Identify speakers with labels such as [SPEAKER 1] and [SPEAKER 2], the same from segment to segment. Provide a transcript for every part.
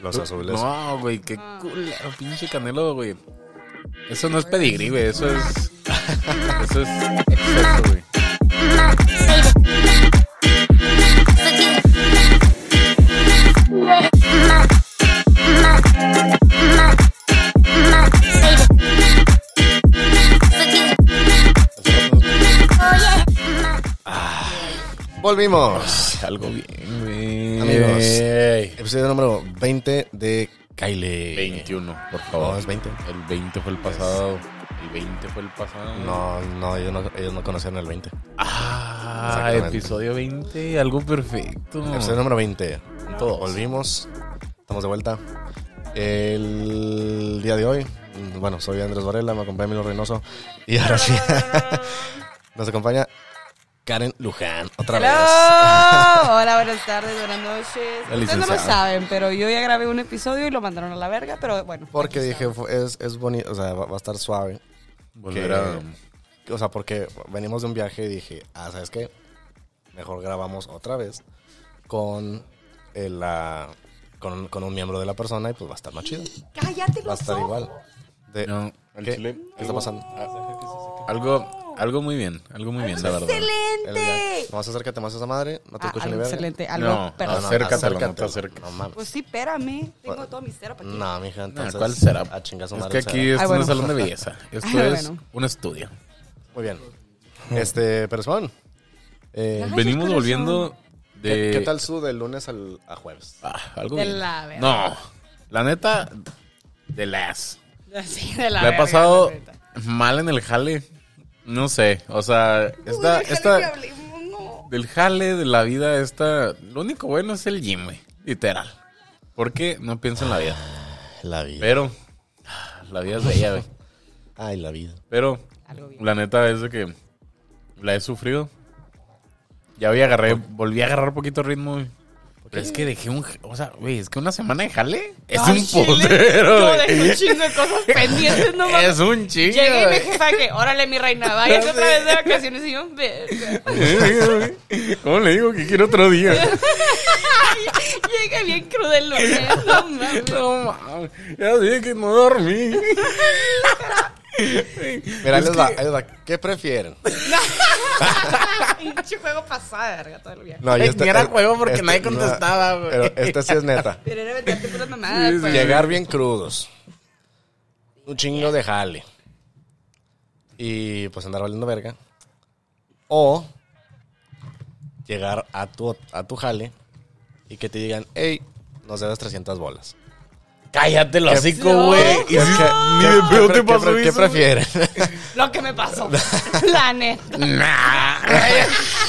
[SPEAKER 1] Los azules.
[SPEAKER 2] No, güey, qué
[SPEAKER 3] Ah.
[SPEAKER 2] culero, pinche Canelo, güey. Eso no es pedigrí, güey, eso es... Eso es exceso, güey.
[SPEAKER 1] Volvimos.
[SPEAKER 2] Algo bien, güey.
[SPEAKER 1] Amigos.
[SPEAKER 2] Ey.
[SPEAKER 1] Episodio número 20 de Kyle.
[SPEAKER 2] 21, por favor.
[SPEAKER 1] No, es 20.
[SPEAKER 2] El 20 fue el pasado. El 20 fue el pasado.
[SPEAKER 1] No, no, ellos no, ellos no conocieron el 20.
[SPEAKER 2] Ah,
[SPEAKER 1] Exactamente.
[SPEAKER 2] episodio 20, algo perfecto.
[SPEAKER 1] Episodio número 20.
[SPEAKER 2] Todos.
[SPEAKER 1] Volvimos. Estamos de vuelta. El día de hoy, bueno, soy Andrés Varela, me acompaña Milo Reynoso. Y ahora sí, nos acompaña Karen Luján, otra
[SPEAKER 3] Hello.
[SPEAKER 1] vez.
[SPEAKER 3] Hola, buenas tardes, buenas noches.
[SPEAKER 2] La
[SPEAKER 3] Ustedes no lo
[SPEAKER 2] licenciada.
[SPEAKER 3] saben, pero yo ya grabé un episodio y lo mandaron a la verga, pero bueno.
[SPEAKER 1] Porque dije, fu- es, es bonito, o sea, va, va a estar suave.
[SPEAKER 2] Volver
[SPEAKER 1] que-
[SPEAKER 2] a-
[SPEAKER 1] O sea, porque venimos de un viaje y dije, ah, ¿sabes qué? Mejor grabamos otra vez con, el, la- con, con un miembro de la persona y pues va a estar más chido.
[SPEAKER 3] Cállate
[SPEAKER 1] Va a
[SPEAKER 3] los
[SPEAKER 1] estar
[SPEAKER 3] ojos.
[SPEAKER 1] igual. De-
[SPEAKER 2] No, al
[SPEAKER 1] ¿Qué?
[SPEAKER 2] chile,
[SPEAKER 1] ¿Qué está pasando?
[SPEAKER 3] Ah,
[SPEAKER 2] Algo, algo muy bien, algo muy bien, la verdad.
[SPEAKER 1] El
[SPEAKER 3] ¡Excelente!
[SPEAKER 1] viaje. Nomás acércate más a esa madre, no te
[SPEAKER 3] Ah,
[SPEAKER 1] escucho ni
[SPEAKER 3] algo
[SPEAKER 1] verga.
[SPEAKER 3] excelente, algo
[SPEAKER 2] No,
[SPEAKER 3] perfecto.
[SPEAKER 2] acércatelo, no te acerques.
[SPEAKER 1] No mames.
[SPEAKER 3] Pues sí, espérame. Tengo
[SPEAKER 1] Bueno.
[SPEAKER 3] todo mi cero para aquí.
[SPEAKER 1] no, mija, entonces.
[SPEAKER 2] Nah, ¿Cuál será?
[SPEAKER 1] A chingar a su
[SPEAKER 2] es
[SPEAKER 1] madre,
[SPEAKER 2] que
[SPEAKER 1] o sea.
[SPEAKER 2] aquí esto no
[SPEAKER 3] Ah, bueno.
[SPEAKER 2] es salón de belleza. Esto
[SPEAKER 3] Ah,
[SPEAKER 2] es
[SPEAKER 3] bueno.
[SPEAKER 2] un estudio.
[SPEAKER 1] Muy bien. Este, pero Simón, eh,
[SPEAKER 3] Ay,
[SPEAKER 2] Venimos
[SPEAKER 3] corazón.
[SPEAKER 2] volviendo de.
[SPEAKER 1] ¿qué, qué tal su de lunes al, a jueves?
[SPEAKER 2] Ah, algo
[SPEAKER 3] De
[SPEAKER 2] bien.
[SPEAKER 3] la verga.
[SPEAKER 2] No, la neta, de las.
[SPEAKER 3] Así de la
[SPEAKER 2] La he
[SPEAKER 3] verga,
[SPEAKER 2] pasado
[SPEAKER 3] la neta.
[SPEAKER 2] mal en el jale. No sé, o sea,
[SPEAKER 3] Uy, déjale
[SPEAKER 2] esta,
[SPEAKER 3] que
[SPEAKER 2] esta,
[SPEAKER 3] hablemos, no.
[SPEAKER 2] del jale, de la vida, esta, lo único bueno es el gym, güey, literal. Porque no pienso en la vida.
[SPEAKER 1] La vida.
[SPEAKER 2] Pero, la vida es bella, güey.
[SPEAKER 1] Ay, la vida.
[SPEAKER 2] Pero,
[SPEAKER 3] Algo bien.
[SPEAKER 2] la neta es de que la he sufrido. Ya había agarré, volví a agarrar poquito ritmo, güey. Pero es que dejé un, j- o sea, güey, es que una semana de jale es
[SPEAKER 3] Ay,
[SPEAKER 2] un
[SPEAKER 3] chile,
[SPEAKER 2] putero,
[SPEAKER 3] Yo
[SPEAKER 2] güey.
[SPEAKER 3] dejé un chingo de cosas pendientes, no mames.
[SPEAKER 2] Es un chingo,
[SPEAKER 3] Llegué y
[SPEAKER 2] güey.
[SPEAKER 3] me jefa que, órale, mi reina, váyase otra vez de vacaciones y yo, verga.
[SPEAKER 2] ¿Cómo le digo que quiero otro día?
[SPEAKER 3] Llegué bien crudo el lunes, no mames.
[SPEAKER 2] No mames, ya dije que no dormí.
[SPEAKER 1] Mira, ahí les va, ahí les va. ¿Qué prefieren?
[SPEAKER 3] Pinche juego pasada, verga, todo el viaje.
[SPEAKER 1] No, este, eh,
[SPEAKER 2] Ay, ni era juego porque nadie contestaba,
[SPEAKER 1] no,
[SPEAKER 2] güey.
[SPEAKER 1] Pero este sí es neta.
[SPEAKER 3] Pero era meterte puras mamadas,
[SPEAKER 2] Sí, sí.
[SPEAKER 3] pues.
[SPEAKER 1] Llegar bien crudos. Un chingo de jale. Y pues andar valiendo verga. O llegar a tu, a tu jale y que te digan, hey, nos debes 300 bolas.
[SPEAKER 2] Cállate el hocico,
[SPEAKER 3] No.
[SPEAKER 2] güey.
[SPEAKER 3] ¿Qué-
[SPEAKER 2] Y si- Ni de
[SPEAKER 1] ¿Qué, pre-
[SPEAKER 2] pedo te
[SPEAKER 1] qué
[SPEAKER 2] pasó
[SPEAKER 1] pre- qué
[SPEAKER 2] eso.
[SPEAKER 1] prefieren?
[SPEAKER 3] Lo que me pasó. La neta.
[SPEAKER 2] Nah.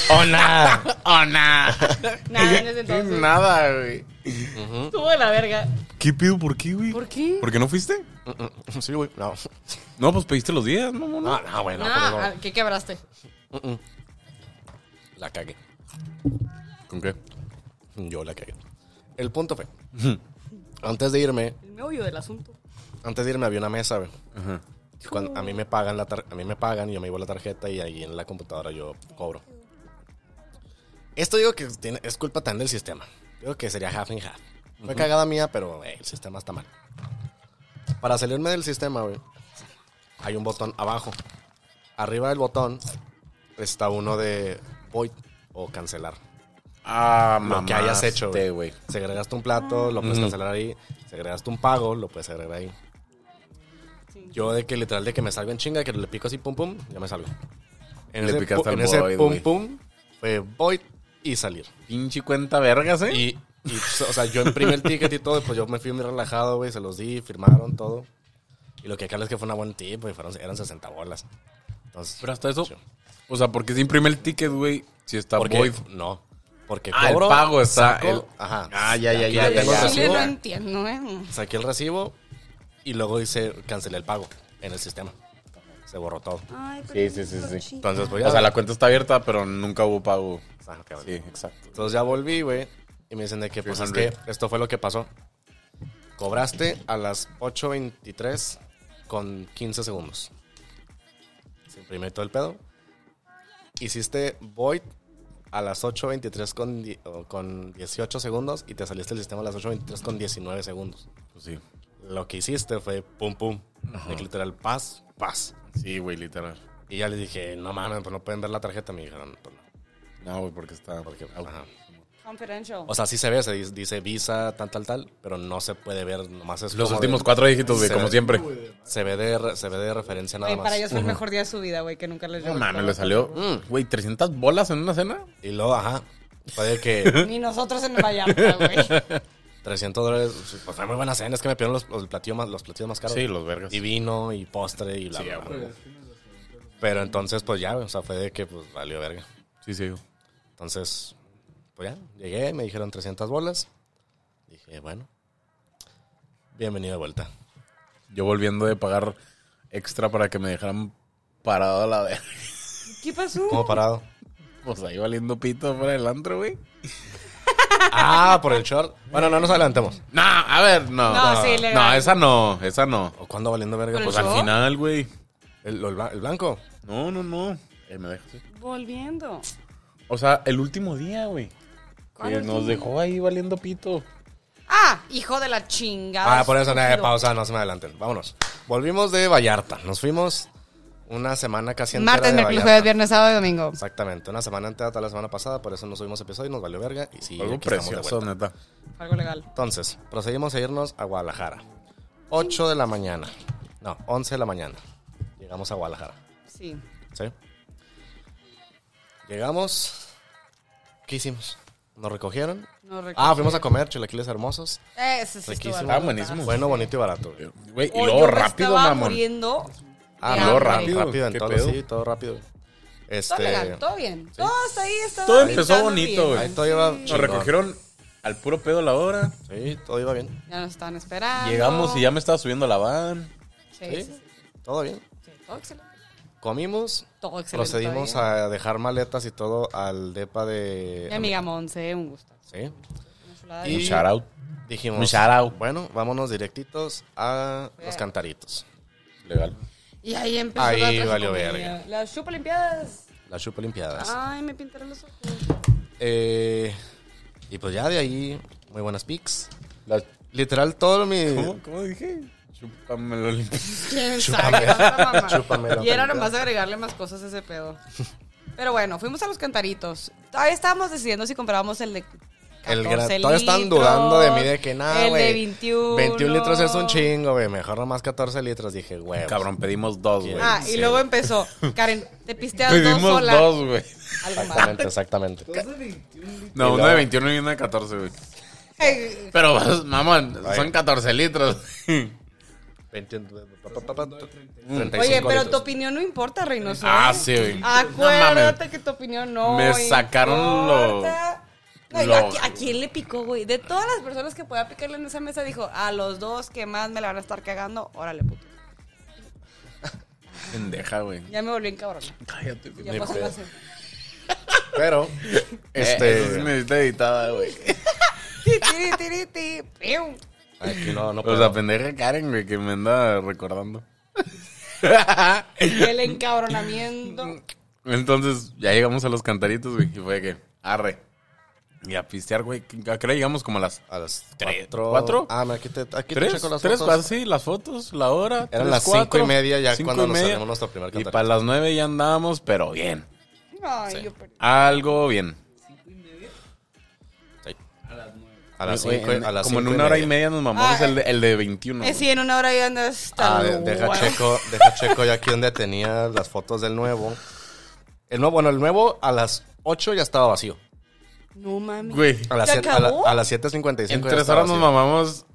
[SPEAKER 2] Oh, O nada. O nada.
[SPEAKER 3] Nada, en ese entonces.
[SPEAKER 2] Nada, güey.
[SPEAKER 3] Estuvo de la verga.
[SPEAKER 2] ¿Qué pedo? ¿Por qué, güey?
[SPEAKER 3] ¿Por qué?
[SPEAKER 2] ¿Por qué no fuiste?
[SPEAKER 1] sí, güey. No,
[SPEAKER 2] No, pues pediste los días, no, no,
[SPEAKER 1] no, no, güey, no, por
[SPEAKER 3] Ah,
[SPEAKER 1] favor.
[SPEAKER 3] ¿qué quebraste?
[SPEAKER 1] La cagué.
[SPEAKER 2] ¿Con qué?
[SPEAKER 1] Yo la cagué. El punto fue, antes de irme,
[SPEAKER 3] El meollo del asunto.
[SPEAKER 1] antes de irme había una mesa, güey.
[SPEAKER 2] Ajá.
[SPEAKER 1] Y cuando a mí me pagan la tar- a mí me pagan y yo me llevo la tarjeta y ahí en la computadora yo cobro. Esto digo que tiene- es culpa tan del sistema. Digo que sería half and half. Fue cagada mía, pero eh, el sistema está mal. Para salirme del sistema, güey, hay un botón abajo. Arriba del botón está uno de void o cancelar.
[SPEAKER 2] Ah,
[SPEAKER 1] Lo que hayas hecho,
[SPEAKER 2] mamaste,
[SPEAKER 1] güey. Segregaste un plato, lo puedes cancelar ahí. Segregaste un pago, lo puedes agregar ahí. Yo de que literal de que me salgo en chinga, que le pico así pum pum, ya me salgo. En
[SPEAKER 2] Le
[SPEAKER 1] ese,
[SPEAKER 2] picaste
[SPEAKER 1] pu-
[SPEAKER 2] al
[SPEAKER 1] en ese
[SPEAKER 2] void,
[SPEAKER 1] pum
[SPEAKER 2] güey.
[SPEAKER 1] pum fue void y salir.
[SPEAKER 2] Pinche cuenta vergas, eh.
[SPEAKER 1] Y, y, o sea, yo imprimí el ticket y todo, y pues yo me fui muy relajado, güey, se los di, firmaron todo. Y lo que acá es que fue una buena tip, güey, fueron, eran 60 bolas. Entonces,
[SPEAKER 2] Pero hasta eso. O sea, porque se imprime el ticket, güey. Si está
[SPEAKER 1] porque,
[SPEAKER 2] void.
[SPEAKER 1] no, porque
[SPEAKER 2] Ah, el
[SPEAKER 1] cobro,
[SPEAKER 2] pago está.
[SPEAKER 1] saco-
[SPEAKER 2] el-
[SPEAKER 1] ajá.
[SPEAKER 2] Ah, ya, ya,
[SPEAKER 1] Aquí
[SPEAKER 2] ya.
[SPEAKER 1] lo
[SPEAKER 2] ya,
[SPEAKER 1] tengo
[SPEAKER 2] ya.
[SPEAKER 3] Yo
[SPEAKER 1] recibo.
[SPEAKER 3] no entiendo, ¿eh?
[SPEAKER 1] saqué el recibo y luego dice cancelé el pago en el sistema. Se borró todo.
[SPEAKER 3] Ay,
[SPEAKER 2] Sí, sí, sí, sí.
[SPEAKER 1] Entonces, pues ya.
[SPEAKER 2] O sea, la cuenta está abierta, pero nunca hubo pago.
[SPEAKER 1] Ah, qué bueno.
[SPEAKER 2] Sí, exacto.
[SPEAKER 1] Entonces ya volví, güey. Y me dicen de que, pues es
[SPEAKER 2] 300.
[SPEAKER 1] que esto fue lo que pasó. Cobraste a las 8.23 con 15 segundos. Se imprimió todo el pedo. Hiciste void a las 8.23 con, die- o con 18 segundos y te saliste del sistema a las 8.23 con 19 segundos.
[SPEAKER 2] Pues sí.
[SPEAKER 1] Lo que hiciste fue pum pum. De que literal, paz, paz.
[SPEAKER 2] Sí, güey, literal.
[SPEAKER 1] Y ya les dije, no mames, pues no pueden ver la tarjeta. Me dijeron, pues no.
[SPEAKER 2] No, güey, porque está.
[SPEAKER 1] Porque,
[SPEAKER 2] au.
[SPEAKER 1] ajá.
[SPEAKER 3] Confidential.
[SPEAKER 1] O sea, sí se ve, se dice, dice Visa, tal, tal, tal, pero no se puede ver, nomás es
[SPEAKER 2] Los
[SPEAKER 1] como
[SPEAKER 2] últimos
[SPEAKER 1] de-
[SPEAKER 2] cuatro dígitos, güey,
[SPEAKER 1] se
[SPEAKER 2] como
[SPEAKER 1] ve-
[SPEAKER 2] siempre.
[SPEAKER 1] Se ve de, re- se ve de referencia nada
[SPEAKER 3] Güey,
[SPEAKER 1] más.
[SPEAKER 3] para ellos fue el mejor día de su vida, güey, que nunca les
[SPEAKER 2] No
[SPEAKER 3] llegó.
[SPEAKER 2] mames, le salió, mm, güey, 300 bolas en una cena.
[SPEAKER 1] Y luego, ajá, puede que
[SPEAKER 3] Ni nosotros en Vallarta, güey.
[SPEAKER 1] 300 dólares, pues fue muy buena cena, es que me pidieron los, los platillos, más, los platillos más caros.
[SPEAKER 2] Sí, los vergas.
[SPEAKER 1] Y vino, y postre, y bla,
[SPEAKER 2] Sí,
[SPEAKER 1] bla,
[SPEAKER 2] a
[SPEAKER 1] bla.
[SPEAKER 2] huevo.
[SPEAKER 1] Pero entonces, pues ya, o sea, fue de que, pues, valió verga.
[SPEAKER 2] Sí, sí.
[SPEAKER 1] Entonces, pues ya, llegué, me dijeron 300 bolas. Dije, bueno, bienvenido de vuelta.
[SPEAKER 2] Yo volviendo de pagar extra para que me dejaran parado a la verga.
[SPEAKER 3] ¿Qué pasó?
[SPEAKER 1] ¿Cómo parado?
[SPEAKER 2] Pues ahí valiendo pito fuera del antro, güey.
[SPEAKER 1] Ah, por el short. Bueno, no nos adelantemos.
[SPEAKER 2] No, a ver, no.
[SPEAKER 3] No, sí, legal.
[SPEAKER 2] No, esa no, esa no.
[SPEAKER 1] ¿O cuándo valiendo verga?
[SPEAKER 3] Por Ah,
[SPEAKER 1] Pues,
[SPEAKER 2] Pues al
[SPEAKER 3] ¿Yo?
[SPEAKER 2] final, güey.
[SPEAKER 1] ¿El, lo- el bla- el blanco?
[SPEAKER 2] No, no, no. Eh, me dejas.
[SPEAKER 3] Volviendo.
[SPEAKER 2] O sea, el último día, güey. Que
[SPEAKER 3] ¿Cuál
[SPEAKER 2] nos dejó ahí valiendo pito.
[SPEAKER 3] Ah, hijo de la chingada.
[SPEAKER 1] Ah, por eso, nada,
[SPEAKER 3] estúpido.
[SPEAKER 1] pausa, no se me adelanten. Vámonos. Volvimos de Vallarta. Nos fuimos una semana casi entera
[SPEAKER 3] Martes,
[SPEAKER 1] de
[SPEAKER 3] miércoles,
[SPEAKER 1] Vallarta.
[SPEAKER 3] jueves, viernes, sábado y domingo.
[SPEAKER 1] Exactamente, una semana entera hasta la semana pasada, por eso no subimos episodio y nos valió verga. Y sí,
[SPEAKER 2] Algo
[SPEAKER 1] aquí estamos de
[SPEAKER 2] precioso,
[SPEAKER 1] vuelta.
[SPEAKER 2] neta.
[SPEAKER 3] Algo legal.
[SPEAKER 1] Entonces, procedimos a irnos a Guadalajara. 8 de la mañana. No, 11 de la mañana. Llegamos a Guadalajara.
[SPEAKER 3] Sí.
[SPEAKER 1] ¿Sí? Llegamos. ¿Qué hicimos? Nos recogieron.
[SPEAKER 3] Nos
[SPEAKER 1] Ah, fuimos a comer chilaquiles hermosos.
[SPEAKER 3] Ese sí
[SPEAKER 1] Riquísimo.
[SPEAKER 3] estuvo
[SPEAKER 2] Ah,
[SPEAKER 3] algo
[SPEAKER 2] buenísimo.
[SPEAKER 3] raro.
[SPEAKER 1] Bueno, bonito y barato. güey.
[SPEAKER 2] Güey, y
[SPEAKER 3] Oh,
[SPEAKER 2] luego
[SPEAKER 3] yo me
[SPEAKER 2] rápido,
[SPEAKER 3] estaba
[SPEAKER 2] mamón.
[SPEAKER 3] muriendo.
[SPEAKER 1] Ah,
[SPEAKER 3] de
[SPEAKER 1] no,
[SPEAKER 3] hambre.
[SPEAKER 1] rápido. Rápido, en
[SPEAKER 2] ¿Qué
[SPEAKER 1] todo,
[SPEAKER 2] pedo?
[SPEAKER 1] sí, todo rápido. Este,
[SPEAKER 3] Todo legal, todo bien. Todos ahí estaban.
[SPEAKER 2] Todo empezó
[SPEAKER 3] gritando
[SPEAKER 2] bonito,
[SPEAKER 3] bien.
[SPEAKER 2] güey.
[SPEAKER 1] Ahí todo iba
[SPEAKER 2] Nos recogieron al puro pedo la hora.
[SPEAKER 1] Sí, todo iba bien.
[SPEAKER 3] Ya nos estaban esperando.
[SPEAKER 2] Llegamos y ya me estaba subiendo la van.
[SPEAKER 3] Sí,
[SPEAKER 1] Sí,
[SPEAKER 3] sí, sí.
[SPEAKER 1] todo bien.
[SPEAKER 3] Sí, Todo excelente.
[SPEAKER 1] Comimos,
[SPEAKER 3] Todo excelente.
[SPEAKER 1] procedimos
[SPEAKER 3] todavía.
[SPEAKER 1] a dejar maletas y todo al depa de...
[SPEAKER 3] Mi amiga Monse, un gusto.
[SPEAKER 1] Sí.
[SPEAKER 3] Una chulada de-
[SPEAKER 1] Y-
[SPEAKER 2] Un shout out.
[SPEAKER 1] Dijimos,
[SPEAKER 2] Un shout out.
[SPEAKER 1] bueno, vámonos directitos a los
[SPEAKER 3] Eh.
[SPEAKER 1] cantaritos.
[SPEAKER 2] Legal.
[SPEAKER 3] Y ahí empezó
[SPEAKER 1] Ahí
[SPEAKER 3] la tragicomedia.
[SPEAKER 1] valió verga.
[SPEAKER 3] Las chupa limpiadas.
[SPEAKER 1] Las chupa limpiadas.
[SPEAKER 3] Ay, me pintaron los ojos.
[SPEAKER 1] Eh, y pues ya de ahí, muy buenas pics.
[SPEAKER 2] La-
[SPEAKER 1] Literal, todo mi...
[SPEAKER 2] ¿Cómo, cómo dije? Chúpamelo limpio.
[SPEAKER 3] ¿Quién
[SPEAKER 1] Chúpame.
[SPEAKER 3] sabe? Tanta mamá.
[SPEAKER 1] Chúpamelo.
[SPEAKER 3] Y era nomás agregarle más cosas a ese pedo. Pero bueno, fuimos a los cantaritos. Todavía estábamos decidiendo si comprábamos el de 14
[SPEAKER 1] El gran,
[SPEAKER 3] litros,
[SPEAKER 1] todavía están dudando de mí de que nada,
[SPEAKER 3] El
[SPEAKER 1] güey.
[SPEAKER 3] de 21.
[SPEAKER 1] 21 litros es un chingo, güey. Mejor nomás 14 litros. Dije, güey.
[SPEAKER 2] Cabrón, pedimos dos, güey.
[SPEAKER 3] Ah, y
[SPEAKER 1] Sí.
[SPEAKER 3] luego empezó. Karen, te pisteas
[SPEAKER 2] pedimos
[SPEAKER 3] dos sola.
[SPEAKER 2] dos, güey.
[SPEAKER 3] Algo más.
[SPEAKER 1] Exactamente, exactamente.
[SPEAKER 2] No,
[SPEAKER 1] Y
[SPEAKER 2] uno
[SPEAKER 1] luego-
[SPEAKER 2] de 21 y uno de 14, güey.
[SPEAKER 3] Ay,
[SPEAKER 2] Pero, vas, mamón,
[SPEAKER 1] Ay.
[SPEAKER 2] son 14 litros.
[SPEAKER 1] 21, pa, pa, pa, pa, 35
[SPEAKER 3] Oye, pero tu
[SPEAKER 1] litros.
[SPEAKER 3] opinión no importa, Reynoso.
[SPEAKER 2] Ah,
[SPEAKER 3] ¿eh?
[SPEAKER 2] sí, güey. No
[SPEAKER 3] Acuérdate
[SPEAKER 2] mames.
[SPEAKER 3] que tu opinión no
[SPEAKER 2] Me sacaron lo-
[SPEAKER 3] importa. No, y
[SPEAKER 2] lo-
[SPEAKER 3] ¿a, qui- a quién le picó, güey? De todas las personas que podía picarle en esa mesa, dijo, a los dos que más me la van a estar cagando, órale, puto.
[SPEAKER 2] Pendeja, güey.
[SPEAKER 3] Ya me volví en cabrón.
[SPEAKER 2] Cállate, güey.
[SPEAKER 3] Ya pasó
[SPEAKER 1] pedo.
[SPEAKER 3] la cena.
[SPEAKER 1] Pero,
[SPEAKER 2] Este.
[SPEAKER 1] este.
[SPEAKER 2] necesita editada, güey.
[SPEAKER 3] Ti, tiri, tiri, ti, piu.
[SPEAKER 1] Aquí no, no
[SPEAKER 2] O
[SPEAKER 1] puedo.
[SPEAKER 2] sea, pendeja Karen, güey, que me anda recordando.
[SPEAKER 3] El encabronamiento.
[SPEAKER 2] Entonces, ya llegamos a los cantaritos, güey. Y fue que, arre. Y a pistear, güey. ¿A qué hora llegamos? Como a las
[SPEAKER 1] a las
[SPEAKER 2] Tres-
[SPEAKER 1] 4.
[SPEAKER 2] ¿cuatro?
[SPEAKER 1] Ah, me- aquí te, aquí te
[SPEAKER 2] ¿Tres?
[SPEAKER 1] checo las
[SPEAKER 2] ¿Tres?
[SPEAKER 1] fotos.
[SPEAKER 2] cuatro, sí, las fotos, la hora.
[SPEAKER 1] Eran
[SPEAKER 2] tres,
[SPEAKER 1] las cinco
[SPEAKER 2] cuatro,
[SPEAKER 1] y media ya
[SPEAKER 2] cinco
[SPEAKER 1] cuando
[SPEAKER 2] y
[SPEAKER 1] nos
[SPEAKER 2] media.
[SPEAKER 1] salimos nuestro primer
[SPEAKER 2] Y
[SPEAKER 1] catarro.
[SPEAKER 2] para las nueve ya andábamos, pero bien.
[SPEAKER 3] Ay, yo perdí.
[SPEAKER 2] Algo bien.
[SPEAKER 1] Sí. A las
[SPEAKER 2] Güey,
[SPEAKER 1] 5.
[SPEAKER 2] en-
[SPEAKER 1] A las
[SPEAKER 2] Como en
[SPEAKER 1] cinco
[SPEAKER 2] una hora y
[SPEAKER 1] media.
[SPEAKER 2] media nos mamamos
[SPEAKER 3] Ah,
[SPEAKER 2] el, de, el de 21.
[SPEAKER 3] Eh, sí, en una hora ya anda hasta
[SPEAKER 1] Ah, de-
[SPEAKER 3] el
[SPEAKER 1] deja
[SPEAKER 3] huevo.
[SPEAKER 1] checo, deja checo ya aquí donde tenía las fotos del nuevo. El nuevo, bueno, el nuevo a las 8 ya estaba vacío.
[SPEAKER 3] No mami.
[SPEAKER 2] Güey,
[SPEAKER 1] A las
[SPEAKER 3] ¿Se
[SPEAKER 1] siete- a la-
[SPEAKER 3] acabó?
[SPEAKER 1] a las 7.55.
[SPEAKER 2] en
[SPEAKER 1] ya
[SPEAKER 2] tres
[SPEAKER 1] estaba
[SPEAKER 2] horas nos
[SPEAKER 1] vacío.
[SPEAKER 2] mamamos.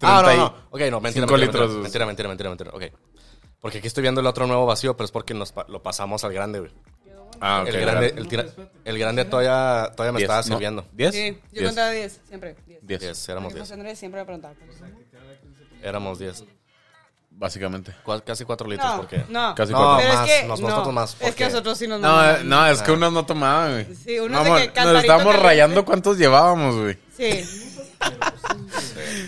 [SPEAKER 1] Ah, no,
[SPEAKER 2] 30 y-
[SPEAKER 1] no. Ok, no, mentira,
[SPEAKER 2] cinco
[SPEAKER 1] mentira,
[SPEAKER 2] litros.
[SPEAKER 1] mentira, mentira, mentira, mentira, mentira, ok. Porque aquí estoy viendo el otro nuevo vacío, pero es porque nos pa- lo pasamos al grande, güey.
[SPEAKER 2] Ah, ok.
[SPEAKER 1] el, grande,
[SPEAKER 2] legal.
[SPEAKER 1] el, gra- el grande todavía, todavía me
[SPEAKER 2] Diez,
[SPEAKER 1] estaba
[SPEAKER 2] ¿no?
[SPEAKER 1] sirviendo.
[SPEAKER 2] ¿Diez?
[SPEAKER 3] Sí, yo
[SPEAKER 2] Diez.
[SPEAKER 3] contaba 10, siempre. 10.
[SPEAKER 2] Diez,
[SPEAKER 1] Diez, éramos
[SPEAKER 3] José
[SPEAKER 1] 10.
[SPEAKER 3] Andrés siempre me preguntaba.
[SPEAKER 1] Éramos 10.
[SPEAKER 2] Básicamente.
[SPEAKER 1] Cua- Casi 4 litros,
[SPEAKER 3] No,
[SPEAKER 1] porque.
[SPEAKER 3] no.
[SPEAKER 2] Casi
[SPEAKER 1] No,
[SPEAKER 2] cuatro.
[SPEAKER 3] Pero
[SPEAKER 1] más,
[SPEAKER 3] es que
[SPEAKER 1] nos-
[SPEAKER 3] no,
[SPEAKER 1] nosotros más,
[SPEAKER 3] Es
[SPEAKER 1] porque-
[SPEAKER 3] que nosotros sí nos
[SPEAKER 2] No,
[SPEAKER 3] mamamos.
[SPEAKER 2] no, es que unos no tomaban, güey.
[SPEAKER 3] Sí, unos de
[SPEAKER 2] Mamón,
[SPEAKER 3] que
[SPEAKER 2] Nos
[SPEAKER 3] cantarito
[SPEAKER 2] estábamos
[SPEAKER 3] caliente.
[SPEAKER 2] rayando cuántos llevábamos, güey.
[SPEAKER 3] Sí.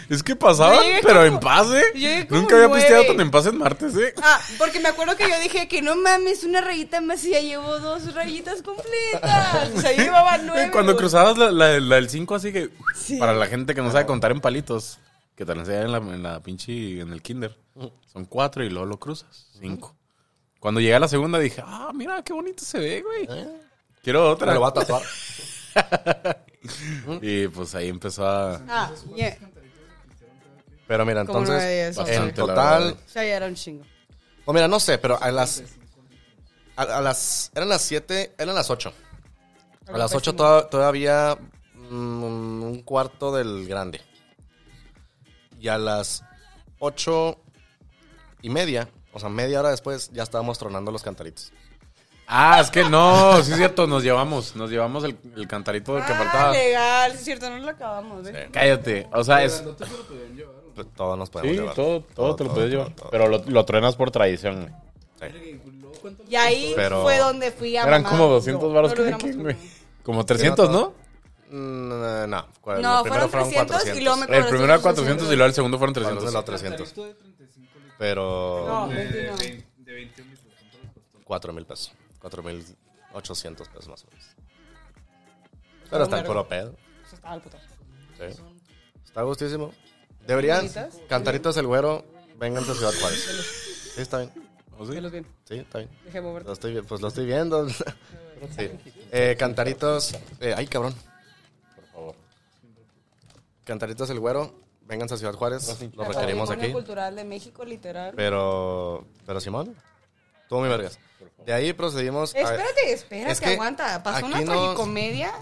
[SPEAKER 2] Es que pasaban,
[SPEAKER 3] Yo llegué
[SPEAKER 2] pero
[SPEAKER 3] como-
[SPEAKER 2] en paz, ¿eh?
[SPEAKER 3] yo llegué como
[SPEAKER 2] Nunca había
[SPEAKER 3] nueve.
[SPEAKER 2] pisteado tan en paz en martes, ¿eh?
[SPEAKER 3] Ah, porque me acuerdo que yo dije que no mames, una rayita más y ya llevo dos rayitas completas. O sea, yo llevaba nueve.
[SPEAKER 2] Cuando
[SPEAKER 3] güey.
[SPEAKER 2] cruzabas la, la- la del 5, así que.
[SPEAKER 3] Sí.
[SPEAKER 2] Para la gente que no sabe contar en palitos, que te la enseñan en la, en la pinche. en el kinder. Son cuatro y luego lo cruzas. Cinco. Cuando llegué a la segunda dije, ah, mira qué bonito se ve, güey. Quiero
[SPEAKER 1] Me
[SPEAKER 2] otra.
[SPEAKER 1] ¿Eh? lo va a tatuar.
[SPEAKER 2] Y pues ahí empezó a.
[SPEAKER 3] Ah, yeah.
[SPEAKER 1] Pero mira,
[SPEAKER 3] Como
[SPEAKER 1] entonces,
[SPEAKER 3] nueve de diez, ok.
[SPEAKER 1] en
[SPEAKER 2] Bastante, la
[SPEAKER 1] total...
[SPEAKER 2] verdad.
[SPEAKER 3] O sea, ya era un chingo.
[SPEAKER 1] Pues mira, no sé, pero a las... A, a las... Eran las 7... Eran las 8. A las 8 todavía mm, un cuarto del grande. Y a las 8 y media, o sea, media hora después, ya estábamos tronando los cantaritos.
[SPEAKER 2] Ah, es que no, sí es cierto, nos llevamos, nos llevamos el, el cantarito del que
[SPEAKER 3] Ah,
[SPEAKER 2] faltaba.
[SPEAKER 3] legal, sí es cierto, no lo acabamos. ¿eh?
[SPEAKER 2] Cállate, o sea, es...
[SPEAKER 1] Pero Todos Pues, nos podemos
[SPEAKER 2] Sí,
[SPEAKER 1] llevar.
[SPEAKER 2] todo, todo te lo puedes llevar.
[SPEAKER 1] todo, todo.
[SPEAKER 2] Pero lo, lo truenas por tradición, güey.
[SPEAKER 3] Y ahí
[SPEAKER 1] Pero-
[SPEAKER 3] fue donde fui a
[SPEAKER 2] Eran
[SPEAKER 3] mamá.
[SPEAKER 2] como 200
[SPEAKER 3] No,
[SPEAKER 2] varos
[SPEAKER 3] no
[SPEAKER 2] cada
[SPEAKER 3] logramos
[SPEAKER 2] quien, güey.
[SPEAKER 3] comprar.
[SPEAKER 2] Como 300,
[SPEAKER 1] todo.
[SPEAKER 2] ¿no?
[SPEAKER 1] Mm, No, cuál-
[SPEAKER 3] No,
[SPEAKER 1] el primero
[SPEAKER 3] fueron 300 y luego me
[SPEAKER 2] El
[SPEAKER 3] cobraron
[SPEAKER 2] primero era
[SPEAKER 3] 400.
[SPEAKER 2] 400 y luego el segundo fueron
[SPEAKER 1] Fueron de
[SPEAKER 2] 300.
[SPEAKER 1] los 300. Pero...
[SPEAKER 3] No, 21.
[SPEAKER 4] De 21 mil pesos.
[SPEAKER 1] 4 mil pesos. 4 mil 800 pesos más o menos. Pero está el
[SPEAKER 3] vergo.
[SPEAKER 1] puro pedo.
[SPEAKER 3] Eso estaba al puto.
[SPEAKER 1] sí. Está gustísimo. Deberían.
[SPEAKER 3] ¿Bonitas?
[SPEAKER 1] Cantaritos el güero. Vénganse a Ciudad Juárez. Sí, está bien.
[SPEAKER 2] ¿O Oh, sí?
[SPEAKER 3] Velos bien,
[SPEAKER 1] Sí, está bien.
[SPEAKER 3] dejé moverte.
[SPEAKER 1] Lo estoy vi- pues lo estoy viendo. Sí. Eh, cantaritos. eh, ay, cabrón.
[SPEAKER 2] Por favor.
[SPEAKER 1] Cantaritos el güero. Vénganse a Ciudad Juárez. Lo requerimos aquí.
[SPEAKER 3] cultural de México, literal.
[SPEAKER 1] Pero. Pero Simón. Tuvo mi vergas. De ahí procedimos. a-
[SPEAKER 3] espérate, espérate,
[SPEAKER 1] es que
[SPEAKER 3] aguanta. Pasó una
[SPEAKER 1] aquí no-
[SPEAKER 3] tragicomedia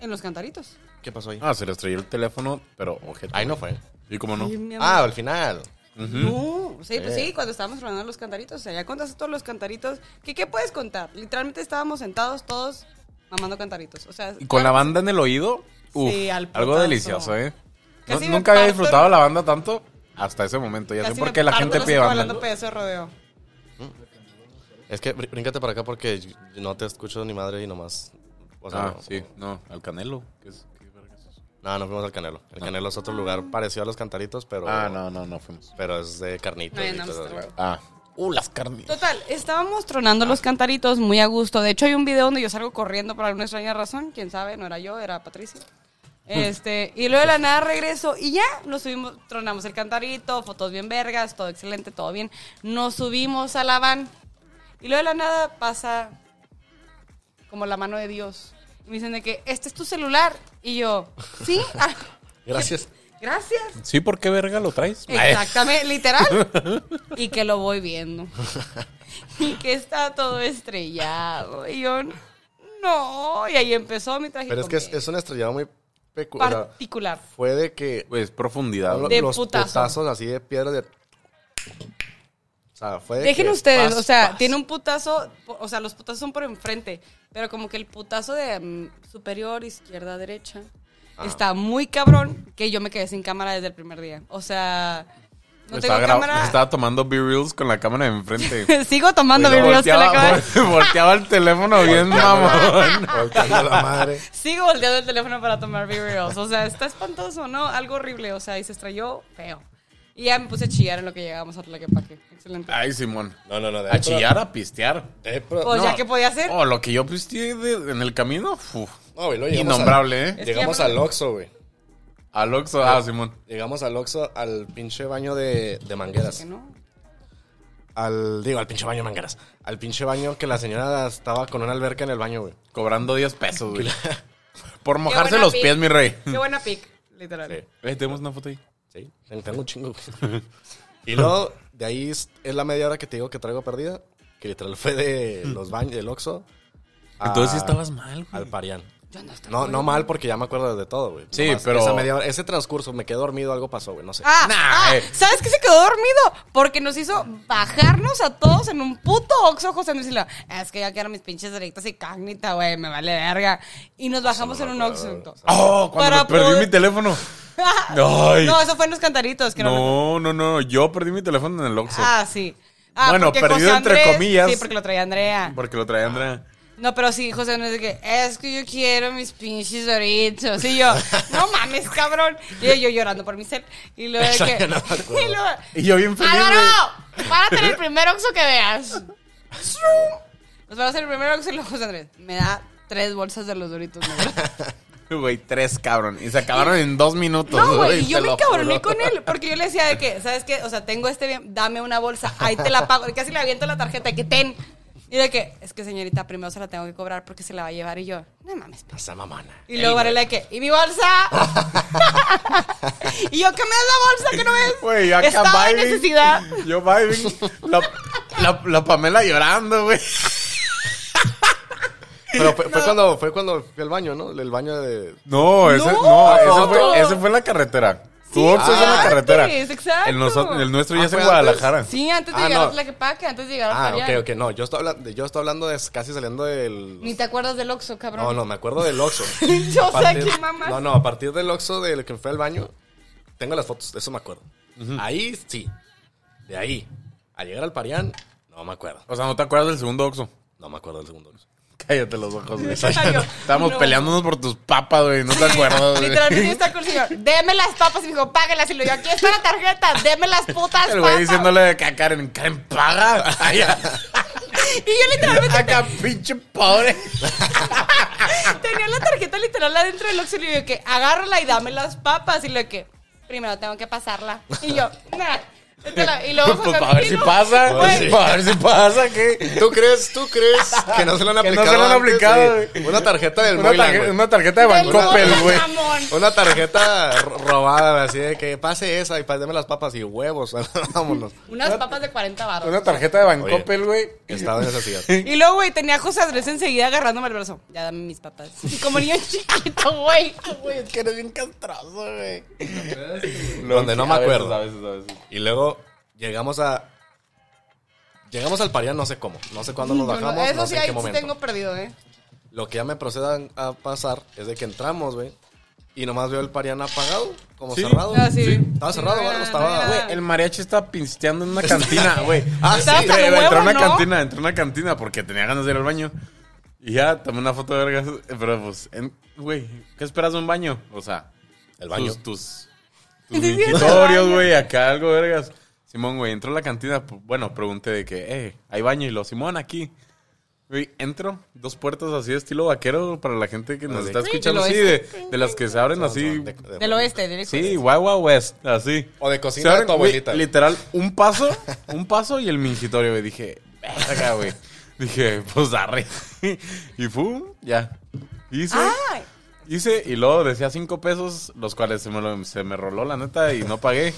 [SPEAKER 3] en los cantaritos.
[SPEAKER 1] ¿Qué pasó ahí?
[SPEAKER 2] Ah, se les traía el teléfono, pero ojete.
[SPEAKER 1] Ahí no fue.
[SPEAKER 2] ¿Y cómo no? Eh.
[SPEAKER 3] Ay, mi amor.
[SPEAKER 1] Ah, al final.
[SPEAKER 3] No, sí, pues
[SPEAKER 1] Sí.
[SPEAKER 3] sí, cuando estábamos rodando los cantaritos, o sea, ya contaste todos los cantaritos. ¿Qué, qué puedes contar? Literalmente estábamos sentados todos mamando cantaritos. O sea,
[SPEAKER 2] Y con la banda en el oído, uf,
[SPEAKER 3] Sí, al
[SPEAKER 2] algo
[SPEAKER 3] putazo.
[SPEAKER 2] delicioso, ¿eh? No-
[SPEAKER 3] Casi me
[SPEAKER 2] nunca había
[SPEAKER 3] parto-
[SPEAKER 2] disfrutado la banda tanto hasta ese momento. Ya sé
[SPEAKER 3] casi
[SPEAKER 2] por
[SPEAKER 3] me
[SPEAKER 2] qué la
[SPEAKER 3] parto
[SPEAKER 2] gente
[SPEAKER 3] los
[SPEAKER 2] pide
[SPEAKER 3] ojos
[SPEAKER 2] banda.
[SPEAKER 3] hablando pedazo de rodeo.
[SPEAKER 1] Es que br- bríncate para acá porque yo- yo no te escucho ni madre y nomás. O sea,
[SPEAKER 2] Ah,
[SPEAKER 1] no,
[SPEAKER 2] sí, no, al canelo. ¿Qué es- qué verga es eso?
[SPEAKER 1] No, no fuimos al Canelo. El Canelo es otro lugar parecido a los cantaritos, pero.
[SPEAKER 2] Ah, no, no, no fuimos.
[SPEAKER 1] Pero es de carnitas.
[SPEAKER 3] No, ya
[SPEAKER 1] y
[SPEAKER 3] no,
[SPEAKER 1] cosas
[SPEAKER 3] hasta
[SPEAKER 1] así.
[SPEAKER 3] luego.
[SPEAKER 2] Ah. Uh, las carnitas.
[SPEAKER 3] Total, estábamos tronando los cantaritos muy a gusto. De hecho, hay un video donde yo salgo corriendo por alguna extraña razón. Quién sabe, no era yo, era Patricia. Este, y luego de la nada regreso y ya nos subimos, tronamos el cantarito, fotos bien vergas, todo excelente, todo bien. Nos subimos a la van y luego de la nada pasa como la mano de Dios. Y me dicen de que, este es tu celular. Y yo, sí, Ah,
[SPEAKER 1] Gracias.
[SPEAKER 3] gracias.
[SPEAKER 2] Sí, ¿por qué verga lo traes?
[SPEAKER 3] Exactamente, literal. Y que lo voy viendo. Y que está todo estrellado. Y yo, no. Y ahí empezó mi traje.
[SPEAKER 1] Pero es que es, es una estrellada muy peculiar.
[SPEAKER 3] particular.
[SPEAKER 1] fue de que.
[SPEAKER 2] Pues profundidad.
[SPEAKER 1] lo-
[SPEAKER 3] De
[SPEAKER 1] los
[SPEAKER 3] putazo.
[SPEAKER 1] putazos así de piedra de. O sea, fue. de
[SPEAKER 3] Dejen
[SPEAKER 1] que
[SPEAKER 3] ustedes,
[SPEAKER 1] paz,
[SPEAKER 3] o sea,
[SPEAKER 1] paz.
[SPEAKER 3] tiene un putazo, po- o sea, los putazos son por enfrente, pero como que el putazo de mm, superior, izquierda, derecha,
[SPEAKER 1] Ah.
[SPEAKER 3] está muy cabrón que yo me quedé sin cámara desde el primer día. O sea, no
[SPEAKER 2] estaba,
[SPEAKER 3] tengo
[SPEAKER 2] gra-
[SPEAKER 3] cámara.
[SPEAKER 2] estaba tomando B-Reels con la cámara de enfrente.
[SPEAKER 3] Sigo tomando
[SPEAKER 1] Pues
[SPEAKER 2] Güey,
[SPEAKER 3] videos con la
[SPEAKER 2] volteaba,
[SPEAKER 3] cámara.
[SPEAKER 2] vol- volteaba el teléfono bien, mamón.
[SPEAKER 1] Volteando la madre.
[SPEAKER 3] Sigo volteando el teléfono para tomar B-Reels. O sea, está espantoso, ¿no? Algo horrible. O sea, y se estrelló feo. Y ya me puse a chillar en lo que llegábamos a Tlaquepaque. Excelente.
[SPEAKER 2] Ay, Simón.
[SPEAKER 1] No, no, no. de
[SPEAKER 2] A
[SPEAKER 1] ahí
[SPEAKER 2] chillar, a pistear.
[SPEAKER 1] pro- de ahí pro-
[SPEAKER 3] Pues
[SPEAKER 2] no.
[SPEAKER 3] ya, ¿qué podía hacer?
[SPEAKER 2] Oh, lo que yo pisteé de- en el camino, uf.
[SPEAKER 1] No, güey, luego llegamos a-
[SPEAKER 2] Innombrable, ¿eh?
[SPEAKER 3] que
[SPEAKER 1] Llegamos
[SPEAKER 3] ya me-
[SPEAKER 1] al Oxxo, güey.
[SPEAKER 2] Al Oxxo, ah, Simón.
[SPEAKER 1] Llegamos al Oxxo, al pinche baño de, de mangueras.
[SPEAKER 3] Que no.
[SPEAKER 1] Al, digo, al pinche baño de mangueras. Al pinche baño que la señora estaba con una alberca en el baño, güey.
[SPEAKER 2] Cobrando 10 pesos, güey. Por
[SPEAKER 3] Qué
[SPEAKER 2] mojarse
[SPEAKER 3] buena
[SPEAKER 2] los
[SPEAKER 3] pic.
[SPEAKER 2] pies, mi rey.
[SPEAKER 3] Qué buena pic, literal.
[SPEAKER 1] Sí,
[SPEAKER 2] Eh, tenemos una foto ahí.
[SPEAKER 1] sí. Ten- Tengo un chingo, güey. Y luego, de ahí es es la media hora que te digo que traigo perdida. Que literal fue de los baños, del Oxxo. a-
[SPEAKER 2] Entonces
[SPEAKER 3] Ah.
[SPEAKER 2] sí estabas mal, güey.
[SPEAKER 1] Al Parián.
[SPEAKER 3] Yo no estaba
[SPEAKER 1] No,
[SPEAKER 3] muy
[SPEAKER 1] no
[SPEAKER 3] buena.
[SPEAKER 1] mal porque ya me acuerdo de todo, güey.
[SPEAKER 2] Sí,
[SPEAKER 1] Nomás
[SPEAKER 2] pero-
[SPEAKER 1] Esa media hora- ese transcurso, me quedé dormido, algo pasó, güey, no sé.
[SPEAKER 3] Ah,
[SPEAKER 2] Nah,
[SPEAKER 3] ah,
[SPEAKER 2] eh.
[SPEAKER 3] ¿sabes qué se quedó dormido? Porque nos hizo bajarnos a todos en un puto oxo, José Luis. y lo, es que ya quiero mis pinches directas y cágnita, güey, me vale verga. Y nos bajamos en un oxo. entonces.
[SPEAKER 2] Oh, cuando
[SPEAKER 3] Ah. Para
[SPEAKER 2] me perdí
[SPEAKER 3] poder-
[SPEAKER 2] mi teléfono. Ay.
[SPEAKER 3] No, eso fue en los cantaritos. Que no, nos
[SPEAKER 2] No, no, no. Yo perdí mi teléfono en el Oxxo.
[SPEAKER 3] Ah, sí. Ah,
[SPEAKER 2] Bueno,
[SPEAKER 3] porque
[SPEAKER 2] perdido
[SPEAKER 3] José
[SPEAKER 2] entre
[SPEAKER 3] Andrés-
[SPEAKER 2] comillas.
[SPEAKER 3] Sí, porque lo traía Andrea.
[SPEAKER 2] Porque lo traía Andrea.
[SPEAKER 3] No, pero sí, José no es de que, es que yo quiero mis pinches Doritos. Y yo, no mames, cabrón. Y yo, yo llorando por mi set. Y luego de
[SPEAKER 1] Eso
[SPEAKER 3] que.
[SPEAKER 1] yo no me acuerdo.
[SPEAKER 3] y luego,
[SPEAKER 2] Y yo bien feliz.
[SPEAKER 3] ¡Álvaro! ¡Párate en el primer oxo que veas! Pues Nos vamos en el primer oxo y luego José Andrés. Me da tres bolsas de los Doritos negros.
[SPEAKER 2] güey. Güey, tres cabrón. Y se acacaron en dos minutos.
[SPEAKER 3] No, güey, y yo
[SPEAKER 2] te
[SPEAKER 3] me
[SPEAKER 2] lo
[SPEAKER 3] encabroné
[SPEAKER 2] juro.
[SPEAKER 3] con él. Porque yo le decía de que, ¿sabes qué? O sea, tengo este bien, dame una bolsa, ahí te la pago. Y casi le aviento la tarjeta, que ten. Y de que, es que señorita, primero se la tengo que cobrar porque se la va a llevar. Y yo, no mames, p-".
[SPEAKER 1] Esa mamana.
[SPEAKER 3] Y luego Varela de que, ¿y mi bolsa? y yo, ¿qué me das la bolsa que no ves?
[SPEAKER 2] Güey, yo acá
[SPEAKER 3] Estaba en
[SPEAKER 2] vibing.
[SPEAKER 3] necesidad.
[SPEAKER 2] Yo vibing. La, la, la Pamela llorando, güey.
[SPEAKER 1] Pero fue, fue cuando fue cuando fui al baño, ¿no? El baño de.
[SPEAKER 2] No, ese,
[SPEAKER 3] No.
[SPEAKER 2] no, ese, fue, ese fue en la carretera. Tu
[SPEAKER 3] Sí,
[SPEAKER 2] Oxxo es en la
[SPEAKER 3] antes,
[SPEAKER 2] carretera.
[SPEAKER 3] exacto.
[SPEAKER 2] El, noso- el nuestro ya
[SPEAKER 1] Ah,
[SPEAKER 2] es
[SPEAKER 1] fue
[SPEAKER 2] en
[SPEAKER 1] antes.
[SPEAKER 2] Guadalajara.
[SPEAKER 3] Sí, antes de
[SPEAKER 1] Ah,
[SPEAKER 3] llegar a
[SPEAKER 1] no.
[SPEAKER 3] Tlaquepaque, antes de llegar a
[SPEAKER 1] Ah,
[SPEAKER 3] Fabián.
[SPEAKER 1] ok, ok. No, yo estoy hablando, yo estoy hablando de casi saliendo del.
[SPEAKER 3] Ni te acuerdas del Oxxo, cabrón.
[SPEAKER 1] No, no, me acuerdo del Oxxo.
[SPEAKER 3] Yo
[SPEAKER 1] A partir-
[SPEAKER 3] sé que mamás.
[SPEAKER 1] No, no, a partir del Oxxo del que fue al baño, tengo las fotos, eso me acuerdo. Ahí sí. De ahí. A llegar al Parián, no me acuerdo.
[SPEAKER 2] O sea, ¿no te acuerdas del segundo Oxxo?
[SPEAKER 1] No me acuerdo del segundo Oxxo.
[SPEAKER 2] Cállate los ojos, güey.
[SPEAKER 3] Salió.
[SPEAKER 2] Estábamos
[SPEAKER 3] No.
[SPEAKER 2] peleándonos por tus papas, güey. No te acuerdas, güey.
[SPEAKER 3] Literalmente yo estaba con el señor, deme las papas. Y me dijo, páguelas. Y le digo, aquí está la tarjeta, deme las putas
[SPEAKER 2] El güey
[SPEAKER 3] papas.
[SPEAKER 2] diciéndole de que a Karen, Karen paga. Ay,
[SPEAKER 3] Y yo literalmente
[SPEAKER 2] Acá, pinche pobre.
[SPEAKER 3] tenía la tarjeta literal adentro del Oxxo. Y le digo, que agárrala y dame las papas. Y le digo, que primero tengo que pasarla. Y yo, nah. vete a la-". Y luego
[SPEAKER 2] Pues
[SPEAKER 3] José
[SPEAKER 2] para ver si
[SPEAKER 3] Miguel,
[SPEAKER 2] pasa.
[SPEAKER 1] Pues sí.
[SPEAKER 2] Para ver si pasa, ¿qué?
[SPEAKER 1] ¿Tú crees, tú crees que no se lo han
[SPEAKER 2] Que no
[SPEAKER 1] aplicado?
[SPEAKER 2] se lo han
[SPEAKER 1] antes?
[SPEAKER 2] aplicado,
[SPEAKER 1] Sí.
[SPEAKER 2] güey.
[SPEAKER 1] Una tarjeta del
[SPEAKER 2] Una,
[SPEAKER 1] Moylan,
[SPEAKER 2] tarje-
[SPEAKER 1] güey.
[SPEAKER 2] una tarjeta de
[SPEAKER 3] Del
[SPEAKER 2] Bancopel,
[SPEAKER 3] Moylan,
[SPEAKER 2] güey.
[SPEAKER 3] mamón.
[SPEAKER 1] Una tarjeta ro- robada, así de que pase esa y pa- deme las papas y huevos. Vámonos.
[SPEAKER 3] Unas papas de 40 baros.
[SPEAKER 2] Una tarjeta de Bancopel, güey.
[SPEAKER 1] Estaba en necesidad.
[SPEAKER 3] Y luego, güey, tenía a José Andrés enseguida agarrándome el brazo. Ya dame mis papas. Y como niño chiquito, güey.
[SPEAKER 2] Güey, es que eres bien castroso, güey.
[SPEAKER 1] Donde no me
[SPEAKER 2] A veces,
[SPEAKER 1] acuerdo.
[SPEAKER 2] a veces, a veces.
[SPEAKER 1] Y luego llegamos a. Llegamos al Parián, no sé cómo. No sé cuándo nos
[SPEAKER 3] No, no,
[SPEAKER 1] bajamos.
[SPEAKER 3] eso
[SPEAKER 1] no
[SPEAKER 3] sí,
[SPEAKER 1] sé en
[SPEAKER 3] ahí
[SPEAKER 1] qué
[SPEAKER 3] sí
[SPEAKER 1] momento.
[SPEAKER 3] tengo perdido, ¿eh?
[SPEAKER 1] Lo que ya me procedan a pasar es de que entramos, güey. Y nomás veo el Parián apagado, como
[SPEAKER 2] Oh, Sí.
[SPEAKER 1] cerrado.
[SPEAKER 3] Ah, sí.
[SPEAKER 1] Estaba
[SPEAKER 3] Sí,
[SPEAKER 1] cerrado,
[SPEAKER 3] no
[SPEAKER 1] o algo
[SPEAKER 3] había-
[SPEAKER 1] estaba.
[SPEAKER 3] no había
[SPEAKER 1] güey.
[SPEAKER 3] nada.
[SPEAKER 2] El mariachi estaba pinsteando en una cantina, güey.
[SPEAKER 1] Ah,
[SPEAKER 3] Estaba
[SPEAKER 1] sí.
[SPEAKER 3] hasta
[SPEAKER 2] Entré,
[SPEAKER 3] los
[SPEAKER 2] entré a una
[SPEAKER 3] huevos, ¿no?
[SPEAKER 2] cantina, entré a una cantina porque tenía ganas de ir al baño. Y ya tomé una foto de vergas. eh, Pero pues, en- güey, ¿qué esperas de un baño? O sea,
[SPEAKER 1] El baño.
[SPEAKER 2] Tus, tus, tus
[SPEAKER 3] Sí, sí, el
[SPEAKER 2] mingitorios,
[SPEAKER 3] baño.
[SPEAKER 2] güey, acá algo de vergas. Simón, güey, entró a la cantina. pu- Bueno, pregunté de que, eh, hay baño. Y lo, Simón, aquí. Güey, entro, dos puertas así de estilo vaquero para la gente que nos
[SPEAKER 1] Así.
[SPEAKER 2] está escuchando.
[SPEAKER 3] Sí,
[SPEAKER 2] Sí,
[SPEAKER 3] de lo
[SPEAKER 2] de, de las que se abren así.
[SPEAKER 1] De- de-
[SPEAKER 3] Del oeste, directo.
[SPEAKER 2] Sí, Guay Guay West, así.
[SPEAKER 1] O de cocina
[SPEAKER 2] Se abren,
[SPEAKER 1] de tu abuelita.
[SPEAKER 2] güey, Literal, un paso, un paso y el mingitorio, güey. Dije, verga, güey. Dije, pues arre. Y pum, ya. Hice,
[SPEAKER 1] Ah,
[SPEAKER 3] ¡Ay!
[SPEAKER 2] hice, y luego decía cinco pesos, los cuales se me, lo- se me roló, la neta, y no pagué.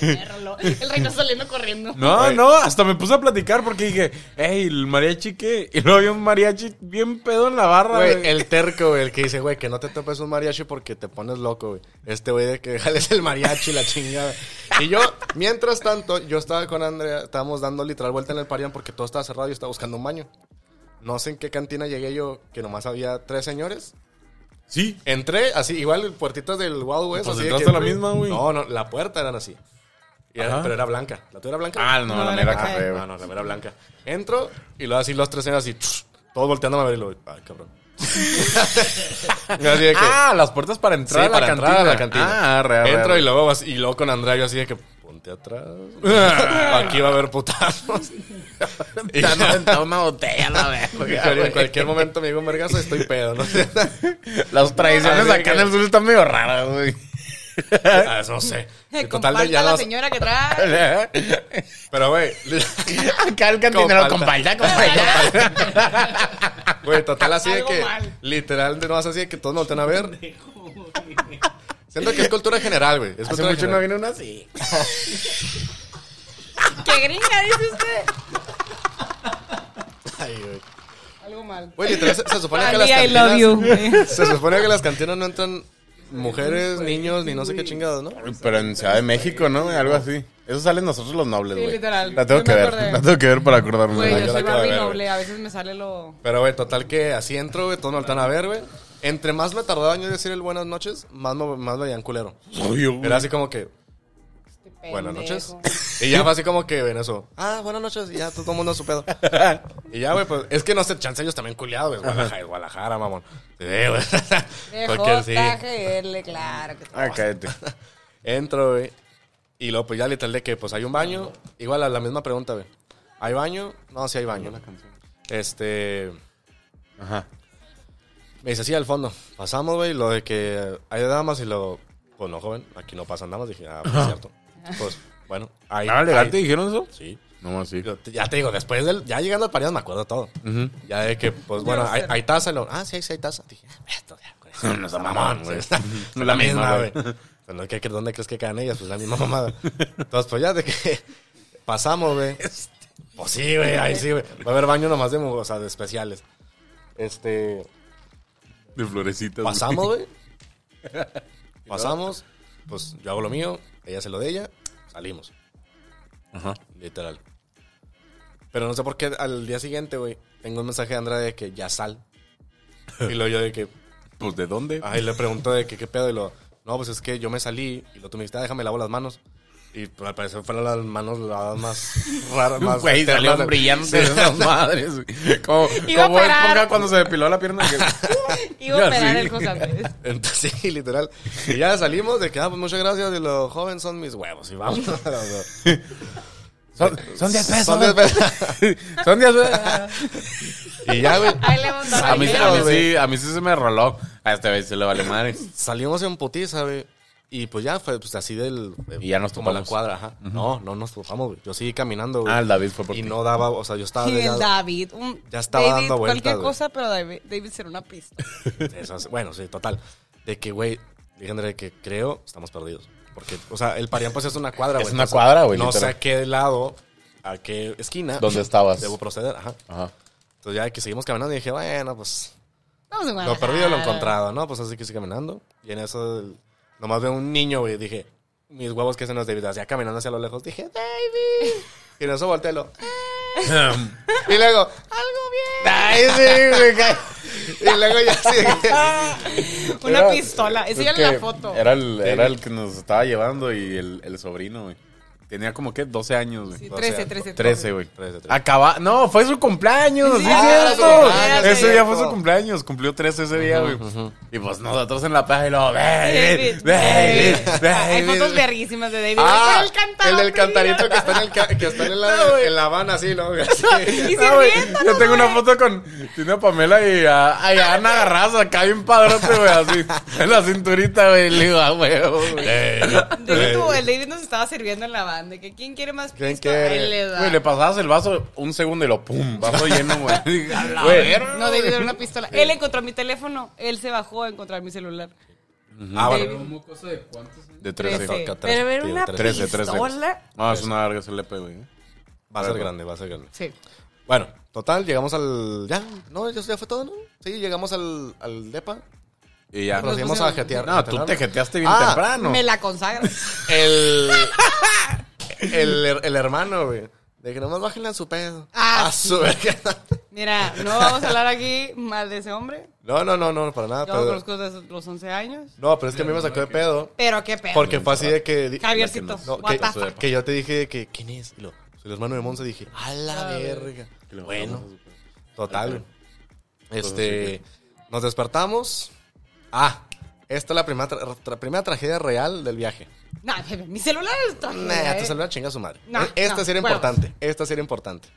[SPEAKER 3] Perro, El reino saliendo corriendo.
[SPEAKER 2] No,
[SPEAKER 1] Güey.
[SPEAKER 2] no, hasta me puse a platicar porque dije, hey, el mariachi, ¿qué? Y luego había un mariachi bien pedo en la barra,
[SPEAKER 1] Güey,
[SPEAKER 2] güey.
[SPEAKER 1] el terco, güey, el que dice, güey, que no te topes un mariachi porque te pones loco, güey. Este güey de que jales el mariachi, la chingada. Y yo, mientras tanto, yo estaba con Andrea, estábamos dando literal vuelta en el parián porque todo estaba cerrado y yo estaba buscando un baño. No sé en qué cantina llegué yo, que nomás había tres señores.
[SPEAKER 2] Sí.
[SPEAKER 1] Entré, así, igual puertitas del Wild West.
[SPEAKER 2] Pues
[SPEAKER 1] así de
[SPEAKER 2] entraste
[SPEAKER 1] que-
[SPEAKER 2] a la misma, güey.
[SPEAKER 1] No, no, la puerta eran así. Y era-
[SPEAKER 2] Ajá.
[SPEAKER 1] pero era blanca. ¿La tuya era blanca?
[SPEAKER 2] Ah, no,
[SPEAKER 3] No,
[SPEAKER 2] la
[SPEAKER 3] la
[SPEAKER 2] mera
[SPEAKER 3] caja de-
[SPEAKER 2] café, güey.
[SPEAKER 1] No, no, la mera blanca. Entro y luego así los tres señores así, tss, todos volteándome a ver y luego, ay, cabrón. Y así de que,
[SPEAKER 2] Ah, las puertas para entrar,
[SPEAKER 1] sí,
[SPEAKER 2] a, la
[SPEAKER 1] para
[SPEAKER 2] cantina.
[SPEAKER 1] entrar a la cantina.
[SPEAKER 2] Ah, arre, arre,
[SPEAKER 1] Entro
[SPEAKER 2] arre.
[SPEAKER 1] y luego, así- y luego con Andrea yo así de que, ponte atrás. Aquí va a haber putazos. y
[SPEAKER 2] Te han
[SPEAKER 1] yo-
[SPEAKER 2] aventado una botella, la verga.
[SPEAKER 1] en
[SPEAKER 2] güey.
[SPEAKER 1] cualquier momento me digo un vergazo estoy pedo, ¿no?
[SPEAKER 2] Las tradiciones
[SPEAKER 1] Así
[SPEAKER 2] acá en
[SPEAKER 1] que-
[SPEAKER 2] el sur están medio raras, güey.
[SPEAKER 1] Ah, no sé.
[SPEAKER 3] Eh,
[SPEAKER 1] Total,
[SPEAKER 3] comparta
[SPEAKER 1] ya
[SPEAKER 3] la
[SPEAKER 1] no-
[SPEAKER 3] señora que trae.
[SPEAKER 1] Pero, güey,
[SPEAKER 2] Acá el cantinero,
[SPEAKER 1] Con
[SPEAKER 2] comparta, comparta.
[SPEAKER 1] Güey, total así de
[SPEAKER 3] Algo
[SPEAKER 1] que.
[SPEAKER 3] mal.
[SPEAKER 1] Literal, de no así de que todos me voltean a ver. Siento que es cultura general, güey. Es
[SPEAKER 2] Hace
[SPEAKER 1] cultura
[SPEAKER 2] mucho no
[SPEAKER 1] general.
[SPEAKER 2] viene una así.
[SPEAKER 3] ¡Qué gringa, dice usted!
[SPEAKER 1] Ay, güey.
[SPEAKER 3] Algo mal.
[SPEAKER 1] Güey, literal, se, se supone que las
[SPEAKER 3] Ali, I love
[SPEAKER 1] cantinas.
[SPEAKER 3] you.
[SPEAKER 1] Se supone que las cantinas no entran mujeres, niños, ni no sé qué chingados, ¿no?
[SPEAKER 2] Pero en Ciudad de México, ¿no? Algo así. Eso salen nosotros los nobles,
[SPEAKER 3] Sí,
[SPEAKER 2] güey.
[SPEAKER 3] literal.
[SPEAKER 2] La tengo
[SPEAKER 3] Yo
[SPEAKER 2] que
[SPEAKER 3] me
[SPEAKER 2] ver.
[SPEAKER 3] acordé.
[SPEAKER 2] La tengo que ver para acordarme.
[SPEAKER 3] Güey,
[SPEAKER 1] yo
[SPEAKER 3] yo
[SPEAKER 1] la
[SPEAKER 3] soy
[SPEAKER 1] acabo de
[SPEAKER 3] Barbie
[SPEAKER 1] ver,
[SPEAKER 3] noble. A veces me sale lo...
[SPEAKER 1] Pero, güey, total que así entro, güey, todos me voltean a ver, güey. Entre más me tardaba yo en decir el buenas noches, más me, más me veían culero.
[SPEAKER 2] Soy yo, güey.
[SPEAKER 1] Era así como que. buenas noches.
[SPEAKER 3] Pendejo.
[SPEAKER 1] Y ya fue así como que en eso. Ah, buenas noches. Y ya todo el mundo a su pedo. y ya, güey, pues es que no sé, chance ellos también culiados, güey. Guadalajara, es Guadalajara, mamón. Sí, güey. Cualquier sí.
[SPEAKER 3] DJGL, claro. que-
[SPEAKER 2] Ah, cállate.
[SPEAKER 1] Entro, güey. Y luego, pues ya literal de que, pues hay un baño. Igual a la misma pregunta, güey. ¿Hay baño? No, sí hay baño. Este.
[SPEAKER 2] Ajá.
[SPEAKER 1] Me dice así al fondo. Pasamos, güey, lo de que hay damas y lo. Pues no, joven, aquí no pasan damas. Dije, ah, pues es cierto. Pues bueno, ahí.
[SPEAKER 2] ¿Nada legal te
[SPEAKER 1] ahí-
[SPEAKER 2] dijeron eso?
[SPEAKER 1] Sí.
[SPEAKER 2] No, así.
[SPEAKER 1] Yo te- Ya te digo, después del. Ya llegando al Parías me acuerdo todo. Ya de que, pues bueno, hay, hay taza. y lo- ah, sí, sí hay taza. Dije, ah, esto ya, con eso.
[SPEAKER 2] No está mamón, güey.
[SPEAKER 1] Sí, está- es la misma, güey. Pues, no, ¿qué- qué- ¿Dónde crees que quedan ellas? Pues la misma mamada. Entonces, pues ya de que pasamos, güey. Pues sí, güey, ahí sí, güey. Va a haber baño nomás de, mu- o sea, de especiales. Este.
[SPEAKER 2] De florecitas. güey.
[SPEAKER 1] Pasamos, güey. Pasamos. Pues yo hago lo mío, ella hace lo de ella, salimos,
[SPEAKER 2] Ajá.
[SPEAKER 1] literal. Pero no sé por qué al día siguiente, güey, tengo un mensaje de Andrade de que ya sal. Y luego yo de que,
[SPEAKER 2] Pues, ¿de dónde?
[SPEAKER 1] ay, le pregunto de que qué pedo y lo, no, pues es que yo me salí y lo tú me dijiste, "Ah, déjame lavo las manos. Y pues, al parecer fueron las manos lavadas más raras, más
[SPEAKER 2] Güey,
[SPEAKER 1] externas
[SPEAKER 2] salieron
[SPEAKER 1] de-
[SPEAKER 2] brillantes
[SPEAKER 1] Sí,
[SPEAKER 2] esas madres. güey. Como,
[SPEAKER 3] Iba a
[SPEAKER 2] como el
[SPEAKER 3] parar.
[SPEAKER 2] Ponga cuando se depiló la pierna. que-
[SPEAKER 3] Iba a
[SPEAKER 2] Ya,
[SPEAKER 3] operar
[SPEAKER 2] sí.
[SPEAKER 3] el José Andrés.
[SPEAKER 1] Entonces, sí, literal. Y ya salimos de que, ah, pues muchas gracias. Y los jóvenes son mis huevos. Y vamos.
[SPEAKER 2] Son, son 10 pesos.
[SPEAKER 1] Son 10 pesos.
[SPEAKER 2] Son 10 pesos.
[SPEAKER 1] Y ya, güey.
[SPEAKER 3] Ahí le montó la
[SPEAKER 2] A mí,
[SPEAKER 3] idea,
[SPEAKER 2] a mí
[SPEAKER 3] güey.
[SPEAKER 2] sí, a mí sí se me roló. A este vez se le vale madre.
[SPEAKER 1] Salimos en putiza, güey. Y pues ya fue pues, así del. eh,
[SPEAKER 2] Y ya nos
[SPEAKER 1] Como la
[SPEAKER 2] topamos.
[SPEAKER 1] cuadra, ajá. No, no nos topamos, güey. Yo seguí caminando, güey.
[SPEAKER 2] Ah, el David fue por
[SPEAKER 1] Y
[SPEAKER 2] ti.
[SPEAKER 1] no daba, o sea, yo estaba.
[SPEAKER 3] Y
[SPEAKER 1] de-
[SPEAKER 3] el David. un-
[SPEAKER 1] ya estaba
[SPEAKER 3] David,
[SPEAKER 1] dando vueltas,
[SPEAKER 3] Cualquier
[SPEAKER 1] güey.
[SPEAKER 3] cosa, pero David, David será una pista.
[SPEAKER 1] Esas- bueno, sí, total. De que, güey, dije Andrea que creo estamos perdidos. Porque, o sea, el Parián pues es una cuadra,
[SPEAKER 2] Es
[SPEAKER 1] güey.
[SPEAKER 2] una
[SPEAKER 1] Entonces,
[SPEAKER 2] cuadra, güey,
[SPEAKER 1] No sé
[SPEAKER 2] literal.
[SPEAKER 1] a qué lado, a qué esquina.
[SPEAKER 2] ¿Dónde estabas?
[SPEAKER 1] Debo proceder, ajá.
[SPEAKER 2] Ajá.
[SPEAKER 1] Entonces ya de que seguimos caminando y dije, bueno, pues
[SPEAKER 3] Vamos a
[SPEAKER 1] lo perdido lo
[SPEAKER 3] Guadalajara.
[SPEAKER 1] encontrado, ¿no? Pues así que sí caminando. Y en eso el- nomás veo un niño, güey. Dije, mis huevos que se nos David. Así caminando hacia lo lejos. Dije, David. Y en eso voltelo. y luego, algo bien. Ay, sí, güey. ca- Y luego ya sí.
[SPEAKER 3] Una
[SPEAKER 2] Era-
[SPEAKER 3] pistola. Esa
[SPEAKER 2] es
[SPEAKER 3] ya era
[SPEAKER 2] que
[SPEAKER 3] la foto.
[SPEAKER 2] Era el, era el que nos estaba llevando y el, el sobrino, güey. Tenía como que 12 años, güey.
[SPEAKER 3] Sí,
[SPEAKER 1] o
[SPEAKER 3] 13,
[SPEAKER 1] sea,
[SPEAKER 3] 13.
[SPEAKER 2] 13, güey.
[SPEAKER 1] Trece, trece.
[SPEAKER 2] Acaba. No, fue su cumpleaños.
[SPEAKER 3] Sí,
[SPEAKER 2] Sí,
[SPEAKER 3] ah,
[SPEAKER 2] es
[SPEAKER 3] su
[SPEAKER 2] cierto.
[SPEAKER 3] cumpleaños,
[SPEAKER 2] ese día fue
[SPEAKER 1] cierto.
[SPEAKER 2] su cumpleaños. Cumplió 13 ese día, güey. Y pues nosotros en la paja y luego. David,
[SPEAKER 3] David,
[SPEAKER 2] David, David.
[SPEAKER 3] Hay fotos verguísimas de David.
[SPEAKER 1] Ah,
[SPEAKER 3] Ay, el cantador
[SPEAKER 1] del cantarito que
[SPEAKER 3] primero.
[SPEAKER 1] está en, el ca- que está en, la, en La Habana, así, ¿no? Así.
[SPEAKER 3] Y
[SPEAKER 2] Ah, güey,
[SPEAKER 3] sirviendo.
[SPEAKER 2] yo tengo una foto con Tina Pamela y a, ay, a Ana agarradas acá bien padrote, güey, así. En la cinturita, güey. Le digo, ah, güey, güey.
[SPEAKER 3] David, tú, el David nos estaba sirviendo en la banda. Que ¿Quién quiere más
[SPEAKER 1] Eh, ¿Quién
[SPEAKER 3] pisto?
[SPEAKER 1] quiere?
[SPEAKER 3] Él le da.
[SPEAKER 2] Eh, Güey, le pasabas el vaso un segundo y lo pum, vaso lleno, güey. Güey,
[SPEAKER 3] No, David era una pistola. Él encontró mi teléfono. Él se bajó a encontrar mi celular.
[SPEAKER 1] Ah,
[SPEAKER 3] David.
[SPEAKER 1] bueno.
[SPEAKER 2] De 13.
[SPEAKER 3] 13.
[SPEAKER 1] Trece.
[SPEAKER 3] Pero era una
[SPEAKER 2] 13, 13.
[SPEAKER 3] pistola.
[SPEAKER 2] No, es una verga CLP, güey.
[SPEAKER 1] Va a ser grande, va a ser grande.
[SPEAKER 3] Sí.
[SPEAKER 1] Bueno, total, llegamos al. Ya, no, eso ya fue todo, ¿no? Sí, llegamos al, al DEPA.
[SPEAKER 2] Y ya.
[SPEAKER 3] Pues
[SPEAKER 1] Nos fuimos a jetear.
[SPEAKER 2] No, tú te jeteaste bien
[SPEAKER 1] Ah,
[SPEAKER 2] temprano.
[SPEAKER 3] Me la consagras.
[SPEAKER 1] El. El, el hermano, güey. De que nomás bájenle a su pedo.
[SPEAKER 3] Ah,
[SPEAKER 1] a su verga.
[SPEAKER 3] Mira, no vamos a hablar aquí mal de ese hombre.
[SPEAKER 1] No, no, no, no, para nada.
[SPEAKER 3] Yo lo
[SPEAKER 1] Ah, Pero,
[SPEAKER 3] conozco desde los 11 años.
[SPEAKER 1] no, pero es que a mí me sacó de pedo.
[SPEAKER 3] Pero qué pedo.
[SPEAKER 1] Porque fue así de que. di-
[SPEAKER 3] Javiercito,
[SPEAKER 1] No,
[SPEAKER 3] what
[SPEAKER 1] que,
[SPEAKER 3] the fuck.
[SPEAKER 1] que yo te dije de que. ¿Quién es? Y lo, soy el hermano de Monza. Dije, a la verga. Bueno, total. Este. Nos despertamos. Ah, esta es la primera, tra- tra- primera tragedia real del viaje.
[SPEAKER 3] Nah, bebé, mi celular es tragedia,
[SPEAKER 1] Nah,
[SPEAKER 3] eh.
[SPEAKER 1] te salió una chinga su madre. E-,
[SPEAKER 3] Nah,
[SPEAKER 1] esta
[SPEAKER 3] no,
[SPEAKER 1] sí era
[SPEAKER 3] huevos.
[SPEAKER 1] importante. Esta sí era importante.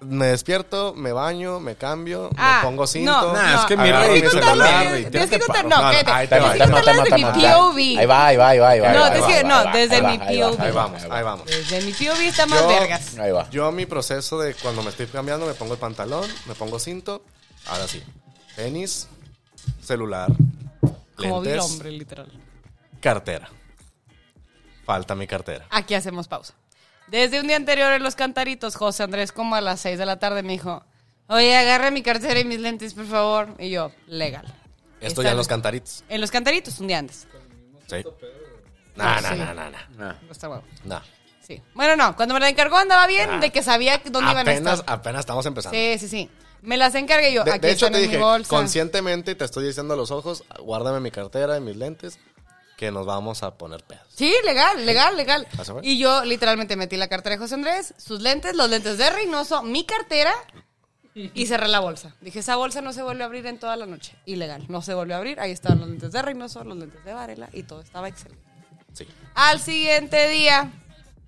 [SPEAKER 1] Me despierto, me baño, me cambio,
[SPEAKER 3] Ah,
[SPEAKER 1] me pongo cinto.
[SPEAKER 3] no,
[SPEAKER 2] Nah,
[SPEAKER 3] no.
[SPEAKER 2] es que
[SPEAKER 1] mi
[SPEAKER 2] mira,
[SPEAKER 1] rey,
[SPEAKER 2] y
[SPEAKER 1] mi
[SPEAKER 2] tú
[SPEAKER 1] celular,
[SPEAKER 2] también,
[SPEAKER 1] güey,
[SPEAKER 2] tienes
[SPEAKER 3] tienes que
[SPEAKER 2] parar.
[SPEAKER 3] contar- no, cállate.
[SPEAKER 1] ahí te
[SPEAKER 2] Ahí
[SPEAKER 1] va,
[SPEAKER 2] va,
[SPEAKER 1] ahí te va.
[SPEAKER 3] Tienes que hablar de mi POV.
[SPEAKER 2] Ahí va, ahí va, ahí va. ahí va,
[SPEAKER 3] No,
[SPEAKER 2] ahí
[SPEAKER 3] es
[SPEAKER 2] va,
[SPEAKER 3] que-
[SPEAKER 2] ahí
[SPEAKER 3] no,
[SPEAKER 2] va,
[SPEAKER 3] desde
[SPEAKER 2] ahí va,
[SPEAKER 3] mi
[SPEAKER 2] ahí va,
[SPEAKER 3] POV.
[SPEAKER 1] Ahí vamos, ahí vamos.
[SPEAKER 3] Desde mi tío vi está más
[SPEAKER 1] Yo-
[SPEAKER 3] vergas.
[SPEAKER 2] Ahí va.
[SPEAKER 1] Yo mi proceso de cuando me estoy cambiando, me pongo el pantalón, me pongo cinto, ahora sí. Tenis, celular,
[SPEAKER 3] Como vi el
[SPEAKER 1] lentes,
[SPEAKER 3] hombre, literal.
[SPEAKER 1] cartera. Falta mi cartera.
[SPEAKER 3] Aquí hacemos pausa. Desde un día anterior en Los Cantaritos, José Andrés, como a las 6 de la tarde, me dijo: Oye, agarra mi cartera y mis lentes, por favor. Y yo, legal.
[SPEAKER 1] Esto
[SPEAKER 3] Está
[SPEAKER 1] ya en los cantaritos.
[SPEAKER 3] En Los Cantaritos, un día antes.
[SPEAKER 1] Sí. No, no, no, no, no.
[SPEAKER 2] Ah.
[SPEAKER 3] No está huevo.
[SPEAKER 1] no.
[SPEAKER 3] Sí. Bueno, no, cuando me la encargó andaba bien,
[SPEAKER 1] Ah.
[SPEAKER 3] de que sabía dónde iban a
[SPEAKER 1] Apenas,
[SPEAKER 3] estar.
[SPEAKER 1] apenas estamos empezando.
[SPEAKER 3] Sí, sí, sí. Me las encargué yo.
[SPEAKER 1] De,
[SPEAKER 3] Aquí
[SPEAKER 1] de hecho,
[SPEAKER 3] están
[SPEAKER 1] te
[SPEAKER 3] en
[SPEAKER 1] dije,
[SPEAKER 3] mi bolsa.
[SPEAKER 1] conscientemente te estoy diciendo a los ojos, guárdame mi cartera y mis lentes. que nos vamos a poner pedos.
[SPEAKER 3] Sí, legal, legal, legal.
[SPEAKER 1] ¿Ah, se fue?
[SPEAKER 3] Y yo literalmente metí la cartera de José Andrés, sus lentes, los lentes de Reynoso, mi cartera y cerré la bolsa. Dije, esa bolsa no se vuelve a abrir en toda la noche. Ilegal, no se volvió a abrir. Ahí estaban los lentes de Reynoso, los lentes de Varela y todo estaba excelente.
[SPEAKER 1] Sí.
[SPEAKER 3] Al siguiente día,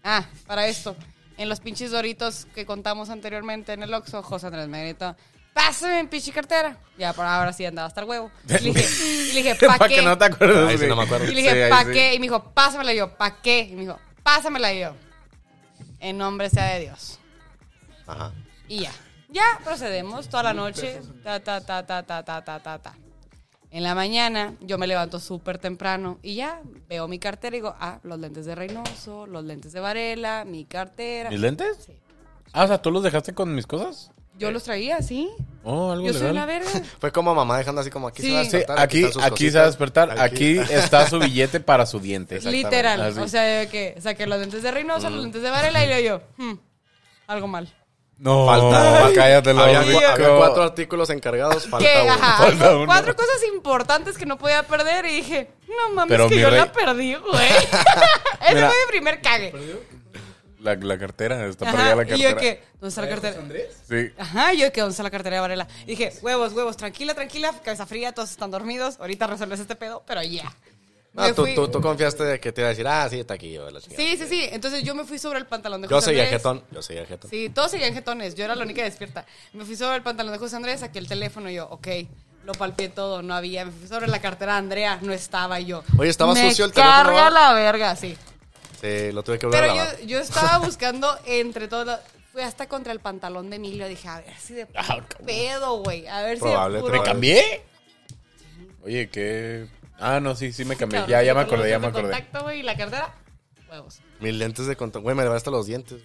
[SPEAKER 3] ah, para esto, en los pinches doritos que contamos anteriormente en el Oxxo, José Andrés me gritó, pásame mi pinche cartera. Ya, por ahora sí andaba hasta el huevo. Y le dije, y le dije ¿pa'
[SPEAKER 2] Para
[SPEAKER 3] qué?
[SPEAKER 2] que no te acuerdes.
[SPEAKER 1] Ahí sí
[SPEAKER 2] güey.
[SPEAKER 1] no me acuerdo.
[SPEAKER 3] Y le dije,
[SPEAKER 2] Sí, ahí
[SPEAKER 3] ¿pa'
[SPEAKER 2] sí.
[SPEAKER 3] qué? Y me dijo, pásamela Y yo, ¿pa' qué? Y me dijo, pásamela Y yo. En nombre sea de Dios.
[SPEAKER 1] Ajá.
[SPEAKER 3] Y ya. Ya procedemos toda la noche. Ta, ta, ta, ta, ta, ta, ta, ta, ta. En la mañana yo me levanto súper temprano y ya veo mi cartera y digo, ah, los lentes de Reynoso, los lentes de Varela, mi cartera.
[SPEAKER 2] ¿Mis lentes? Ah, o sea, ¿tú los dejaste con mis cosas?
[SPEAKER 3] Yo los traía, ¿sí?
[SPEAKER 2] Oh, algo
[SPEAKER 3] Yo soy
[SPEAKER 2] legal.
[SPEAKER 3] una verga.
[SPEAKER 1] Fue como mamá dejando así como aquí
[SPEAKER 3] Sí.
[SPEAKER 1] se va a
[SPEAKER 2] Sí,
[SPEAKER 1] despertar.
[SPEAKER 2] aquí,
[SPEAKER 1] están sus
[SPEAKER 2] aquí se
[SPEAKER 1] cositas,
[SPEAKER 2] va a despertar. Aquí
[SPEAKER 1] aquí-
[SPEAKER 2] está su billete para su diente.
[SPEAKER 3] Literal.
[SPEAKER 2] Así. Mm.
[SPEAKER 3] O sea, de que saqué los lentes de Reynoso, los lentes de Varela y luego yo, hmm, algo mal.
[SPEAKER 2] No,
[SPEAKER 1] Falta.
[SPEAKER 2] Oh, cállate la
[SPEAKER 1] Había,
[SPEAKER 2] boca.
[SPEAKER 1] cua- había cuatro artículos encargados, falta
[SPEAKER 3] que,
[SPEAKER 1] uno.
[SPEAKER 3] ajá,
[SPEAKER 2] Falta
[SPEAKER 3] algo-
[SPEAKER 2] uno.
[SPEAKER 3] cuatro cosas importantes que no podía perder y dije, no mames,
[SPEAKER 2] Pero
[SPEAKER 3] que
[SPEAKER 2] mi
[SPEAKER 3] yo
[SPEAKER 2] rey-
[SPEAKER 3] la perdí, güey. Ese fue
[SPEAKER 2] Mira.
[SPEAKER 3] mi primer cague.
[SPEAKER 2] La, la cartera, está
[SPEAKER 3] Ajá,
[SPEAKER 2] perdida la
[SPEAKER 3] y
[SPEAKER 2] cartera.
[SPEAKER 3] yo que, ¿dónde está la cartera?
[SPEAKER 2] Sí.
[SPEAKER 3] Ajá, y yo que, ¿dónde está la cartera de Varela? Y dije, huevos, huevos, tranquila, tranquila, cabeza fría, todos están dormidos, ahorita resuelves este pedo, pero ya.
[SPEAKER 1] No,
[SPEAKER 2] Ah,
[SPEAKER 3] Me
[SPEAKER 1] Ah, tú,
[SPEAKER 3] fui-
[SPEAKER 1] tú, tú confiaste de que te iba a decir, ah, sí, está aquí. Yo, la chingada.
[SPEAKER 3] Sí, sí, sí, entonces yo me fui sobre el pantalón de
[SPEAKER 1] yo
[SPEAKER 3] José
[SPEAKER 1] seguía
[SPEAKER 3] Andrés.
[SPEAKER 1] jetón. Yo seguía jetón.
[SPEAKER 3] Sí, todos seguían jetones. Yo era la única despierta. Me fui sobre el pantalón de José Andrés, saqué el teléfono y yo, ok. Lo palpié todo, no había. Me fui sobre la cartera de Andrea, no estaba yo.
[SPEAKER 1] Oye, estaba
[SPEAKER 3] Me
[SPEAKER 1] sucio el
[SPEAKER 3] carga
[SPEAKER 1] teléfono,
[SPEAKER 3] la verga, sí.
[SPEAKER 1] Sí, lo tuve que volver
[SPEAKER 3] Pero
[SPEAKER 1] a lavar.
[SPEAKER 3] yo, yo estaba buscando entre todos. los- Fui hasta contra el pantalón de Emilio. Dije, a ver si de pedo, güey. A ver
[SPEAKER 1] Ah, Probable,
[SPEAKER 3] si
[SPEAKER 2] ¿Me
[SPEAKER 3] de
[SPEAKER 1] probable.
[SPEAKER 3] puro-
[SPEAKER 2] cambié? Oye, ¿qué? Ah, no, sí, sí me cambié. Ya, ya me acordé, ya me
[SPEAKER 3] Los lentes de
[SPEAKER 2] acordé.
[SPEAKER 3] contacto, güey, y la cartera, huevos.
[SPEAKER 1] Mis lentes de contacto. Güey, me lavaste los dientes.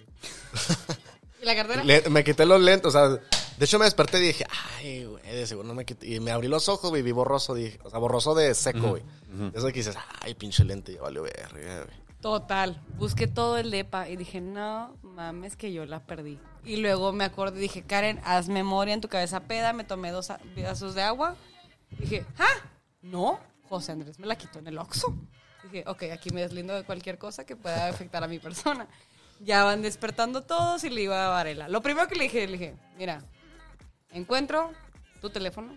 [SPEAKER 3] ¿Y la cartera?
[SPEAKER 1] Le- me quité los lentes, o sea, de hecho me desperté y dije, ay, güey, de seguro no me quité. Y me abrí los ojos, güey, vi borroso, dije, o sea, borroso de seco, güey. Eso que dices, ay, pinche lente, ya valió verga, güey.
[SPEAKER 3] Total, busqué todo el depa y dije, no mames que yo la perdí. Y luego me acordé, dije, Karen, haz memoria en tu cabeza peda, me tomé dos a- vasos de agua. Dije, ¿ah? No, José Andrés me la quitó en el Oxxo. Dije, ok, aquí me deslindo de cualquier cosa que pueda afectar a mi persona. Ya van despertando todos y le iba a Varela. Lo primero que le dije, le dije, mira, encuentro tu teléfono,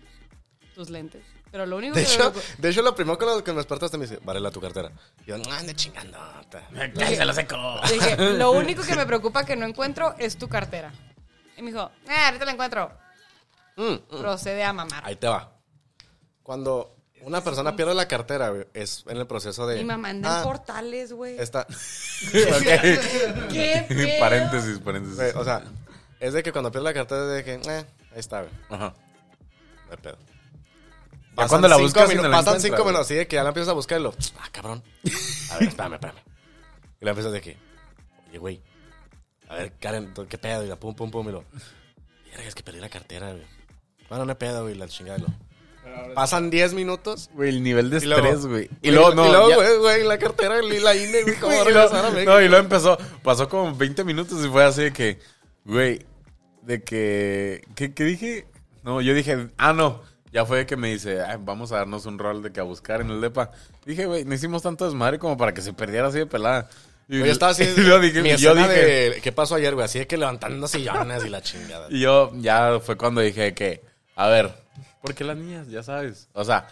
[SPEAKER 3] tus lentes, pero lo único
[SPEAKER 1] De
[SPEAKER 3] que...
[SPEAKER 1] hecho, de hecho, lo primero que, lo- que me despertaste me dice, Varela, tu cartera. Y yo, no, ande chingando. ta".
[SPEAKER 2] se lo seco.
[SPEAKER 3] Le dije, lo único que me preocupa que no encuentro es tu cartera. Y me dijo, "Ah, ahorita la encuentro. Procede a mamar.
[SPEAKER 1] Mm, Ahí te va. Cuando una persona pierde la cartera, güey, es en el proceso de...
[SPEAKER 3] Mi mamá anda
[SPEAKER 1] "Ah,
[SPEAKER 3] en portales, güey.
[SPEAKER 1] Está,
[SPEAKER 3] ¿Qué pedo?
[SPEAKER 2] Paréntesis, paréntesis.
[SPEAKER 1] güey, o sea, es de que cuando pierde la cartera es de que, eh, ahí está, güey.
[SPEAKER 2] Ajá.
[SPEAKER 1] No hay pedo.
[SPEAKER 2] Ya cuando la
[SPEAKER 1] cinco
[SPEAKER 2] buscas y
[SPEAKER 1] minu-
[SPEAKER 2] no la
[SPEAKER 1] Pasan
[SPEAKER 2] encuentras,
[SPEAKER 1] cinco
[SPEAKER 2] güey.
[SPEAKER 1] minutos, así de que ya la empiezas a buscar y lo. Ah, cabrón. A ver, espérame, espérame. Y la empiezas de que. Oye, güey. A ver, Karen, ¿tú ¿qué pedo? Y la pum, pum, pum. Y lo. Mierda, es que perdí la cartera, güey. Bueno, no hay pedo, güey, la chingada. y lo- Pasan 10 minutos.
[SPEAKER 2] Güey, el nivel de
[SPEAKER 1] Y luego-
[SPEAKER 2] estrés, güey. Y luego, no.
[SPEAKER 1] Y luego,
[SPEAKER 2] ya-
[SPEAKER 1] güey, güey, la cartera, y la INE, güey, cómo
[SPEAKER 2] Güey, y
[SPEAKER 1] regresar a
[SPEAKER 2] luego-
[SPEAKER 1] México.
[SPEAKER 2] no, y luego empezó, pasó como 20 minutos y fue así de que, güey, de que, ¿qué, qué dije? No, yo dije, ah, no, ya fue de que me dice, "Ay, vamos a darnos un rol de que a buscar en el depa. Dije, güey, no hicimos tanto desmadre como para que se perdiera así de pelada. Y
[SPEAKER 1] Güey, yo estaba así.
[SPEAKER 2] y luego dije,
[SPEAKER 1] mi
[SPEAKER 2] y yo
[SPEAKER 1] escena
[SPEAKER 2] dije,
[SPEAKER 1] de. ¿Qué pasó ayer, güey? Así de que levantando sillones y la chingada.
[SPEAKER 2] y yo ya fue cuando dije que, a ver, porque las niñas, ya sabes, o sea,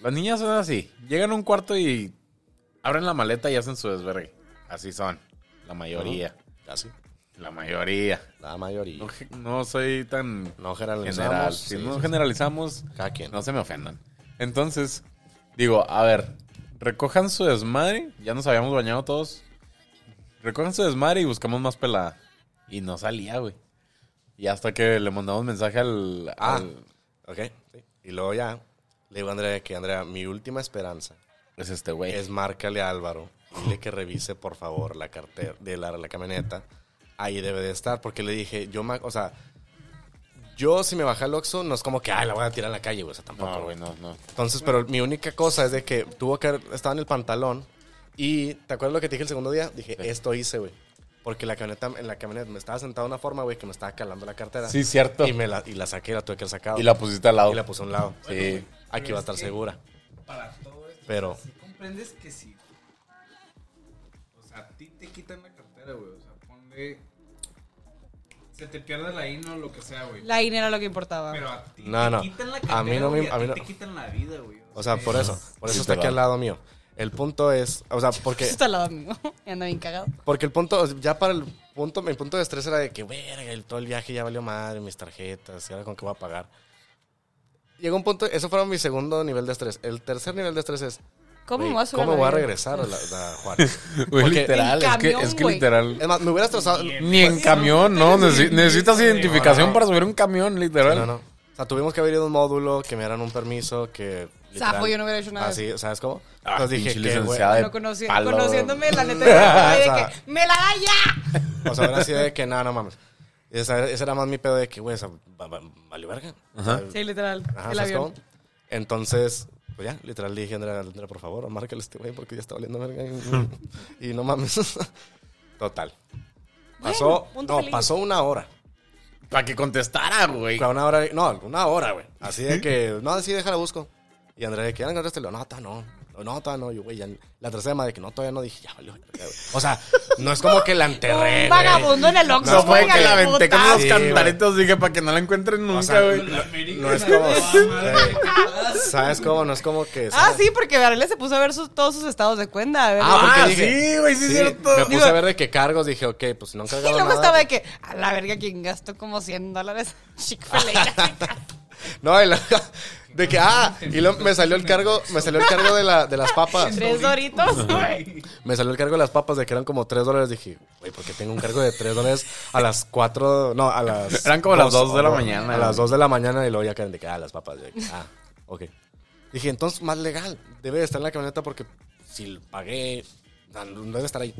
[SPEAKER 2] las niñas son así, llegan a un cuarto y abren la maleta y hacen su desvergue. Así son, la mayoría.
[SPEAKER 1] Así.
[SPEAKER 2] La mayoría.
[SPEAKER 1] La mayoría.
[SPEAKER 2] No, ge- no soy tan
[SPEAKER 1] No generalizamos.
[SPEAKER 2] general.
[SPEAKER 1] sí,
[SPEAKER 2] si
[SPEAKER 1] sí,
[SPEAKER 2] no
[SPEAKER 1] sí.
[SPEAKER 2] generalizamos,
[SPEAKER 1] Cada quien.
[SPEAKER 2] no se me ofendan. Entonces, digo, a ver, recojan su desmadre. Ya nos habíamos bañado todos. Recojan su desmadre y buscamos más pelada. Y no salía, güey. Y hasta que le mandamos mensaje al.
[SPEAKER 1] Ah,
[SPEAKER 2] al-
[SPEAKER 1] ok. sí. Y luego ya le digo a Andrea que, Andrea, mi última esperanza
[SPEAKER 2] es este güey.
[SPEAKER 1] es márcale a Álvaro. Dile que revise, por favor, la cartera de la, la camioneta. Ahí debe de estar, porque le dije, yo, ma- o sea, yo si me baja el Oxxo, no es como que, ay, la voy a tirar a la calle, güey, o sea, tampoco,
[SPEAKER 2] No,
[SPEAKER 1] güey.
[SPEAKER 2] güey, no, no.
[SPEAKER 1] Entonces, pero mi única cosa es de que tuvo que haber estado en el pantalón. Y, ¿te acuerdas lo que te dije el segundo día? Dije,
[SPEAKER 2] Sí.
[SPEAKER 1] esto hice, güey. Porque la camioneta, en la camioneta me estaba sentado de una forma, güey, que me estaba calando la cartera.
[SPEAKER 2] Sí, cierto.
[SPEAKER 1] Y, me la, y la saqué, la tuve que haber sacado.
[SPEAKER 2] Y la pusiste al lado.
[SPEAKER 1] Y la puse a un lado.
[SPEAKER 2] Sí.
[SPEAKER 1] Aquí va a estar segura. Pero,
[SPEAKER 4] comprendes que sí. O sea, a ti te quitan la cartera, güey. O sea, ponle. Se te pierde la INO o lo que sea, güey.
[SPEAKER 3] La INE era lo que importaba.
[SPEAKER 4] Pero a ti
[SPEAKER 1] No,
[SPEAKER 4] te
[SPEAKER 1] no.
[SPEAKER 4] quitan la
[SPEAKER 1] A
[SPEAKER 4] cartera.
[SPEAKER 1] mí no me-
[SPEAKER 4] güey,
[SPEAKER 1] a mí
[SPEAKER 4] ti
[SPEAKER 1] no-
[SPEAKER 4] te quitan la vida, güey.
[SPEAKER 1] O sea, por eso. Por eso está aquí
[SPEAKER 2] Literal.
[SPEAKER 1] al lado mío. El punto es, o sea, porque,
[SPEAKER 3] Eso está al lado mío. Y anda bien cagado.
[SPEAKER 1] porque el punto, ya para el punto, mi punto de estrés era de que, verga, el- todo el viaje ya valió madre, mis tarjetas, y ahora con qué voy a pagar. Llegó un punto, eso fue mi segundo nivel de estrés. El tercer nivel de estrés es,
[SPEAKER 3] ¿Cómo
[SPEAKER 1] güey,
[SPEAKER 3] me voy a subir
[SPEAKER 1] ¿cómo
[SPEAKER 3] la
[SPEAKER 1] voy a
[SPEAKER 3] verga?
[SPEAKER 1] regresar a, la, a Juárez?
[SPEAKER 2] Güey,
[SPEAKER 1] Porque-
[SPEAKER 2] literal,
[SPEAKER 3] En
[SPEAKER 2] es que,
[SPEAKER 3] camión,
[SPEAKER 2] es que
[SPEAKER 3] güey.
[SPEAKER 2] literal.
[SPEAKER 1] Es más, me hubiera estresado.
[SPEAKER 2] Ni en
[SPEAKER 4] Pues,
[SPEAKER 2] camión, no. necesi- necesitas identificación
[SPEAKER 1] no.
[SPEAKER 2] para subir un camión, literal.
[SPEAKER 1] No, no. O sea, tuvimos que haber ido a un módulo, que me dieran un permiso, que... literal-
[SPEAKER 3] Zafo, yo no hubiera hecho nada.
[SPEAKER 1] Así, ¿sabes cómo?
[SPEAKER 2] Ah,
[SPEAKER 1] Entonces
[SPEAKER 2] pinche
[SPEAKER 1] dije, que, güey,
[SPEAKER 2] licenciada de
[SPEAKER 3] No conoci-
[SPEAKER 2] palo.
[SPEAKER 3] conociéndome, la
[SPEAKER 1] O
[SPEAKER 3] neta, yo
[SPEAKER 1] sea,
[SPEAKER 3] de que, ¡me la da ya!
[SPEAKER 1] O sea, era así de que, no, no mames. Esa- ese era más mi pedo de que, güey, esa va- va- valió verga.
[SPEAKER 2] Ajá.
[SPEAKER 3] Sí, literal.
[SPEAKER 1] Ajá,
[SPEAKER 3] el
[SPEAKER 1] ¿sabes
[SPEAKER 3] avión.
[SPEAKER 1] cómo? Entonces, pues ya, literal le dije, Andrea, Andrea, por favor, márcale a este güey porque ya está valiendo verga. Y, y no mames. Total. Pasó,
[SPEAKER 3] punto
[SPEAKER 1] no,
[SPEAKER 3] feliz.
[SPEAKER 1] pasó una hora.
[SPEAKER 2] Para que contestara, güey.
[SPEAKER 1] Para una hora, no, una hora, güey. Así de que, no, así déjala busco. Y Andrea, de que ya encontraste, no, ta no. No, ta no, yo, güey, ya. La tercera madre que no, todavía no dije, ya valió. verga, güey. O sea, no es como que la enterré.
[SPEAKER 3] Un
[SPEAKER 1] güey.
[SPEAKER 3] vagabundo en el Oxxo.
[SPEAKER 2] No fue
[SPEAKER 3] güey,
[SPEAKER 2] que la
[SPEAKER 3] hijo de
[SPEAKER 2] aventé con
[SPEAKER 3] puta.
[SPEAKER 2] los
[SPEAKER 1] Sí,
[SPEAKER 2] cantaritos, dije, para que no la encuentren
[SPEAKER 1] O
[SPEAKER 2] nunca,
[SPEAKER 1] sea,
[SPEAKER 2] güey.
[SPEAKER 1] No es como. Sí. ¿Sabes cómo? No es como que.
[SPEAKER 3] Ah,
[SPEAKER 1] ¿sabes?
[SPEAKER 3] sí, porque Varela se puso a ver sus- todos sus estados de cuenta. a ver,
[SPEAKER 1] Ah,
[SPEAKER 2] Ah,
[SPEAKER 1] porque dije-
[SPEAKER 2] sí, güey, sí, es cierto. ah,
[SPEAKER 1] Me puse
[SPEAKER 3] Digo-
[SPEAKER 1] a ver de qué cargos. Dije, ok, pues no han
[SPEAKER 3] y
[SPEAKER 1] cargado
[SPEAKER 3] luego
[SPEAKER 1] nada.
[SPEAKER 3] estaba de que, a la verga, ¿quién gastó como 100 dólares? Chick-fil-A.
[SPEAKER 1] No, y luego- de que, ah, y luego me salió el cargo, me salió el cargo de, la, de las papas.
[SPEAKER 3] Tres doritos, güey.
[SPEAKER 1] Me salió el cargo de las papas de que eran como 3 dólares. Dije, güey, ¿por qué tengo un cargo de 3 dólares a las 4? No, a las.
[SPEAKER 2] Eran como las
[SPEAKER 1] dos,
[SPEAKER 2] dos de la
[SPEAKER 1] o-
[SPEAKER 2] mañana,
[SPEAKER 1] A las
[SPEAKER 2] güey.
[SPEAKER 1] 2 de la mañana y luego ya caen de que, ah, las papas. de que, ah, ok. Dije, entonces más legal. Debe de estar en la camioneta porque si lo pagué, no, no debe estar ahí.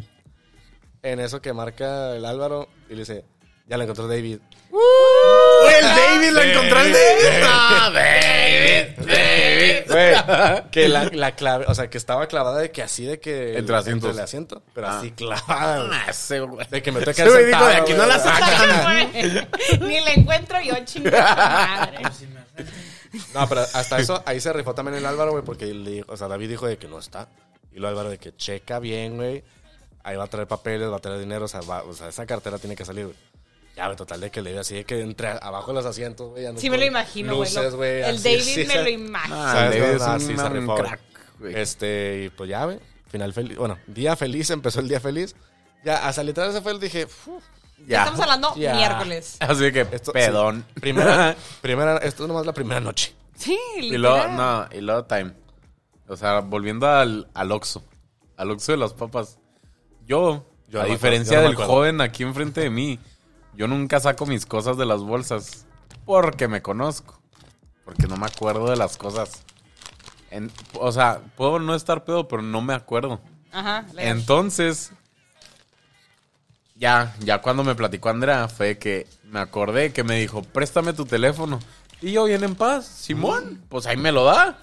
[SPEAKER 1] En eso que marca el Álvaro y le dice, ya lo encontró David.
[SPEAKER 2] Güey, el David, lo encontré el David. Ah, David, David.
[SPEAKER 1] Güey, que la, la clave, o sea, que estaba clavada de que así de que.
[SPEAKER 2] Entre asientos.
[SPEAKER 1] el asiento, pero
[SPEAKER 2] Ah.
[SPEAKER 1] así clavada. güey.
[SPEAKER 2] Ah, ese, güey.
[SPEAKER 1] De que me toca
[SPEAKER 2] Ese güey dijo, "De aquí no la
[SPEAKER 3] Ni la encuentro yo, chingada madre.
[SPEAKER 1] No, pero hasta eso, ahí se rifó también el Álvaro, güey, porque le dijo- o sea, David dijo de que no está. Y luego Álvaro de que checa bien, güey. Ahí va a traer papeles, va a traer dinero, o sea, va- o sea, esa cartera tiene que salir, güey. Ya, güey, total de que le dio así de que entre abajo de los asientos, güey. ando
[SPEAKER 3] Sí me lo
[SPEAKER 1] con
[SPEAKER 3] imagino, güey.
[SPEAKER 1] luces,
[SPEAKER 3] lo-
[SPEAKER 1] güey.
[SPEAKER 3] El
[SPEAKER 1] así,
[SPEAKER 3] David
[SPEAKER 1] sí,
[SPEAKER 3] me
[SPEAKER 1] se-
[SPEAKER 3] lo imagino.
[SPEAKER 2] Ah,
[SPEAKER 1] ¿Sabes?
[SPEAKER 2] el David
[SPEAKER 1] No,
[SPEAKER 2] es
[SPEAKER 1] no,
[SPEAKER 2] un
[SPEAKER 1] sí, se rifó,
[SPEAKER 2] crack,
[SPEAKER 1] güey.
[SPEAKER 2] güey.
[SPEAKER 1] Este, y pues ya, güey. Final feliz. Bueno, día feliz, empezó el día feliz. Ya, hasta literal se fue, el dije, "Fu,
[SPEAKER 2] Ya.
[SPEAKER 3] Estamos hablando
[SPEAKER 1] Ya.
[SPEAKER 3] miércoles.
[SPEAKER 2] Así que,
[SPEAKER 1] Esto-
[SPEAKER 2] pedón.
[SPEAKER 1] primera, primera, esto es nomás la primera noche.
[SPEAKER 3] Sí,
[SPEAKER 2] Y luego,
[SPEAKER 3] literal.
[SPEAKER 2] no, y luego time. O sea, volviendo al, al Oxxo. Al Oxxo de las papas. Yo,
[SPEAKER 1] Yo
[SPEAKER 2] a
[SPEAKER 1] no me acuerdo, yo
[SPEAKER 2] diferencia
[SPEAKER 1] no me
[SPEAKER 2] del
[SPEAKER 1] acuerdo.
[SPEAKER 2] joven aquí enfrente de mí, yo nunca saco mis cosas de las bolsas. Porque me conozco. Porque no me acuerdo de las cosas. En- o sea, puedo no estar pedo, pero no me acuerdo.
[SPEAKER 3] Ajá. legal.
[SPEAKER 2] Entonces, ya, ya cuando me platicó Andrea, fue que me acordé que me dijo, préstame tu teléfono. Y yo, bien en paz, Simón, pues ahí me lo da.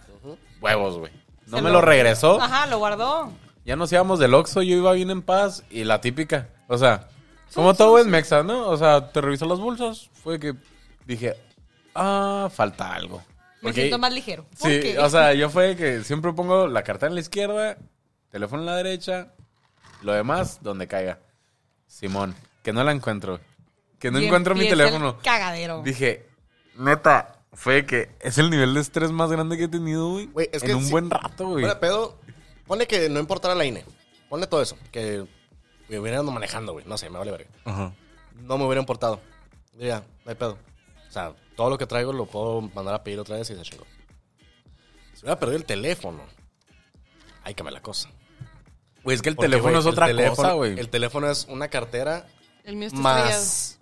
[SPEAKER 2] Huevos, güey. No
[SPEAKER 3] Se
[SPEAKER 2] me
[SPEAKER 3] lo-
[SPEAKER 2] lo regresó.
[SPEAKER 3] Ajá, lo guardó.
[SPEAKER 2] Ya nos íbamos del Oxxo, yo iba bien en paz. Y la típica, o sea, como todo en Mexa, ¿no? O sea, te revisó las bolsas. Fue que dije, ah, falta algo.
[SPEAKER 3] Me
[SPEAKER 2] Porque-
[SPEAKER 3] siento más ligero. ¿Por
[SPEAKER 2] Sí,
[SPEAKER 3] qué?
[SPEAKER 2] o sea, yo fue que siempre pongo la cartera en la izquierda, teléfono en la derecha, lo demás donde caiga. Simón, que no la encuentro. Que no
[SPEAKER 3] Y
[SPEAKER 2] encuentro mi
[SPEAKER 3] empieza el
[SPEAKER 2] teléfono.
[SPEAKER 3] Cagadero.
[SPEAKER 2] Dije, neta, fue que es el nivel de estrés más grande que he tenido, güey.
[SPEAKER 1] Güey, es
[SPEAKER 2] en
[SPEAKER 1] que
[SPEAKER 2] un
[SPEAKER 1] sí.
[SPEAKER 2] buen rato, güey.
[SPEAKER 1] Bueno, pedo, pone que no importara la INE. Ponle todo eso. Que me hubieran manejando, güey. No sé, me vale verga.
[SPEAKER 2] Ajá.
[SPEAKER 1] No me hubiera importado. Diría, no hay pedo. O sea, todo lo que traigo lo puedo mandar a pedir otra vez y se chingó. Si hubiera perdido el teléfono, ahí cambia la cosa.
[SPEAKER 2] Güey, es que el
[SPEAKER 1] Porque,
[SPEAKER 2] teléfono
[SPEAKER 1] güey,
[SPEAKER 2] es
[SPEAKER 1] el
[SPEAKER 2] otra
[SPEAKER 1] teléfono-
[SPEAKER 2] cosa, güey.
[SPEAKER 1] El teléfono es una cartera
[SPEAKER 3] El mío está estrellado.
[SPEAKER 1] más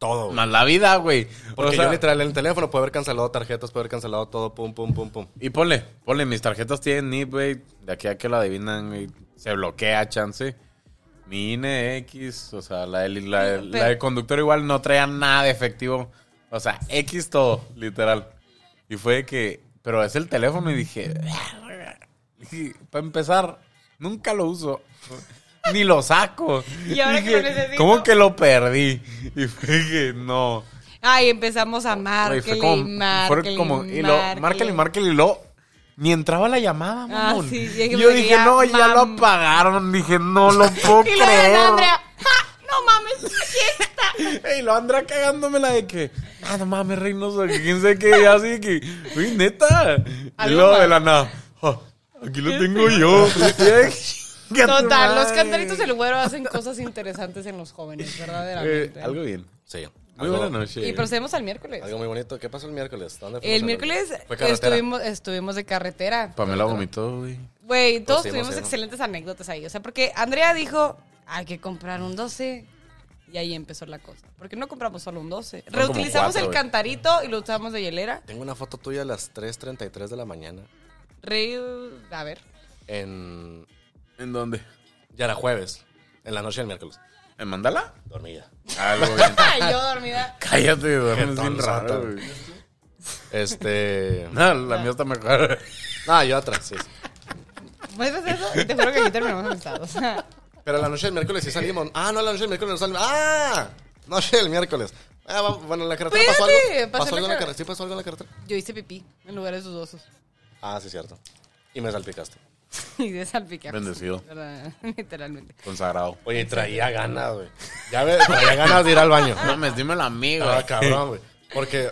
[SPEAKER 1] todo. güey.
[SPEAKER 2] Más la vida, güey.
[SPEAKER 1] Porque
[SPEAKER 2] O sea,
[SPEAKER 1] yo literal en el teléfono puedo haber cancelado tarjetas, puedo haber cancelado todo, pum, pum, pum, pum.
[SPEAKER 2] Y ponle, ponle, mis tarjetas tienen NIP, güey. De aquí a que lo adivinan, güey. Se bloquea, chance. Mi INE X, o sea, la del, la, del-
[SPEAKER 3] Pero-
[SPEAKER 2] la del conductor igual no traía nada de efectivo. O sea, X todo, literal. Y fue de que, pero es el teléfono y dije, para empezar, nunca lo uso. Ni lo saco.
[SPEAKER 3] Y ahora que lo
[SPEAKER 2] Dije,
[SPEAKER 3] necesito.
[SPEAKER 2] ¿Cómo que lo perdí? Y fue que no.
[SPEAKER 3] Ay, empezamos a
[SPEAKER 2] Güey, fue
[SPEAKER 3] márquele y
[SPEAKER 2] como- fue
[SPEAKER 3] márquele
[SPEAKER 2] como-
[SPEAKER 3] y
[SPEAKER 2] y lo, márcale y márcale y lo. Ni entraba la llamada,
[SPEAKER 3] Ah,
[SPEAKER 2] mamón.
[SPEAKER 3] sí, y
[SPEAKER 2] Y
[SPEAKER 3] es que
[SPEAKER 2] yo
[SPEAKER 3] me
[SPEAKER 2] dije,
[SPEAKER 3] quería,
[SPEAKER 2] no, ya lo
[SPEAKER 3] mam.
[SPEAKER 2] apagaron. Dije, no lo puedo
[SPEAKER 3] Y luego de
[SPEAKER 2] creer.
[SPEAKER 3] nada, Andrea, ¡ja! ¡No mames! fiesta!
[SPEAKER 2] Y lo Andrea cagándomela de que, ah, no mames, Reynoso, que quién sabe qué, y así de que, uy, neta. Y
[SPEAKER 3] Algo
[SPEAKER 2] luego
[SPEAKER 3] más.
[SPEAKER 2] de la nada, "Ah, aquí lo tengo yo.
[SPEAKER 3] Total, los cantaritos del güero hacen cosas interesantes en los jóvenes, verdaderamente.
[SPEAKER 2] Eh, algo bien.
[SPEAKER 1] Sí.
[SPEAKER 2] Muy
[SPEAKER 1] Algo-
[SPEAKER 2] buena noche.
[SPEAKER 3] y procedemos al miércoles.
[SPEAKER 1] Algo muy bonito. ¿Qué pasó el miércoles? ¿Dónde fuimos
[SPEAKER 3] El miércoles
[SPEAKER 1] Fue carretera.
[SPEAKER 3] estuvimos, estuvimos de carretera.
[SPEAKER 2] Pamela vomitó, güey.
[SPEAKER 3] Güey, todos
[SPEAKER 1] sí,
[SPEAKER 3] tuvimos
[SPEAKER 1] emoción, ¿no?
[SPEAKER 3] excelentes anécdotas ahí. O sea, porque Andrea dijo, hay que comprar un 12. Y ahí empezó la cosa. Porque no compramos solo un 12.
[SPEAKER 2] como
[SPEAKER 3] Reutilizamos
[SPEAKER 2] cuatro,
[SPEAKER 3] el
[SPEAKER 2] güey.
[SPEAKER 3] cantarito y lo usamos de hielera.
[SPEAKER 1] Tengo una foto tuya a las 3.33 de la mañana
[SPEAKER 3] Re... A ver.
[SPEAKER 1] en...
[SPEAKER 2] ¿En dónde?
[SPEAKER 1] Ya era jueves, en la noche del miércoles.
[SPEAKER 2] ¿En Mandala?
[SPEAKER 1] Dormida.
[SPEAKER 2] Algo bien.
[SPEAKER 3] Ay, yo dormida.
[SPEAKER 2] Cállate, duermes
[SPEAKER 1] Jetón,
[SPEAKER 2] bien raro,
[SPEAKER 1] satan.
[SPEAKER 2] güey.
[SPEAKER 1] Este...
[SPEAKER 2] No, la mía está mejor.
[SPEAKER 1] no, yo atrás, sí. sí.
[SPEAKER 3] ¿Muestras eso? Y te juro que aquí terminamos asustados.
[SPEAKER 1] Pero la noche del miércoles sí salimos. Ah, no, la noche del miércoles no salimos. ¡Ah! Noche del miércoles. Ah, va- bueno, en la carretera pasó algo.
[SPEAKER 3] Espérate, pasó en
[SPEAKER 1] ¿Pasó algo
[SPEAKER 3] la
[SPEAKER 1] en la
[SPEAKER 3] car-
[SPEAKER 1] carretera? ¿Sí pasó algo en la carretera?
[SPEAKER 3] Yo hice pipí en lugares dudosos.
[SPEAKER 1] Ah, sí, cierto. Y me salpicaste.
[SPEAKER 3] Y de salpique.
[SPEAKER 2] Bendecido.
[SPEAKER 3] ¿Verdad? Literalmente.
[SPEAKER 2] Consagrado.
[SPEAKER 1] Oye, traía ganas, güey. Ya ves, traía ganas de ir al baño.
[SPEAKER 2] Mames, dime la amiga.
[SPEAKER 1] Ah, cabrón, güey. Porque,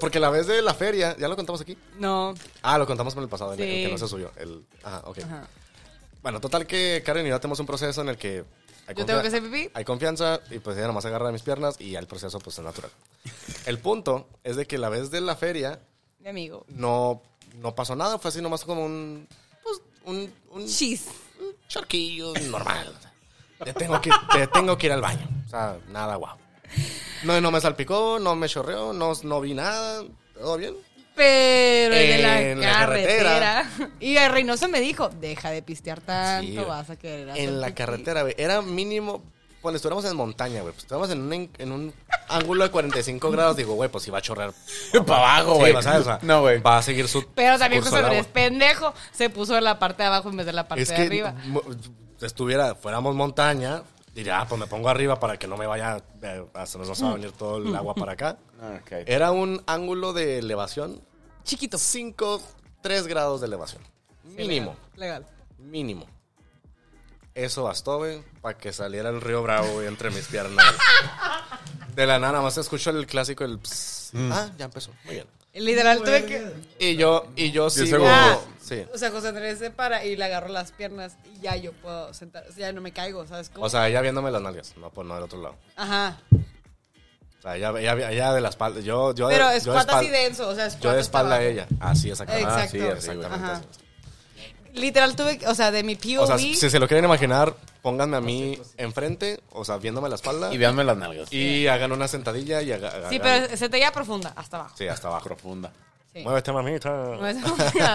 [SPEAKER 1] porque la vez de la feria, ya lo contamos aquí.
[SPEAKER 3] No.
[SPEAKER 1] Ah, lo contamos en el pasado, en el
[SPEAKER 3] Sí.
[SPEAKER 1] que no se subió. El, ajá, ok.
[SPEAKER 3] Ajá.
[SPEAKER 1] Bueno, total que Karen y yo tenemos un proceso en el que... hay
[SPEAKER 3] Yo tengo
[SPEAKER 1] confia-
[SPEAKER 3] que hacer pipí.
[SPEAKER 1] Hay confianza y pues ella nomás agarra de mis piernas y ya el proceso pues es natural. El punto es de que la vez de la feria
[SPEAKER 3] Mi amigo.
[SPEAKER 1] no, no pasó nada, fue así nomás como un... Pues un... un
[SPEAKER 3] Chis.
[SPEAKER 1] un charquillo normal. Te tengo que, te tengo que ir al baño. O sea, nada guau. No, no me salpicó, no me chorreó, no, no vi nada. ¿Todo bien?
[SPEAKER 3] Pero el de
[SPEAKER 1] En
[SPEAKER 3] la
[SPEAKER 1] la
[SPEAKER 3] carretera. Y el Reynoso me dijo, deja de pistear tanto,
[SPEAKER 1] Sí, güey.
[SPEAKER 3] vas a querer hacer
[SPEAKER 1] En la
[SPEAKER 3] pipí".
[SPEAKER 1] carretera, güey. Era mínimo... Cuando estuviéramos en montaña, güey. Pues estábamos en un, en un ángulo de 45 grados. Digo, güey, pues si va a chorrear.
[SPEAKER 2] Para abajo,
[SPEAKER 1] Sí,
[SPEAKER 2] güey.
[SPEAKER 1] va, ¿sabes? O sea,
[SPEAKER 2] no, güey.
[SPEAKER 1] Va a seguir su
[SPEAKER 3] Pero también pues,
[SPEAKER 1] curso
[SPEAKER 3] José
[SPEAKER 1] del
[SPEAKER 3] Andrés,
[SPEAKER 1] agua.
[SPEAKER 3] pendejo, se puso en la parte de abajo en vez de la parte
[SPEAKER 1] Es
[SPEAKER 3] de
[SPEAKER 1] que
[SPEAKER 3] arriba.
[SPEAKER 1] mo- estuviera, fuéramos montaña, diría, ah, pues me pongo arriba para que no me vaya, eh, se nos va a venir todo el agua para acá. Era un ángulo de elevación.
[SPEAKER 3] Chiquito.
[SPEAKER 1] 5, 3 grados de elevación. Mínimo,
[SPEAKER 3] Legal.
[SPEAKER 1] mínimo. Eso bastó, güey, para que saliera el río Bravo, güey, entre mis piernas. güey. De la nada, nada más escucho el clásico, el... pss. Ah, ya empezó. Muy bien.
[SPEAKER 3] Literal, tuve que...
[SPEAKER 1] Y yo, y yo sigo...
[SPEAKER 2] segundos.
[SPEAKER 3] Ah,
[SPEAKER 1] Sí.
[SPEAKER 3] O sea, José Andrés se para y le agarro las piernas y ya yo puedo sentar, o sea, ya no me caigo, ¿sabes cómo?
[SPEAKER 1] O sea, ella viéndome las nalgas, no, pues no del otro lado.
[SPEAKER 3] Ajá.
[SPEAKER 1] O sea, ella, ella- ella de la espalda, yo, yo,
[SPEAKER 3] Pero
[SPEAKER 1] yo de
[SPEAKER 3] es cuata así
[SPEAKER 1] espal-
[SPEAKER 3] denso, o sea, es
[SPEAKER 1] Yo de
[SPEAKER 3] cuata hasta
[SPEAKER 1] espalda a
[SPEAKER 3] abajo.
[SPEAKER 1] ella. Así, exactamente.
[SPEAKER 3] Exacto.
[SPEAKER 1] Ah, sí,
[SPEAKER 2] así, güey.
[SPEAKER 1] exactamente.
[SPEAKER 3] Ajá. Literal tuve, que- o sea, de mi POV...
[SPEAKER 1] O sea, si se lo quieren imaginar, pónganme a mí enfrente, o sea, viéndome la espalda.
[SPEAKER 2] Y véanme las nalgas.
[SPEAKER 1] Y hagan una sentadilla y haga- hagan...
[SPEAKER 3] sí, pero se te lleva profunda, hasta abajo.
[SPEAKER 1] Sí, hasta abajo.
[SPEAKER 2] Profunda.
[SPEAKER 3] Sí.
[SPEAKER 1] Muévete, mamita.
[SPEAKER 3] No es hasta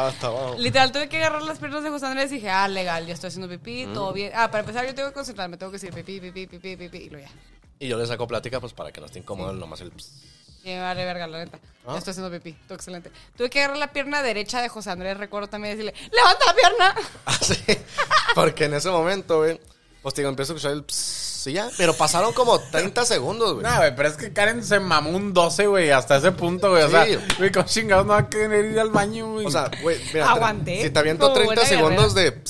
[SPEAKER 1] Hasta abajo.
[SPEAKER 3] Literal, tuve que agarrar las piernas de José Andrés y dije, ah, legal, yo estoy haciendo pipí,
[SPEAKER 1] Mm.
[SPEAKER 3] todo bien. Ah, para empezar, yo tengo que concentrarme, tengo que decir pipí, pipí, pipí, pipí, y lo ya.
[SPEAKER 1] Y yo le saco plática, pues, para que no esté incómodo nomás el... pss.
[SPEAKER 3] Y me vale verga, la neta.
[SPEAKER 1] Ah.
[SPEAKER 3] Yo estoy haciendo pipí, todo excelente. Tuve que agarrar la pierna derecha de José Andrés, recuerdo también decirle, levanta la pierna.
[SPEAKER 1] Así. Ah, Porque en ese momento, güey, pues, te digo, empiezo a escuchar el... pss y ya. Pero pasaron como 30 segundos, güey.
[SPEAKER 2] No, güey, pero es que Karen se mamó un 12, güey, hasta ese punto, güey. O sea,
[SPEAKER 1] Sí.
[SPEAKER 2] güey, con chingados no va a querer ir al baño, güey.
[SPEAKER 1] O sea, güey, mira. tre-
[SPEAKER 3] Aguanté.
[SPEAKER 1] Si te aviento
[SPEAKER 3] Como
[SPEAKER 1] 30
[SPEAKER 3] buena
[SPEAKER 1] segundos de...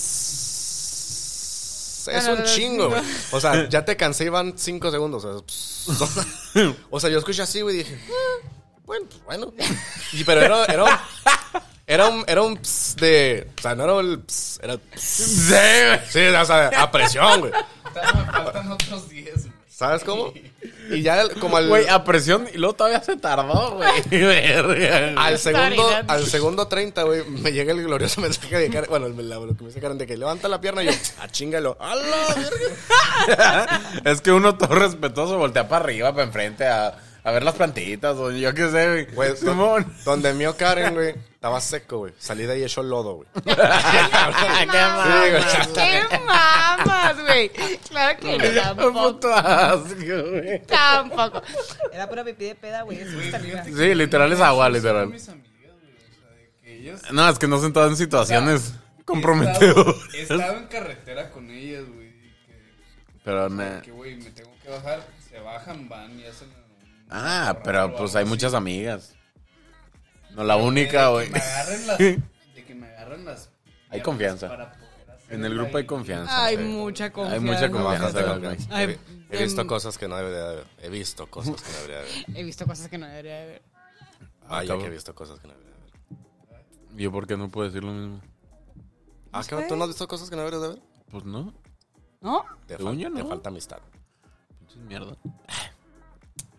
[SPEAKER 1] pss, Es
[SPEAKER 3] No, no,
[SPEAKER 1] un
[SPEAKER 3] no,
[SPEAKER 1] chingo,
[SPEAKER 3] no.
[SPEAKER 1] güey. O sea, ya te cansé y van 5 segundos. O sea, pss. O sea, yo escuché así, güey, y dije... "Ah, Bueno, pues, bueno. Y, pero era, era un... Era un, era un pss de... O sea, no era el pss, era el pss.
[SPEAKER 2] sí, güey.
[SPEAKER 1] Sí, o sea, a presión, güey.
[SPEAKER 4] Me faltan otros 10, güey.
[SPEAKER 1] ¿Sabes cómo? Y ya el- como al,
[SPEAKER 2] Güey, a presión y luego todavía se tardó, güey. Verga, güey.
[SPEAKER 1] al segundo
[SPEAKER 3] Está
[SPEAKER 1] al segundo 30, güey, me llega el glorioso mensaje de Karen, bueno, el- la- lo que me dice Karen de que levanta la pierna y yo, a chingalo. ¡A la verga!
[SPEAKER 2] es que uno todo respetuoso voltea para arriba, para enfrente, a, a ver las plantitas, o yo qué sé, güey.
[SPEAKER 1] Güey, do-
[SPEAKER 2] Simón.
[SPEAKER 1] donde mío Karen, güey, estaba seco, güey. Salí de ahí hecho lodo, güey. Ah,
[SPEAKER 2] Qué mamas,
[SPEAKER 3] ¡Qué mamas, güey! Claro que no,
[SPEAKER 2] Un
[SPEAKER 3] tampoco.
[SPEAKER 2] puto asco, güey.
[SPEAKER 3] Tampoco. Era pura pipí de peda, güey. eso es saliva.
[SPEAKER 2] Sí, literal es agua, literal.
[SPEAKER 4] Son mis amigas, güey. O sea, de que ellas.
[SPEAKER 2] No, es que no sentado en situaciones
[SPEAKER 4] He estado,
[SPEAKER 2] comprometedoras.
[SPEAKER 4] he estado en carretera con ellas, güey. y Que,
[SPEAKER 2] Pero, me...
[SPEAKER 4] que, güey, me tengo que bajar. Se bajan, van y hacen. un-
[SPEAKER 2] Ah,
[SPEAKER 4] un
[SPEAKER 2] pero
[SPEAKER 4] raro,
[SPEAKER 2] pues
[SPEAKER 4] algo
[SPEAKER 2] hay
[SPEAKER 4] así.
[SPEAKER 2] muchas amigas. No, la única,
[SPEAKER 4] De
[SPEAKER 2] güey.
[SPEAKER 4] que me agarren las. De que me agarren las.
[SPEAKER 2] Hay confianza.
[SPEAKER 4] para poder hacer
[SPEAKER 2] En el grupo hay
[SPEAKER 4] baile.
[SPEAKER 2] confianza.
[SPEAKER 3] Hay
[SPEAKER 2] sí.
[SPEAKER 3] mucha confianza.
[SPEAKER 2] Hay mucha
[SPEAKER 1] No,
[SPEAKER 2] confianza.
[SPEAKER 1] bastante
[SPEAKER 2] güey.
[SPEAKER 1] confianza.
[SPEAKER 3] Ay,
[SPEAKER 1] He- He
[SPEAKER 3] em.
[SPEAKER 1] visto cosas que no debería de ver. He visto cosas que no debería de ver.
[SPEAKER 3] He visto cosas que no debería de ver.
[SPEAKER 1] Vaya
[SPEAKER 2] cabrón.
[SPEAKER 1] que he visto cosas que no debería de ver.
[SPEAKER 2] ¿Yo por qué no puedo decir lo mismo?
[SPEAKER 1] Ah, cabrón, ¿tú no has visto cosas que no deberías de ver?
[SPEAKER 2] Pues no.
[SPEAKER 3] ¿No?
[SPEAKER 1] Te,
[SPEAKER 2] Según
[SPEAKER 1] fal-
[SPEAKER 2] yo,
[SPEAKER 1] te
[SPEAKER 2] no.
[SPEAKER 1] falta amistad.
[SPEAKER 2] Pinches mierda.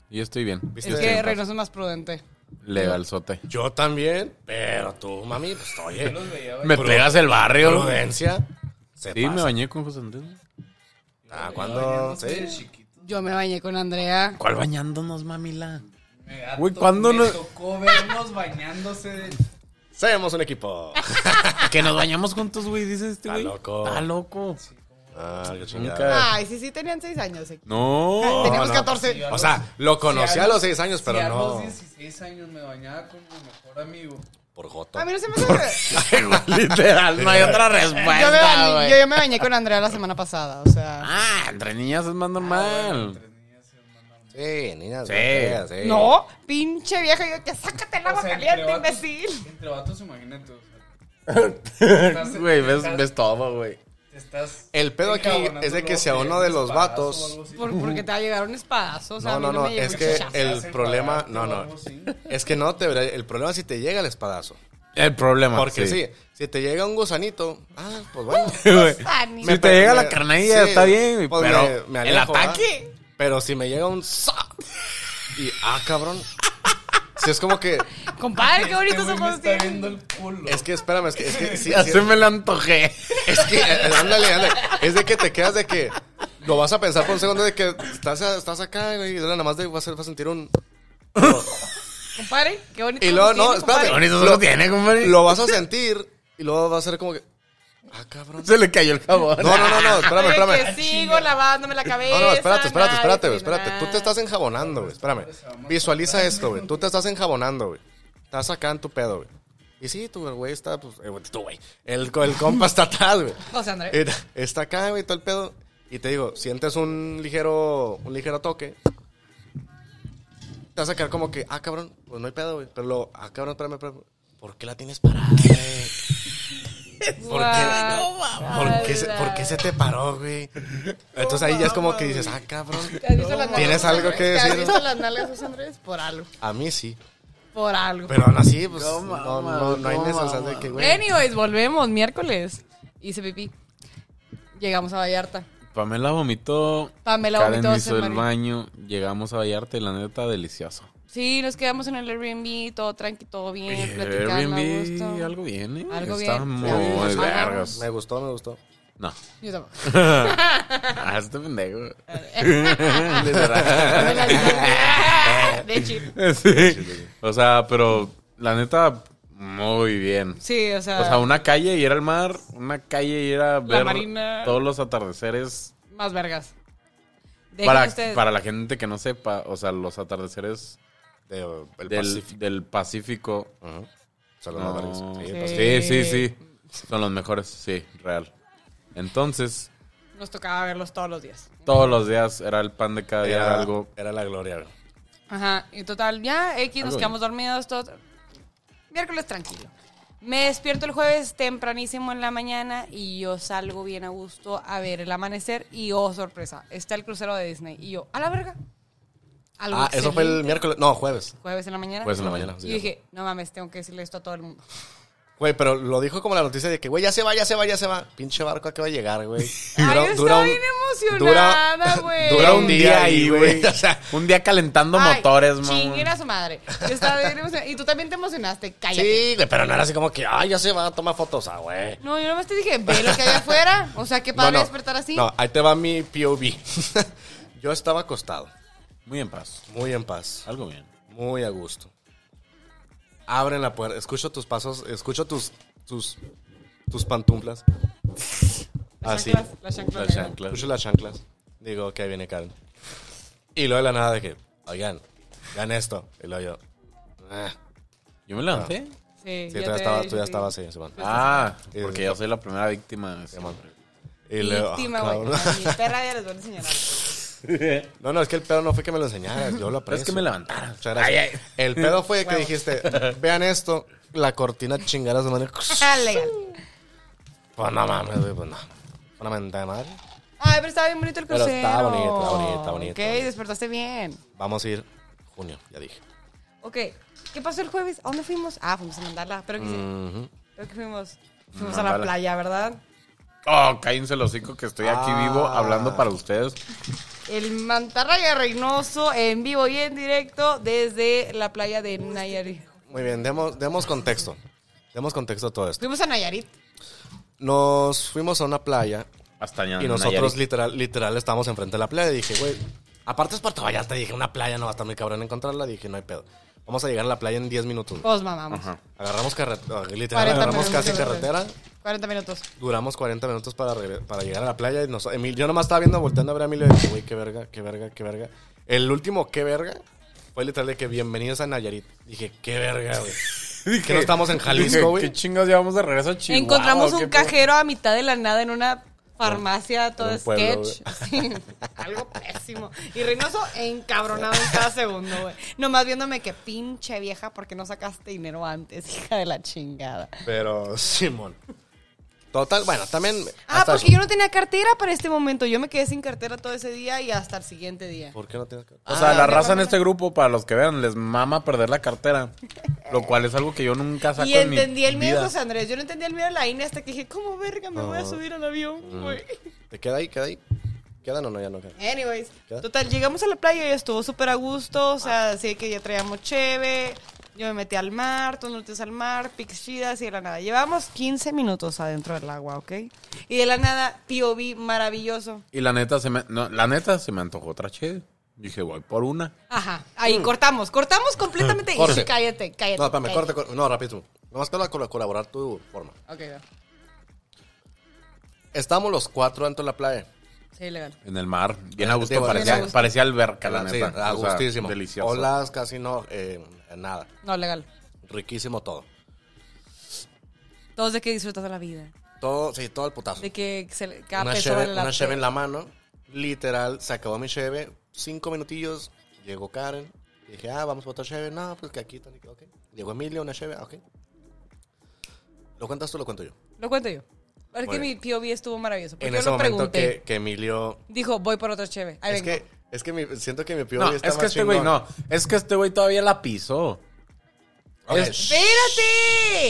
[SPEAKER 2] Yo estoy bien.
[SPEAKER 1] ¿Viste? este
[SPEAKER 3] Es que Reynoso es más prudente.
[SPEAKER 2] Legal sote.
[SPEAKER 1] Yo también, pero tú, mami, pues oye,
[SPEAKER 4] Yo los veía
[SPEAKER 2] Me
[SPEAKER 1] Pru-
[SPEAKER 2] pegas el barrio. güey.
[SPEAKER 1] prudencia. Se
[SPEAKER 2] Sí, me
[SPEAKER 1] pasa.
[SPEAKER 2] bañé con José Andrés.
[SPEAKER 1] Ah, ¿cuándo?
[SPEAKER 4] de
[SPEAKER 1] Sí.
[SPEAKER 4] chiquito.
[SPEAKER 3] Yo me bañé con Andrea.
[SPEAKER 2] ¿Cuál bañándonos, mamila?
[SPEAKER 4] Me gato,
[SPEAKER 2] Güey, ¿cuándo
[SPEAKER 4] me
[SPEAKER 2] no-
[SPEAKER 4] tocó vernos bañándose de...
[SPEAKER 1] Seremos un equipo.
[SPEAKER 2] Que nos bañamos juntos, güey, dice este
[SPEAKER 1] Está
[SPEAKER 2] güey.
[SPEAKER 1] loco.
[SPEAKER 2] Está loco.
[SPEAKER 1] Ah, qué
[SPEAKER 2] Nunca-
[SPEAKER 1] chingada.
[SPEAKER 3] Ay, sí, sí, tenían seis años. aquí.
[SPEAKER 2] No.
[SPEAKER 3] Teníamos
[SPEAKER 1] no.
[SPEAKER 3] 14.
[SPEAKER 1] O sea, lo conocí
[SPEAKER 4] Si
[SPEAKER 1] a los 6 años,
[SPEAKER 4] si
[SPEAKER 1] pero
[SPEAKER 4] a
[SPEAKER 1] no.
[SPEAKER 4] los 16 años me bañaba con mi mejor amigo.
[SPEAKER 1] Por Joto.
[SPEAKER 3] A mí no se me hace...
[SPEAKER 2] Literal, no hay otra
[SPEAKER 3] Yo me,
[SPEAKER 2] respuesta,
[SPEAKER 3] bañé, yo-
[SPEAKER 2] güey.
[SPEAKER 3] yo me bañé con Andrea la semana pasada, o sea...
[SPEAKER 2] Ah, entre niñas es más normal.
[SPEAKER 4] Tres niñas y un mamá.
[SPEAKER 1] Sí, niñas.
[SPEAKER 2] Sí.
[SPEAKER 1] feas, sí.
[SPEAKER 3] No, pinche vieja, yo que sácate el agua
[SPEAKER 4] O sea, entre
[SPEAKER 3] caliente,
[SPEAKER 4] vatos-
[SPEAKER 3] imbécil.
[SPEAKER 4] Entre vatos, imagínate. o sea, Estás-
[SPEAKER 2] Güey, ves,
[SPEAKER 4] estás-
[SPEAKER 2] ves todo, güey.
[SPEAKER 4] te estás
[SPEAKER 1] El pedo aquí
[SPEAKER 4] encabronando
[SPEAKER 1] es de que
[SPEAKER 4] luego
[SPEAKER 1] si a
[SPEAKER 4] te
[SPEAKER 1] uno
[SPEAKER 4] llega
[SPEAKER 1] de
[SPEAKER 4] un
[SPEAKER 1] los
[SPEAKER 4] espadazo
[SPEAKER 1] vatos-
[SPEAKER 4] o algo así.
[SPEAKER 3] Por- porque te va a llegar un espadazo, o sea,
[SPEAKER 1] No,
[SPEAKER 3] a mí
[SPEAKER 1] no,
[SPEAKER 3] no,
[SPEAKER 1] no,
[SPEAKER 3] me llegó
[SPEAKER 1] es
[SPEAKER 3] un
[SPEAKER 1] que
[SPEAKER 3] chichazo.
[SPEAKER 1] el
[SPEAKER 4] Estás
[SPEAKER 1] problema-
[SPEAKER 4] enfadado
[SPEAKER 1] no,
[SPEAKER 4] o
[SPEAKER 1] no.
[SPEAKER 4] algo así.
[SPEAKER 1] Es que no te El problema es si te llega el espadazo.
[SPEAKER 2] El problema.
[SPEAKER 1] Porque sí. si te llega un gusanito, ah, pues bueno.
[SPEAKER 2] Güey.
[SPEAKER 3] Sani.
[SPEAKER 2] Si
[SPEAKER 1] Me-
[SPEAKER 2] te llega
[SPEAKER 1] me-
[SPEAKER 2] la carnilla,
[SPEAKER 1] sí,
[SPEAKER 2] está bien, güey,
[SPEAKER 1] pues
[SPEAKER 2] pero
[SPEAKER 1] me- me
[SPEAKER 2] el
[SPEAKER 1] alejo,
[SPEAKER 2] ataque.
[SPEAKER 1] Pero si me llega un sa- y ah, cabrón. Si es como que
[SPEAKER 3] Compadre, qué
[SPEAKER 4] Este
[SPEAKER 3] bonitos
[SPEAKER 4] güey me
[SPEAKER 3] ojos
[SPEAKER 4] está
[SPEAKER 3] tienen.
[SPEAKER 4] viendo el culo.
[SPEAKER 1] es que espérame, es que es que sí,
[SPEAKER 2] Ya
[SPEAKER 1] sí,
[SPEAKER 2] se me la antojé.
[SPEAKER 1] es que eh, ándale, ándale. Es de que te quedas de que lo vas a pensar por un segundo de que estás estás acá güey, y nada más de vas a, vas a sentir un
[SPEAKER 3] Compadre, qué bonitos
[SPEAKER 1] Y luego,
[SPEAKER 3] ojos
[SPEAKER 1] no,
[SPEAKER 3] tienen,
[SPEAKER 1] espérate.
[SPEAKER 2] Qué
[SPEAKER 3] compadre.
[SPEAKER 2] bonito solo tiene, compadre.
[SPEAKER 1] lo vas a sentir y luego va a ser como que ah, cabrón.
[SPEAKER 2] Se le cayó el jabón.
[SPEAKER 1] No, no, no, no, espérame,
[SPEAKER 3] Oye,
[SPEAKER 1] espérame.
[SPEAKER 3] que sigo lavándome la cabeza.
[SPEAKER 1] No, no, espérate, espérate,
[SPEAKER 3] nadie
[SPEAKER 1] espérate, güey,
[SPEAKER 3] tiene
[SPEAKER 1] espérate. Tú te
[SPEAKER 3] nada.
[SPEAKER 1] estás enjabonando, güey, espérame. Visualiza esto, güey. Tú te estás enjabonando, güey. Estás acá en tu pedo, güey. Y sí, tu güey está, pues, eh, güey, tú, güey. El, co- el compa está atrás, güey.
[SPEAKER 3] José Andrés.
[SPEAKER 1] Eh, Era- Está acá, güey, todo el pedo. Y te digo, sientes un ligero, un ligero toque. Te vas a quedar como que, ah, cabrón, pues no hay pedo, güey. Pero luego, ah, cabrón, espérame, espérame. ¿Por qué la tienes parada, güey? ¿Por qué?
[SPEAKER 3] Guau,
[SPEAKER 1] ¿Por qué, se, por qué se te paró, güey? Entonces ahí ya es como que dices, ah, cabrón.
[SPEAKER 3] ¿Te has visto las nalgas,
[SPEAKER 1] ¿Tienes
[SPEAKER 3] José
[SPEAKER 1] algo
[SPEAKER 3] Andrés?
[SPEAKER 1] que
[SPEAKER 3] ¿Te has
[SPEAKER 1] decir?
[SPEAKER 3] visto las nalgas, José Andrés? Por algo,
[SPEAKER 1] A mí sí.
[SPEAKER 3] por algo.
[SPEAKER 1] Pero aún así, pues, no,
[SPEAKER 2] No,
[SPEAKER 1] no,
[SPEAKER 2] mamá,
[SPEAKER 1] no, hay
[SPEAKER 2] no,
[SPEAKER 1] necesidad de
[SPEAKER 2] mamá.
[SPEAKER 1] que, güey.
[SPEAKER 3] Anyways, volvemos miércoles. Hice pipí. Llegamos a Vallarta.
[SPEAKER 2] Pamela vomitó.
[SPEAKER 3] Pamela
[SPEAKER 2] Karen
[SPEAKER 3] vomitó,
[SPEAKER 2] hizo
[SPEAKER 3] se
[SPEAKER 2] el
[SPEAKER 3] mari-
[SPEAKER 2] baño. Llegamos a Vallarta y la neta, delicioso.
[SPEAKER 3] Sí, nos quedamos en el Airbnb, todo tranqui, todo bien,
[SPEAKER 2] Oye,
[SPEAKER 3] platicando a gusto.
[SPEAKER 2] Airbnb, algo bien, ¿eh?
[SPEAKER 3] Algo
[SPEAKER 2] Está
[SPEAKER 3] bien.
[SPEAKER 2] muy
[SPEAKER 3] Algo bien.
[SPEAKER 2] vergas.
[SPEAKER 1] Pues, ah, Me gustó, me gustó.
[SPEAKER 2] No.
[SPEAKER 3] Yo tampoco.
[SPEAKER 2] Ah, este pendejo.
[SPEAKER 3] Me la llevo. De chip.
[SPEAKER 2] Sí. O sea, pero la neta, muy bien.
[SPEAKER 3] Sí, o sea,
[SPEAKER 2] O sea, una calle y era el mar, una calle y era ver
[SPEAKER 3] marina.
[SPEAKER 2] todos los atardeceres.
[SPEAKER 3] más vergas. Dejen
[SPEAKER 2] Para,
[SPEAKER 3] ustedes-
[SPEAKER 2] para la gente que no sepa, o sea, los atardeceres
[SPEAKER 1] De, el
[SPEAKER 2] del,
[SPEAKER 1] Pacífico.
[SPEAKER 2] del Pacífico.
[SPEAKER 1] Ajá. Son los
[SPEAKER 2] No.
[SPEAKER 1] más vergas. Sí, el
[SPEAKER 3] Sí.
[SPEAKER 1] Pacífico.
[SPEAKER 2] Sí, sí, sí. Son los mejores, sí, real. Entonces,
[SPEAKER 3] Nos tocaba verlos todos los días.
[SPEAKER 2] todos los días era el pan de cada día, era
[SPEAKER 1] Era,
[SPEAKER 2] algo.
[SPEAKER 1] era la gloria, güey.
[SPEAKER 3] Ajá, y total, ya, X, nos
[SPEAKER 2] Algo
[SPEAKER 3] quedamos dormidos, todo. Miércoles tranquilo. Me despierto el jueves tempranísimo en la mañana y yo salgo bien a gusto a ver el amanecer y oh, sorpresa, está el crucero de Disney y yo, a la verga. Algo
[SPEAKER 1] Ah, eso fue el
[SPEAKER 3] excelente.
[SPEAKER 1] miércoles. No, jueves.
[SPEAKER 3] jueves en la mañana.
[SPEAKER 2] Jueves en la mañana,
[SPEAKER 1] sí,
[SPEAKER 3] y
[SPEAKER 1] ya
[SPEAKER 3] dije, no mames, tengo que decirle esto a todo el mundo.
[SPEAKER 1] Güey, pero lo dijo como la noticia de que, güey, ya se va, ya se va, ya se va. Pinche barco, ¿a qué va a llegar, güey?
[SPEAKER 3] Ay, yo estaba bien emocionada,
[SPEAKER 1] dura-
[SPEAKER 3] güey.
[SPEAKER 1] Dura un día ahí, güey. O sea,
[SPEAKER 2] un día calentando
[SPEAKER 3] Ay,
[SPEAKER 2] motores, mamón.
[SPEAKER 3] Chinguen a su madre. Yo estaba bien emocionada. Y tú también te emocionaste, cállate.
[SPEAKER 1] sí, güey, pero no era así como que, ay, ya se va, toma fotos, ah, güey.
[SPEAKER 3] No, yo nomás te dije, ve lo que hay afuera. O sea, qué padre despertar así.
[SPEAKER 1] No, ahí te va mi POV. Yo estaba acostado,
[SPEAKER 2] Muy en paz,
[SPEAKER 1] muy en paz,
[SPEAKER 2] algo bien.
[SPEAKER 1] muy a gusto. Abren la puerta, escucho tus pasos, escucho tus tus tus pantumplas.
[SPEAKER 3] Las
[SPEAKER 1] Así.
[SPEAKER 3] chanclas, las chanclas
[SPEAKER 2] Las
[SPEAKER 3] negras.
[SPEAKER 2] chanclas.
[SPEAKER 1] Escucho las chanclas. Digo, ok, viene Karen. Y luego de la nada de que, oigan, vean esto. Y luego yo, ah.
[SPEAKER 2] Yo me levanté.
[SPEAKER 3] Sí,
[SPEAKER 1] Sí, tú
[SPEAKER 3] ya
[SPEAKER 1] ya
[SPEAKER 3] te-
[SPEAKER 1] estabas, tú
[SPEAKER 3] sí.
[SPEAKER 1] ya estabas así, Simón.
[SPEAKER 2] Ah,
[SPEAKER 1] Sí,
[SPEAKER 2] porque
[SPEAKER 1] sí.
[SPEAKER 2] yo soy la primera víctima. de ese
[SPEAKER 1] Simón.
[SPEAKER 2] hombre.
[SPEAKER 1] Y luego, ah,
[SPEAKER 3] Víctima, güey.
[SPEAKER 1] cabrón.
[SPEAKER 3] Mi perra ya les voy a enseñar algo.
[SPEAKER 1] No, no, es que el pedo no fue que me lo enseñaras, yo lo
[SPEAKER 2] Pero
[SPEAKER 1] aprecio.
[SPEAKER 2] es que me levantaron.
[SPEAKER 1] Muchas gracias. El pedo fue que dijiste, vean esto, la cortina chingada su madre.
[SPEAKER 3] Ah, legal.
[SPEAKER 1] Pues no mames, güey, pues no. Una mentada de madre.
[SPEAKER 3] Ay, pero estaba bien bonito el
[SPEAKER 1] Pero
[SPEAKER 3] crucero.
[SPEAKER 1] estaba bonito, estaba bonito, estaba bonito.
[SPEAKER 3] Ok, despertaste bien.
[SPEAKER 1] Vamos a ir junio, ya dije.
[SPEAKER 3] Ok, ¿qué pasó el jueves? ¿A dónde fuimos? Ah, fuimos a Mandala. Pero que sí.
[SPEAKER 1] Ujú. Mm,
[SPEAKER 3] Creo que fuimos. Fuimos a la
[SPEAKER 2] Mandala.
[SPEAKER 3] playa, ¿verdad?
[SPEAKER 2] Oh, cállense los hocico que estoy aquí
[SPEAKER 1] Ah.
[SPEAKER 2] vivo hablando para ustedes.
[SPEAKER 3] El mantarraya Reynoso en vivo y en directo desde la playa de Nayarit.
[SPEAKER 1] Muy bien, demos, demos contexto. Demos contexto a todo esto.
[SPEAKER 3] Fuimos a Nayarit.
[SPEAKER 1] Nos fuimos a una playa
[SPEAKER 2] Hasta mañana.
[SPEAKER 1] y nosotros literal, literal estábamos enfrente de la playa. Y dije, güey, aparte es Puerto Vallarta. Dije, una playa no va a estar muy cabrón encontrarla. Dije, no hay pedo. Vamos a llegar a la playa en 10 minutos. güey.
[SPEAKER 3] Os Pues, mamamos.
[SPEAKER 1] Agarramos carretera, literal, agarramos casi carretera.
[SPEAKER 3] 40 minutos.
[SPEAKER 1] Duramos 40 minutos para, regre- para llegar a la playa. Y nos, Emil- yo nomás estaba viendo, volteando a ver a Emilio y dije, güey, qué verga, qué verga, qué verga. El último, qué verga, fue literal de que bienvenidos a Nayarit. Dije, qué verga, güey. que no estamos en Jalisco, güey.
[SPEAKER 2] ¿Qué chingos llevamos de regreso a Chihuahua?
[SPEAKER 3] Encontramos
[SPEAKER 2] ¿Qué
[SPEAKER 3] un
[SPEAKER 2] pedo?
[SPEAKER 3] cajero a mitad de la nada en una farmacia, todo
[SPEAKER 1] un pueblo,
[SPEAKER 3] sketch. Sí, algo pésimo. Y Reynoso encabronado en cada segundo, güey. Nomás viéndome que pinche vieja, porque no sacaste dinero antes, hija de la chingada.
[SPEAKER 1] Pero, Simón. Total, bueno, también.
[SPEAKER 3] Ah,
[SPEAKER 1] hasta
[SPEAKER 3] porque
[SPEAKER 1] eso.
[SPEAKER 3] yo no tenía cartera para este momento. Yo me quedé sin cartera todo ese día y hasta el siguiente día.
[SPEAKER 1] ¿Por qué no tienes que.?
[SPEAKER 2] O sea,
[SPEAKER 3] Ah,
[SPEAKER 2] la
[SPEAKER 3] me
[SPEAKER 2] raza en
[SPEAKER 3] acuerdo.
[SPEAKER 2] este grupo, para los que vean, les mama perder la cartera. Lo cual es algo que yo nunca saco
[SPEAKER 3] Y
[SPEAKER 2] en mi
[SPEAKER 3] entendí el miedo de
[SPEAKER 2] vida.
[SPEAKER 3] José Andrés. Yo no entendía el miedo de la INE hasta que dije, ¿cómo verga me voy a subir al
[SPEAKER 2] Mm.
[SPEAKER 3] avión, güey?
[SPEAKER 1] ¿Te queda ahí? ¿Queda ahí? ¿Queda? No, no, ya no
[SPEAKER 3] Eh,
[SPEAKER 1] queda.
[SPEAKER 3] Anyways,
[SPEAKER 1] ¿Qué? Ah.
[SPEAKER 3] total, llegamos a la playa y estuvo súper a gusto, o sea, así que ya traíamos cheve, yo me metí al mar, tú nos metimos al mar, pics chidas y de la nada. Llevamos 15 minutos adentro del agua, ¿ok? Y de la nada, POV maravilloso.
[SPEAKER 2] Y la neta se me, no, la neta se me antojó otra cheve. Dije, voy por una.
[SPEAKER 3] Ajá, ahí cortamos, cortamos completamente y
[SPEAKER 1] Mm. Corte.
[SPEAKER 3] sí, cállate, cállate.
[SPEAKER 1] No, espérame,
[SPEAKER 3] cállate.
[SPEAKER 1] corte, corte. No, rápido. Nomás para col- colaborar tu forma.
[SPEAKER 3] Ok, va.
[SPEAKER 1] Estábamos los cuatro dentro de la playa.
[SPEAKER 3] sí, legal.
[SPEAKER 2] En el mar. Bien a gusto.
[SPEAKER 1] Digo,
[SPEAKER 2] Parecía,
[SPEAKER 1] bien a gusto.
[SPEAKER 2] parecía alberca, la
[SPEAKER 1] Sí,
[SPEAKER 2] neta.
[SPEAKER 1] a
[SPEAKER 2] O sea,
[SPEAKER 1] gustísimo.
[SPEAKER 2] delicioso.
[SPEAKER 1] Olas, casi no, eh, nada.
[SPEAKER 3] No, legal.
[SPEAKER 1] Riquísimo todo.
[SPEAKER 3] Todos de que disfrutas de la vida,
[SPEAKER 1] Todo, sí, todo el putazo.
[SPEAKER 3] de que se- cada
[SPEAKER 1] Una
[SPEAKER 3] peso
[SPEAKER 1] cheve,
[SPEAKER 3] vale la
[SPEAKER 1] una cheve en la mano. Literal, se acabó mi cheve. Cinco minutillos, llegó Karen. Dije, ah, vamos por otra cheve. No, pues que aquí, está, ok. Llegó Emilio, una cheve, ah, ok. ¿Lo cuentas tú o lo cuento yo?
[SPEAKER 3] Lo cuento yo.
[SPEAKER 1] Muy
[SPEAKER 3] Porque mi POV estuvo maravilloso, porque
[SPEAKER 1] en
[SPEAKER 3] Pues
[SPEAKER 1] ese
[SPEAKER 3] yo lo
[SPEAKER 1] momento
[SPEAKER 3] pregunté.
[SPEAKER 1] que, que Emilio...
[SPEAKER 3] Dijo, voy por otro cheve. Ahí
[SPEAKER 1] es
[SPEAKER 3] vengo.
[SPEAKER 1] que, es que mi- siento que mi pio
[SPEAKER 2] No,
[SPEAKER 1] está
[SPEAKER 2] es que
[SPEAKER 1] más
[SPEAKER 2] este güey
[SPEAKER 1] chingón.
[SPEAKER 2] no. Es que este güey todavía la pisó.
[SPEAKER 1] Ok,
[SPEAKER 2] es-
[SPEAKER 1] shh.
[SPEAKER 3] ¡Espérate!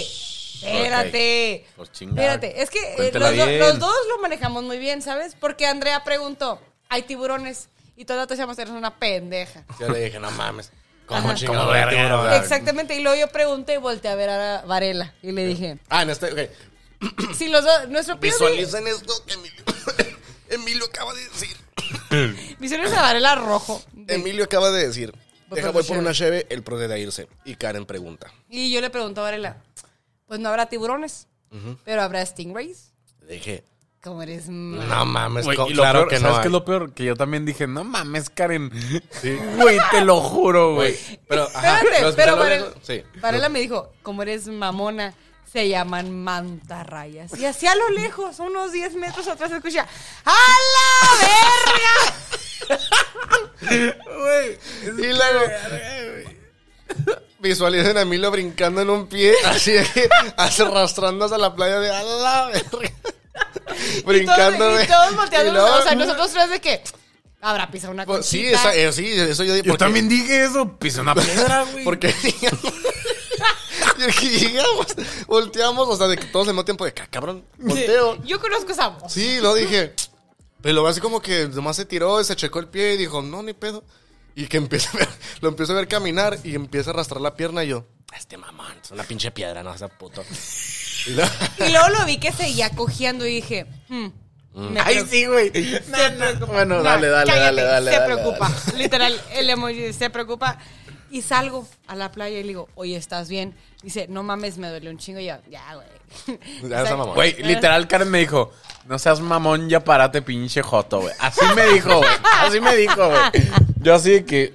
[SPEAKER 3] ¡Espérate!
[SPEAKER 2] Ok, pues chingada.
[SPEAKER 3] Espérate, es que eh,
[SPEAKER 2] Cuéntela
[SPEAKER 3] los, do-
[SPEAKER 2] bien.
[SPEAKER 3] los dos lo manejamos muy bien, ¿sabes? Porque Andrea preguntó, hay tiburones y toda la te llamas, eres una pendeja.
[SPEAKER 1] Yo le dije, no mames.
[SPEAKER 3] Ajá.
[SPEAKER 1] ¿Cómo chingado?
[SPEAKER 2] Como verga,
[SPEAKER 1] tiburón?
[SPEAKER 2] ¿verdad? Claro.
[SPEAKER 3] Exactamente, y luego yo pregunté y volteé a ver a Varela y le dije,
[SPEAKER 1] Ah, en este, ok.
[SPEAKER 3] si los dos, nuestro POV,
[SPEAKER 1] Visualicen esto que Emilio, Emilio acaba de decir.
[SPEAKER 3] visualiza a Varela rojo. de-
[SPEAKER 1] Emilio acaba de decir.
[SPEAKER 3] Voy
[SPEAKER 1] Deja voy
[SPEAKER 3] por una
[SPEAKER 1] por una cheve, el procede a irse. Y Karen pregunta.
[SPEAKER 3] Y yo le pregunto a Varela, pues no habrá tiburones, pero habrá stingrays.
[SPEAKER 1] Le dije,
[SPEAKER 3] Como eres
[SPEAKER 1] no mames,
[SPEAKER 2] Güey,
[SPEAKER 1] co-
[SPEAKER 2] y lo
[SPEAKER 1] claro
[SPEAKER 2] peor-
[SPEAKER 1] que
[SPEAKER 2] ¿Sabes
[SPEAKER 1] no.
[SPEAKER 2] qué es
[SPEAKER 1] hay.
[SPEAKER 2] lo peor? Que yo también dije, no mames, Karen. Güey, te lo juro, güey.
[SPEAKER 1] Pero, ajá,
[SPEAKER 3] Espérate,
[SPEAKER 1] los-
[SPEAKER 3] pero
[SPEAKER 1] ya lo
[SPEAKER 3] Varela,
[SPEAKER 1] dejo- sí.
[SPEAKER 3] Varela me dijo, como eres mamona, se llaman mantarrayas. Y así a lo lejos, unos 10 metros atrás, escucha, ¡A la verga!
[SPEAKER 1] Y luego. Visualicen a Emilio brincando en un pie, así, así arrastrándose a la playa de a la verga. brincando
[SPEAKER 3] Todos-
[SPEAKER 1] de.
[SPEAKER 3] Y todos volteando,
[SPEAKER 1] y luego-
[SPEAKER 3] o sea, nosotros tres de que, habrá pisado una
[SPEAKER 1] Pues, sí,
[SPEAKER 3] conchita.
[SPEAKER 1] esa- eh, sí, eso yo,
[SPEAKER 2] Yo
[SPEAKER 1] porque-
[SPEAKER 2] también dije eso. Pisé una piedra, güey.
[SPEAKER 1] Porque porque llegamos, volteamos, o sea, de que todos al mismo tiempo de "Ca- cabrón, volteo.
[SPEAKER 3] Yo conozco esa voz.
[SPEAKER 1] Sí, lo dije. Pero lo así como que nomás se tiró, se checó el pie y dijo, no, ni pedo. Y que empieza a ver- lo empiezo a ver caminar y empieza a arrastrar la pierna y yo, este mamón, es una pinche piedra, no, esa puto. Y luego-
[SPEAKER 3] Y luego lo vi que seguía cojeando y dije, "Mm, me
[SPEAKER 2] Ay,
[SPEAKER 3] preocupa".
[SPEAKER 2] sí, güey. No, no, Bueno,
[SPEAKER 3] No,
[SPEAKER 2] dale, dale,
[SPEAKER 3] cállate,
[SPEAKER 2] dale, dale.
[SPEAKER 3] Se
[SPEAKER 2] dale,
[SPEAKER 3] preocupa.
[SPEAKER 2] dale.
[SPEAKER 3] Literal, el emoji se preocupa. Y salgo a la playa y le digo, oye, ¿estás bien? Dice, no mames, me duele un chingo. Y yo, ya, güey.
[SPEAKER 1] Ya, esa mamá.
[SPEAKER 3] Eh.
[SPEAKER 2] Güey, literal, Karen me dijo, no seas mamón, ya parate, pinche joto, güey. Así me dijo, güey. Así me dijo, güey. Yo así de que...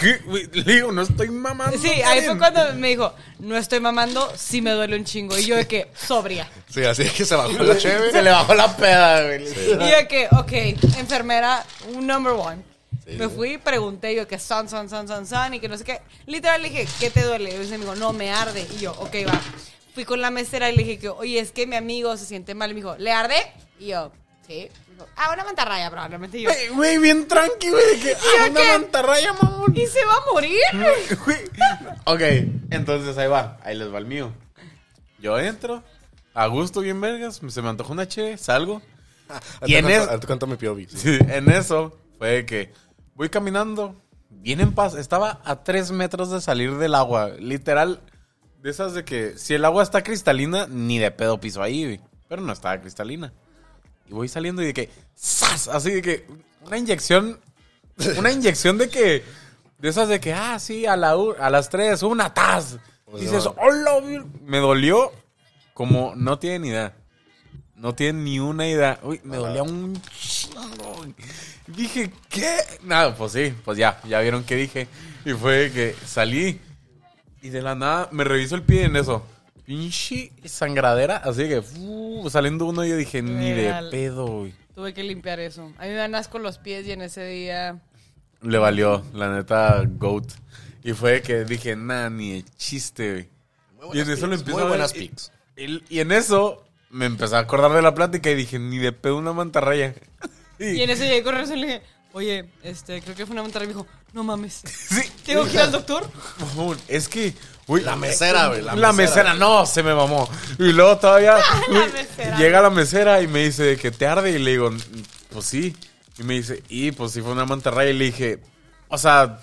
[SPEAKER 2] ¿qué, güey? Le digo, no estoy mamando.
[SPEAKER 3] Sí, ahí fue
[SPEAKER 2] Karen.
[SPEAKER 3] cuando me dijo, no estoy mamando, sí me duele un chingo. Y yo de que, sobria.
[SPEAKER 1] Sí, así que se bajó la chévere.
[SPEAKER 2] Se le bajó la peda, güey.
[SPEAKER 3] Y yo de que, ok, enfermera, un number one.
[SPEAKER 1] Sí,
[SPEAKER 3] Me
[SPEAKER 1] sí.
[SPEAKER 3] fui y pregunté yo que son, son, son, son, son y que no sé qué. Literal le dije, ¿qué te duele? Y ese amigo, no, me arde. Y yo, ok, va. Fui con la mesera y le dije que, oye, es que mi amigo se siente mal. Y me dijo, ¿le arde? Y yo, sí. Me dijo, ah, una mantarraya probablemente. Y yo,
[SPEAKER 2] Güey, Güey, bien tranqui, güey. de que, ah,
[SPEAKER 3] yo
[SPEAKER 2] una
[SPEAKER 3] qué?
[SPEAKER 2] mantarraya, mamón.
[SPEAKER 3] ¿y se va a morir?
[SPEAKER 2] Güey. ok, entonces ahí va. Ahí les va el mío. Yo entro, a gusto, bien vergas. Se me antojó una chévere, salgo.
[SPEAKER 1] ¿Y en
[SPEAKER 2] es-
[SPEAKER 1] eso? Te cuento mi POV. sí.
[SPEAKER 2] Sí, en eso fue que voy caminando, bien en paz. Estaba a tres metros de salir del agua. Literal, de esas de que si el agua está cristalina, ni de pedo piso ahí, güey. Pero no estaba cristalina. Y voy saliendo y de que, ¡zas! Así de que, una inyección, una inyección de que, de esas de que, ah, sí, a, la, u- a las tres, una taz.
[SPEAKER 1] Pues
[SPEAKER 2] Dices,
[SPEAKER 1] no.
[SPEAKER 2] hola, vir-". me dolió como no tienen idea. No tienen ni una idea. Uy, me
[SPEAKER 1] Ajá.
[SPEAKER 2] dolía un chingo. Dije, ¿qué? Nada, pues sí, pues ya, ya vieron que dije. Y fue que salí y de la nada me reviso el pie en eso. Pinche sangradera, así que fu, saliendo uno yo dije, ni de
[SPEAKER 3] Real.
[SPEAKER 2] pedo, güey.
[SPEAKER 3] Tuve que limpiar eso. A mí me dan asco los pies y en ese día...
[SPEAKER 2] Le valió, la neta, GOAT. Y fue que dije, nah, ni de chiste, güey.
[SPEAKER 1] Muy
[SPEAKER 2] Y
[SPEAKER 1] buenas
[SPEAKER 2] en eso lo
[SPEAKER 1] pics, Muy
[SPEAKER 2] empiezo a ver,
[SPEAKER 1] buenas
[SPEAKER 2] y-
[SPEAKER 1] pics.
[SPEAKER 2] Y, y en eso me empecé a acordar de la plática y dije, ni de pedo una mantarraya.
[SPEAKER 3] Y en ese llegué con razón y le dije, oye, este, creo que fue una mantarraya. Y me dijo, no mames.
[SPEAKER 2] Sí.
[SPEAKER 3] ¿Tengo que ir al doctor?
[SPEAKER 2] Mamón, Es que, güey,
[SPEAKER 1] La mesera, güey,
[SPEAKER 2] La,
[SPEAKER 1] la
[SPEAKER 2] mesera.
[SPEAKER 1] mesera.
[SPEAKER 2] no, se me mamó. Y luego todavía güey,
[SPEAKER 3] mesera.
[SPEAKER 2] llega la mesera y me dice de que te arde. Y le digo, "Mm, pues sí. Y me dice, y pues sí fue una mantarraya. Y le dije, o sea,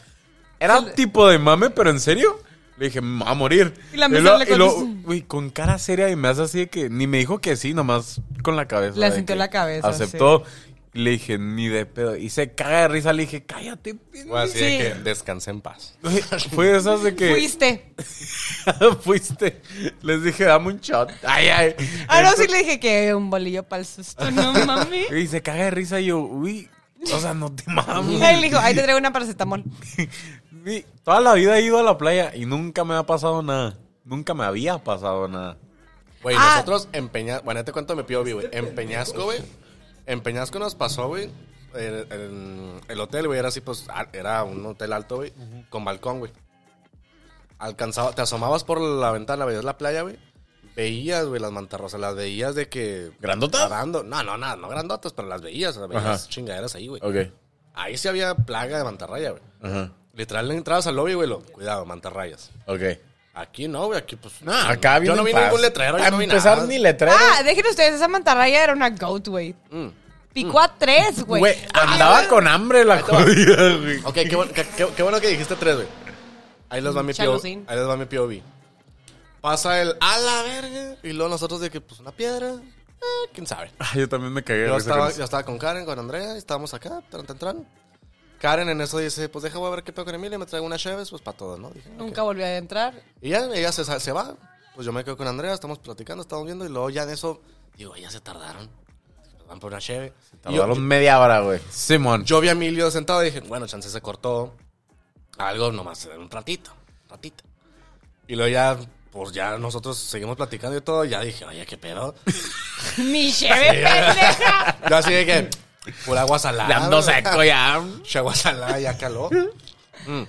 [SPEAKER 2] era un tipo de mame, pero en serio. Le dije, me va a morir.
[SPEAKER 3] Y la
[SPEAKER 2] luego-
[SPEAKER 3] mesera le
[SPEAKER 2] y luego,
[SPEAKER 3] contestó.
[SPEAKER 2] güey, con cara seria y me hace así de que ni me dijo que sí, nomás con la cabeza.
[SPEAKER 3] La
[SPEAKER 2] de
[SPEAKER 3] sintió
[SPEAKER 2] que
[SPEAKER 3] la cabeza,
[SPEAKER 2] Aceptó. Le dije, ni de pedo. Y se caga de risa. Le dije, cállate, pendejo".
[SPEAKER 1] Bueno, así
[SPEAKER 3] Sí.
[SPEAKER 1] de que descansé en paz.
[SPEAKER 2] Güey, Fue de esas de que.
[SPEAKER 3] Fuiste.
[SPEAKER 2] Fuiste. Les dije, dame un shot. Ay, ay.
[SPEAKER 3] Ah, no, sí le dije que un bolillo para el susto, no mami.
[SPEAKER 2] Y se caga de risa y yo, uy, o sea, no te mames.
[SPEAKER 3] Él dijo, ahí te traigo una paracetamol.
[SPEAKER 2] Güey, Toda la vida he ido a la playa y nunca me ha pasado nada. Nunca me había pasado nada.
[SPEAKER 1] Güey,
[SPEAKER 3] Ah.
[SPEAKER 1] nosotros en Peñasco, bueno, ya te cuento mi POV, güey. En Peñasco, güey. En Peñasco nos pasó, güey. El, el- el hotel, güey, era así, pues, al- era un hotel alto, güey, con balcón, güey. Alcanzaba, te asomabas por la ventana, veías la playa, güey. Veías, güey, las mantarrosas, las veías de que...
[SPEAKER 2] ¿Grandotas?
[SPEAKER 1] nadando. No, no, nada, no grandotas, pero las veías, o sea, veías
[SPEAKER 2] Ajá.
[SPEAKER 1] chingaderas ahí, güey.
[SPEAKER 2] Ok.
[SPEAKER 1] Ahí sí había plaga de mantarraya, güey.
[SPEAKER 2] Ajá.
[SPEAKER 1] Literal, le entrabas al lobby, güey, lo, cuidado, mantarrayas.
[SPEAKER 2] Ok.
[SPEAKER 1] Aquí no, güey, aquí pues...
[SPEAKER 2] Ah, acá
[SPEAKER 1] yo
[SPEAKER 2] viene
[SPEAKER 1] no
[SPEAKER 2] en
[SPEAKER 1] vi
[SPEAKER 2] paz.
[SPEAKER 1] ningún letrero, yo
[SPEAKER 2] Para
[SPEAKER 1] no vi
[SPEAKER 2] empezar,
[SPEAKER 1] nada.
[SPEAKER 2] ni letrero.
[SPEAKER 3] Ah, dejen ustedes, esa mantarraya era una goat, güey.
[SPEAKER 1] Mm.
[SPEAKER 3] Picó a tres, güey.
[SPEAKER 2] Güey, andaba con hambre la jodida, güey.
[SPEAKER 1] Ok, qué bueno, qué, qué- qué bueno que dijiste tres, güey. Ahí les va mi POV.
[SPEAKER 3] Chalucín.
[SPEAKER 1] Ahí les va mi POV. Pasa el a la verga. Y luego nosotros de que, pues, una piedra. eh, quién sabe.
[SPEAKER 2] Ah, Yo también me cagué de
[SPEAKER 1] Yo
[SPEAKER 2] risa con
[SPEAKER 1] estaba,
[SPEAKER 2] eso.
[SPEAKER 1] yo estaba con Karen, con Andrea. Y estábamos acá, tran, tran, tran. Karen en eso dice, pues, déjame ver qué pedo con Emilia. Me traigo una Cheves, pues, para todo, ¿no? Dije, ok.
[SPEAKER 3] Nunca volví a entrar.
[SPEAKER 1] Y ya, ella se, sa- se va. Pues yo me quedo con Andrea, estamos platicando, estamos viendo. Y luego ya de eso, digo, ya se tardaron. Se Van por una Cheve. Y yo-
[SPEAKER 2] Tardaron media hora, güey. Simón.
[SPEAKER 1] Yo vi a Emilio sentado y dije, bueno, chance se cortó. Algo nomás, un ratito, ratito. Y luego ya, pues ya nosotros seguimos platicando y todo. Ya dije, oye, qué pedo.
[SPEAKER 3] Mi cheve pendeja.
[SPEAKER 1] Yo así de que, por agua salada.
[SPEAKER 2] Dando seco ya.
[SPEAKER 1] Mucha agua salada, ya caló. Mm.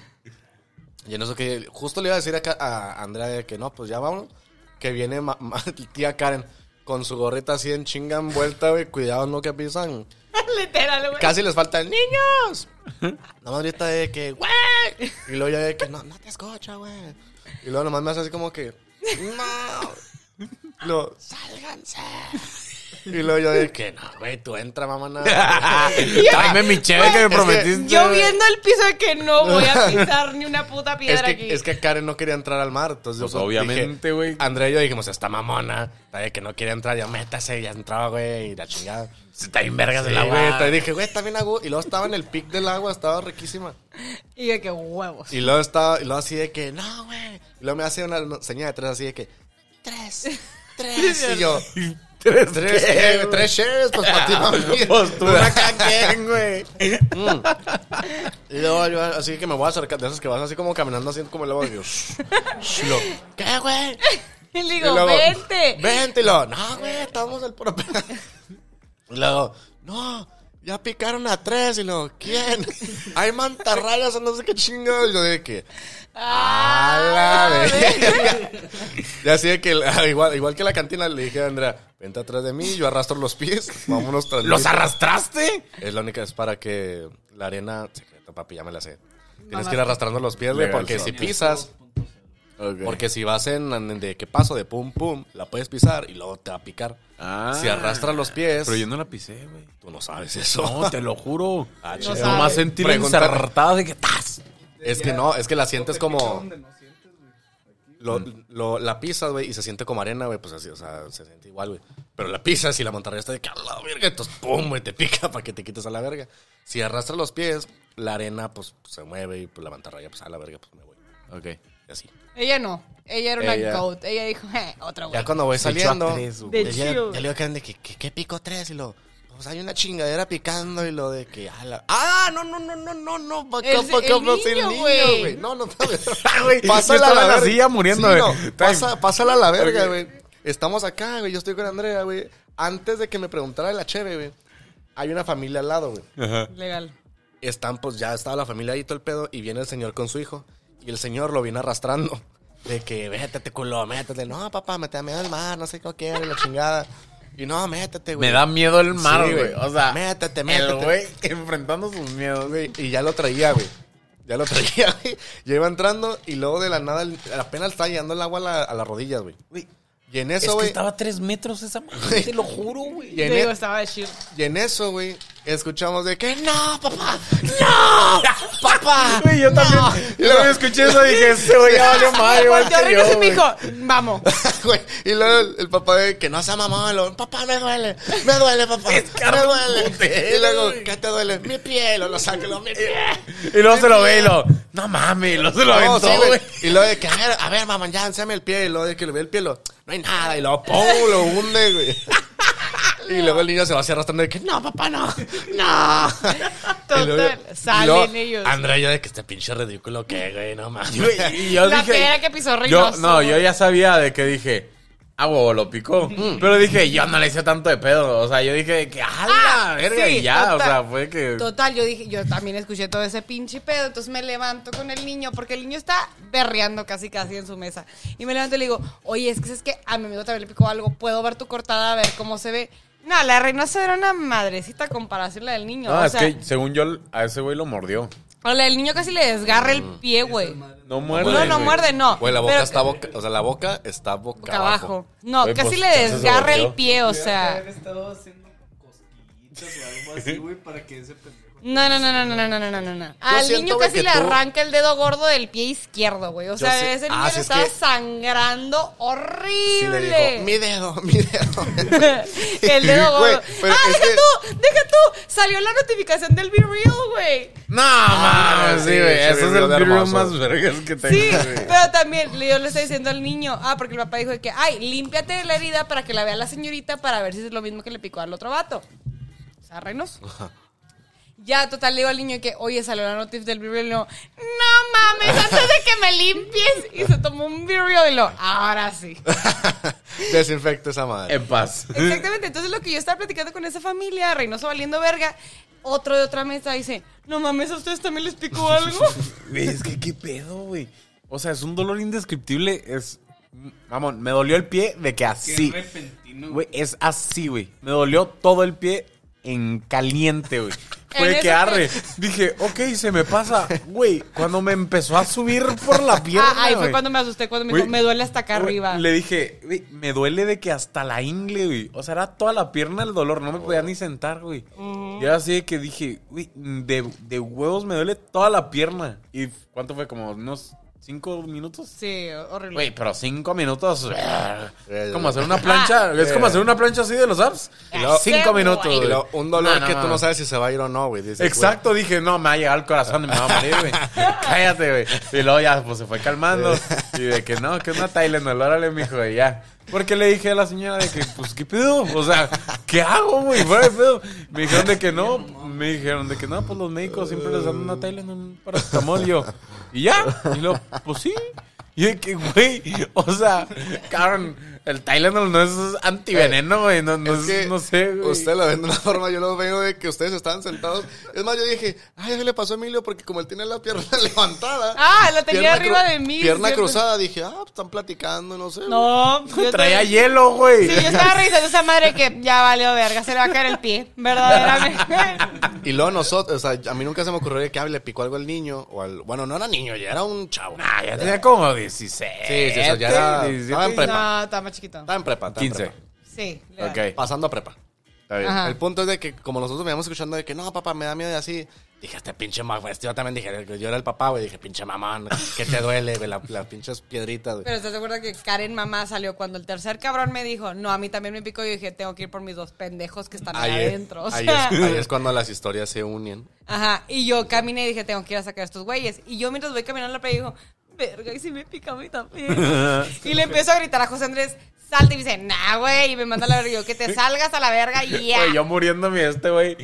[SPEAKER 1] Y en eso que justo le iba a decir a, Ca- a Andrea de que no, pues ya vámonos. Que viene ma- ma- tía Karen con su gorrita así en chinga envuelta, güey. Cuidado, no que pisan.
[SPEAKER 3] Literal, güey.
[SPEAKER 1] Casi les faltan niños. Nomás ahorita de que, güey. Y luego ya de que, no, no te escucho, güey. Y luego nomás me hace así como que, no. Y luego, sálganse. Y luego yo de que, no, güey, tú entra, mamá.
[SPEAKER 2] Tráeme mi cheve que
[SPEAKER 1] Es
[SPEAKER 2] me
[SPEAKER 1] que-
[SPEAKER 2] prometiste.
[SPEAKER 3] Yo viendo el piso de que no voy a pisar ni una puta
[SPEAKER 1] Es
[SPEAKER 3] piedra aquí.
[SPEAKER 1] que, es que Karen no quería entrar al mar, entonces
[SPEAKER 2] Pues
[SPEAKER 1] yo
[SPEAKER 2] obviamente, güey.
[SPEAKER 1] Andrea y yo dijimos, está mamona, está de que no quiere entrar, ya métase, ya entraba, güey, y la chingada.
[SPEAKER 2] Se está bien vergas
[SPEAKER 1] Sí,
[SPEAKER 2] el agua.
[SPEAKER 1] güey, entonces dije, güey, está bien agu-". Y luego estaba en el pic del agua, estaba riquísima.
[SPEAKER 3] Y de que huevos.
[SPEAKER 1] Y luego estaba, y luego así de que, no, güey. Y luego me hace una una señal de tres así de que, tres, tres. y yo,
[SPEAKER 2] Tres,
[SPEAKER 1] tres, ¿qué, güey? tres shares, pues para ti, mami.
[SPEAKER 2] Pues tú la caquen, güey.
[SPEAKER 1] Y luego yo Mm. así que me voy a acercar, de esas que vas así como caminando así como el agua. Y yo, shh, shh, y luego, ¿qué, güey?
[SPEAKER 3] Y le
[SPEAKER 1] Y
[SPEAKER 3] digo,
[SPEAKER 1] luego,
[SPEAKER 3] vente.
[SPEAKER 1] Vente, y luego, no, güey, estamos al puro pedo". Y luego, no. Ya picaron a tres y luego, ¿quién? Hay mantarrayas o no sé qué chingados. Y yo de que.
[SPEAKER 3] Ah,
[SPEAKER 1] ¡A la verga! Ya así de que, ah, igual, igual que la cantina, le dije a Andrea, vente atrás de mí, yo arrastro los pies, vámonos tras mí".
[SPEAKER 2] ¿Los arrastraste?
[SPEAKER 1] Es la única, es para que la arena. Secreto, papi, ya me la sé. Tienes que ir arrastrando los pies, güey,
[SPEAKER 2] Legal,
[SPEAKER 1] porque si
[SPEAKER 2] Sonia.
[SPEAKER 1] pisas. Porque si vas en, en de qué paso, de pum pum, la puedes pisar y luego te va a picar.
[SPEAKER 2] Ah.
[SPEAKER 1] si arrastras los pies,
[SPEAKER 2] Pero yo no la pisé, güey.
[SPEAKER 1] tú no sabes eso.
[SPEAKER 2] No, te lo juro.
[SPEAKER 1] Ah,
[SPEAKER 3] No
[SPEAKER 1] chido.
[SPEAKER 3] sabe.
[SPEAKER 2] Nomás sentí la
[SPEAKER 1] Pregúntale.
[SPEAKER 2] ensartada de que ¡tas!
[SPEAKER 1] Es que no, es que la sientes
[SPEAKER 4] Te pica
[SPEAKER 1] como.
[SPEAKER 4] donde no sientes, güey.
[SPEAKER 1] Lo, lo- la pisas, güey, y se siente como arena, güey, pues así, o sea, se siente igual, güey. Pero la pisas y la montarraya está de que a la verga, entonces pum, güey, te pica para que te quites a la verga. Si arrastras los pies, la arena, pues se mueve y pues la mantarraya, pues a la verga, pues me voy.
[SPEAKER 2] Ok.
[SPEAKER 1] Y así.
[SPEAKER 3] Ella no. Ella era una
[SPEAKER 2] Ella-
[SPEAKER 3] goat. Ella dijo, eh, otra güey.
[SPEAKER 1] Ya cuando voy saliendo,
[SPEAKER 2] a tres, güey.
[SPEAKER 3] De
[SPEAKER 1] ya, ya
[SPEAKER 3] chill.
[SPEAKER 1] le digo que eran de que, que, que pico tres y lo. Pues hay una chingadera picando y lo de que. a la- ¡Ah! No, no, no, no, no, no. pa' acá,
[SPEAKER 3] El-
[SPEAKER 1] pa' acá,
[SPEAKER 3] el
[SPEAKER 1] pa' acá,
[SPEAKER 3] niño, güey.
[SPEAKER 1] No, no, güey. Pásala
[SPEAKER 2] güey, yo
[SPEAKER 1] a
[SPEAKER 2] estaba
[SPEAKER 1] la,
[SPEAKER 2] en la
[SPEAKER 1] verga.
[SPEAKER 2] silla muriendo,
[SPEAKER 1] Sí,
[SPEAKER 2] güey.
[SPEAKER 1] no,
[SPEAKER 2] Time.
[SPEAKER 1] pasa- pásala a la verga,
[SPEAKER 2] Ok.
[SPEAKER 1] güey. Estamos acá, güey. Yo estoy con Andrea, güey. Antes de que me preguntara de la cheve, güey. Hay una familia al lado, güey
[SPEAKER 3] Legal.
[SPEAKER 1] están, pues ya estaba la familia ahí todo el pedo y viene el señor con su hijo y el señor lo viene arrastrando. De que, métete, culo, métete. No, papá, me da miedo el mar, no sé qué quiere, la chingada. Y no, métete, güey.
[SPEAKER 2] Me da miedo el mar,
[SPEAKER 1] Sí,
[SPEAKER 2] güey. O sea,
[SPEAKER 1] métete,
[SPEAKER 2] el
[SPEAKER 1] métete.
[SPEAKER 2] güey enfrentando sus miedos, güey.
[SPEAKER 1] güey. Y ya lo traía, güey. Ya lo traía, güey. Ya iba entrando y luego de la nada, el- apenas está llegando el agua a, la- a las rodillas, güey. Y en
[SPEAKER 2] Es
[SPEAKER 1] eso,
[SPEAKER 2] que
[SPEAKER 1] güey.
[SPEAKER 2] estaba a tres metros esa madre, te lo juro, güey.
[SPEAKER 1] Y en,
[SPEAKER 3] Te digo,
[SPEAKER 1] e-
[SPEAKER 3] estaba de chill.
[SPEAKER 1] y en eso, güey, escuchamos de que, no, papá, no, papá.
[SPEAKER 2] Güey, yo también. Yo también escuché eso y dije, este güey ya valió madre, igual
[SPEAKER 3] Volteó
[SPEAKER 2] que
[SPEAKER 3] Rico
[SPEAKER 2] yo,
[SPEAKER 3] y me
[SPEAKER 2] güey.
[SPEAKER 3] dijo, vamos.
[SPEAKER 1] Güey, y luego el, el papá de que no sea mamón, luego, papá me duele, me duele papá, me duele.
[SPEAKER 2] putero,
[SPEAKER 1] y luego,
[SPEAKER 2] güey. Eh,
[SPEAKER 1] ¿qué te duele? Mi piel, o lo saca, y luego, mi piel.
[SPEAKER 2] Y luego se lo ve y lo. No mames, y luego se lo
[SPEAKER 1] No, sí,
[SPEAKER 2] aventó,
[SPEAKER 1] güey.
[SPEAKER 2] güey.
[SPEAKER 1] y luego de que, a ver, a ver, mamá, ya, enséame el pie, y luego de que le ve el pie, lo, no hay nada, y luego, pum, lo hunde, güey. Y luego el niño se va así arrastrando de que, no, papá, no, no.
[SPEAKER 3] Total,
[SPEAKER 1] Y luego-
[SPEAKER 3] salen
[SPEAKER 1] y luego
[SPEAKER 3] ellos.
[SPEAKER 1] Andrea, yo de que este pinche ridículo, que, güey, no mames.
[SPEAKER 2] Güey, Y yo
[SPEAKER 3] la
[SPEAKER 2] dije.
[SPEAKER 3] piedra que pisó
[SPEAKER 2] Yo,
[SPEAKER 3] Reynoso.
[SPEAKER 2] no, yo ya sabía de que dije, ah, huevo, lo picó.
[SPEAKER 1] Mm.
[SPEAKER 2] Pero dije, yo no le hice tanto de pedo. O sea, yo dije de que, ah, la
[SPEAKER 3] Ah,
[SPEAKER 2] verga,
[SPEAKER 3] sí,
[SPEAKER 2] y ya.
[SPEAKER 3] total.
[SPEAKER 2] O sea, fue que.
[SPEAKER 3] Total, yo dije, yo también escuché todo ese pinche pedo, entonces me levanto con el niño, porque el niño está berreando casi casi en su mesa. Y me levanto y le digo, oye, es que es que a mi amigo también le picó algo, puedo ver tu cortada, a ver cómo se ve. No, la reina se era una madrecita a comparación a la del niño.
[SPEAKER 2] No,
[SPEAKER 3] o
[SPEAKER 2] es
[SPEAKER 3] sea,
[SPEAKER 2] que según yo, a ese güey lo mordió.
[SPEAKER 3] o la del niño casi le desgarra el pie, güey.
[SPEAKER 2] No Mm. muerde.
[SPEAKER 3] No, no
[SPEAKER 2] güey.
[SPEAKER 3] muerde, no.
[SPEAKER 1] Güey, la boca
[SPEAKER 3] Pero-
[SPEAKER 1] está boca, o sea, la boca está boca,
[SPEAKER 3] boca abajo. No,
[SPEAKER 2] Güey,
[SPEAKER 3] casi
[SPEAKER 2] pues,
[SPEAKER 3] le
[SPEAKER 2] ya se
[SPEAKER 3] desgarra el
[SPEAKER 2] volteó.
[SPEAKER 3] pie, o
[SPEAKER 4] Tuvieron que
[SPEAKER 3] sea.
[SPEAKER 4] haber estado haciendo cosquillitas o algo así, güey, para que ese pendejo.
[SPEAKER 3] No, no, no, no, no, no, no, no, no, no. Al
[SPEAKER 1] siento,
[SPEAKER 3] niño
[SPEAKER 1] güey,
[SPEAKER 3] casi
[SPEAKER 1] que
[SPEAKER 3] le
[SPEAKER 1] tú-
[SPEAKER 3] arranca el dedo gordo del pie izquierdo, güey. O
[SPEAKER 1] Yo
[SPEAKER 3] sea,
[SPEAKER 1] sé-
[SPEAKER 3] ese
[SPEAKER 1] Ah,
[SPEAKER 3] niño
[SPEAKER 1] sí,
[SPEAKER 3] le
[SPEAKER 1] es
[SPEAKER 3] estaba
[SPEAKER 1] que-
[SPEAKER 3] sangrando
[SPEAKER 1] Sí, le dijo, mi
[SPEAKER 3] horrible.
[SPEAKER 1] dedo, mi dedo.
[SPEAKER 3] el dedo
[SPEAKER 1] Güey,
[SPEAKER 3] gordo.
[SPEAKER 1] pero
[SPEAKER 3] ah,
[SPEAKER 1] es
[SPEAKER 3] deja
[SPEAKER 1] que-
[SPEAKER 3] tú, deja tú. Salió la notificación del Be Real, güey.
[SPEAKER 2] No mames,
[SPEAKER 1] Ah, sí,
[SPEAKER 2] Ah, sí, güey.
[SPEAKER 1] ese
[SPEAKER 2] Ese es
[SPEAKER 1] video
[SPEAKER 2] el
[SPEAKER 1] de
[SPEAKER 2] video
[SPEAKER 1] hermoso.
[SPEAKER 2] más vergas que tengo.
[SPEAKER 3] Sí,
[SPEAKER 2] güey.
[SPEAKER 3] pero también le- yo le estoy diciendo al niño, ah, porque el papá dijo de que, ay, límpiate de la herida para que la vea la señorita para ver si es lo mismo que le picó al otro vato. O sea, renos. Ya, total, le digo al niño que, oye, salió la noticia del virreo y le digo, no mames, antes de que me limpies. Y se tomó un virreo y lo, ahora sí.
[SPEAKER 1] Desinfecta esa madre.
[SPEAKER 2] En paz.
[SPEAKER 3] Exactamente, entonces lo que yo estaba platicando con esa familia, Reynoso valiendo verga, otro de otra mesa dice, no mames, ¿a ustedes también les picó algo?
[SPEAKER 2] Güey, es que qué pedo, güey. O sea, es un dolor indescriptible. Es. Vamos, me dolió el pie de que
[SPEAKER 4] Qué
[SPEAKER 2] así.
[SPEAKER 4] repentino.
[SPEAKER 2] Güey, es así, güey. Me dolió todo el pie en caliente, güey.
[SPEAKER 3] En
[SPEAKER 2] Fue
[SPEAKER 3] eso
[SPEAKER 2] que
[SPEAKER 3] te-
[SPEAKER 2] arre. Dije, ok, se me pasa. Güey, cuando me empezó a subir por la pierna.
[SPEAKER 3] Ah, ahí fue
[SPEAKER 2] güey.
[SPEAKER 3] cuando me asusté, cuando me dijo,
[SPEAKER 2] Güey,
[SPEAKER 3] me duele hasta acá
[SPEAKER 2] güey,
[SPEAKER 3] arriba.
[SPEAKER 2] Le dije, güey, me duele de que hasta la ingle, güey. O sea, era toda la pierna el dolor. No me podía ni sentar, güey. Y era así de que dije, güey, de, de huevos me duele toda la pierna. ¿Y cuánto fue? ¿Como unos cinco minutos?
[SPEAKER 3] Sí, horrible.
[SPEAKER 2] Güey, pero cinco minutos. ah,
[SPEAKER 1] Eh,
[SPEAKER 2] como hacer una plancha. Es como hacer una plancha así de los apps.
[SPEAKER 3] Ah. Y luego-
[SPEAKER 2] cinco minutos.
[SPEAKER 3] Y
[SPEAKER 1] Y
[SPEAKER 2] güey.
[SPEAKER 1] lo- un dolor
[SPEAKER 2] No,
[SPEAKER 1] que tú no
[SPEAKER 2] mames.
[SPEAKER 1] sabes si se va a ir o no, güey. Dices,
[SPEAKER 2] Exacto, dije, no, me va a llegar al corazón y me va a morir, güey. Cállate, güey. Y luego ya, pues se fue calmando. Y de que no, que es una Tylenol, órale, mijo, y ya. Porque le dije a la señora de que, pues, ¿qué pedo? O sea, ¿qué hago, güey? Fuera de pedo. Me dijeron de que no. Me dijeron de que no, pues los médicos siempre les dan una Tylenol, un paracetamol. Y yo, ¿y ya? Y luego, pues sí. Y de que, güey, o sea, cabrón, el Tylenol no es antiveneno, güey. No, no,
[SPEAKER 1] Es
[SPEAKER 2] es-
[SPEAKER 1] que
[SPEAKER 2] no sé, güey.
[SPEAKER 1] Usted la ven de una forma, yo lo veo de que ustedes estaban sentados. Es más, yo dije, ay, ¿qué le pasó a Emilio? Porque como él tiene la pierna levantada.
[SPEAKER 3] Ah, la
[SPEAKER 1] pierna
[SPEAKER 3] tenía arriba
[SPEAKER 1] cru-
[SPEAKER 3] de mí,
[SPEAKER 1] Pierna
[SPEAKER 3] ¿cierto?
[SPEAKER 1] cruzada, dije, ah, están platicando, no sé. güey.
[SPEAKER 3] No, yo
[SPEAKER 2] Traía
[SPEAKER 3] te-
[SPEAKER 2] hielo, güey.
[SPEAKER 3] Sí, yo estaba revisando esa madre que ya valió verga, se le va a caer el pie, verdaderamente.
[SPEAKER 1] Y luego nosotros, o sea, a mí nunca se me ocurrió de que ah, le picó algo al niño. o al Bueno, no era niño, ya era un chavo.
[SPEAKER 2] Ah, ya tenía como 16.
[SPEAKER 1] Sí, sí, eso ya era-
[SPEAKER 2] 17.
[SPEAKER 1] estaba en prepa.
[SPEAKER 3] No, estaba más chiquito.
[SPEAKER 1] Estaba en prepa, estaba en
[SPEAKER 2] 15.
[SPEAKER 1] prepa.
[SPEAKER 3] Sí. le da.
[SPEAKER 2] Ok,
[SPEAKER 1] Pasando a prepa.
[SPEAKER 2] está bien.
[SPEAKER 3] Ajá.
[SPEAKER 1] El punto es de que, como nosotros veníamos escuchando de que, no, papá, me da miedo y así, dije, este pinche mamá, yo también dije, yo era el papá, güey, dije, pinche mamá, que te duele, güey, la- las pinches piedritas, güey.
[SPEAKER 3] Pero ¿estás de acuerdo que Karen mamá salió cuando el tercer cabrón me dijo, no, a mí también me picó? Yo dije, tengo que ir por mis dos pendejos que están ahí
[SPEAKER 1] Ahí, es-
[SPEAKER 3] adentro. O
[SPEAKER 1] ahí
[SPEAKER 3] sea,
[SPEAKER 1] es, ahí es cuando las historias se unen.
[SPEAKER 3] Ajá, y yo caminé y dije, tengo que ir a sacar a estos güeyes. Y yo mientras voy caminando a la playa digo, verga, y si me pica a mí también. y le empiezo a gritar a José Andrés, salte. Y me dice, nah, güey. Y me manda a la verga. Y yo, que te salgas a la verga y ya.
[SPEAKER 2] Güey, yo muriéndome este, güey.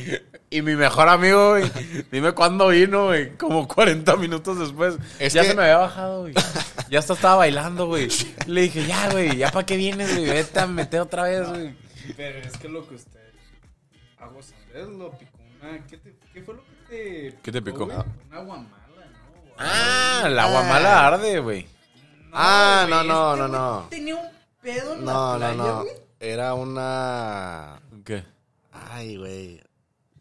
[SPEAKER 2] Y mi mejor amigo, güey. Dime cuándo vino, güey. Como 40 minutos después.
[SPEAKER 1] Es
[SPEAKER 2] ya
[SPEAKER 1] que-
[SPEAKER 2] se me había bajado, güey. Ya hasta estaba bailando, güey. Le dije, ya, güey, ya para qué vienes, güey. Vete a meter otra vez, güey.
[SPEAKER 4] Pero es que lo que usted. A vos Andrés lo picó una. ¿Qué, te- qué fue lo que te.
[SPEAKER 2] ¿Qué te picó?
[SPEAKER 4] güey? Una guamala, ¿no?
[SPEAKER 2] Ah, la guamala arde, güey.
[SPEAKER 1] Ah, no,
[SPEAKER 4] güey,
[SPEAKER 1] no, no,
[SPEAKER 4] este güey
[SPEAKER 1] no.
[SPEAKER 4] Tenía un pedo en
[SPEAKER 1] No,
[SPEAKER 4] la
[SPEAKER 1] no,
[SPEAKER 4] playa,
[SPEAKER 1] no.
[SPEAKER 4] güey.
[SPEAKER 1] Era una.
[SPEAKER 2] ¿Qué?
[SPEAKER 1] Ay, güey.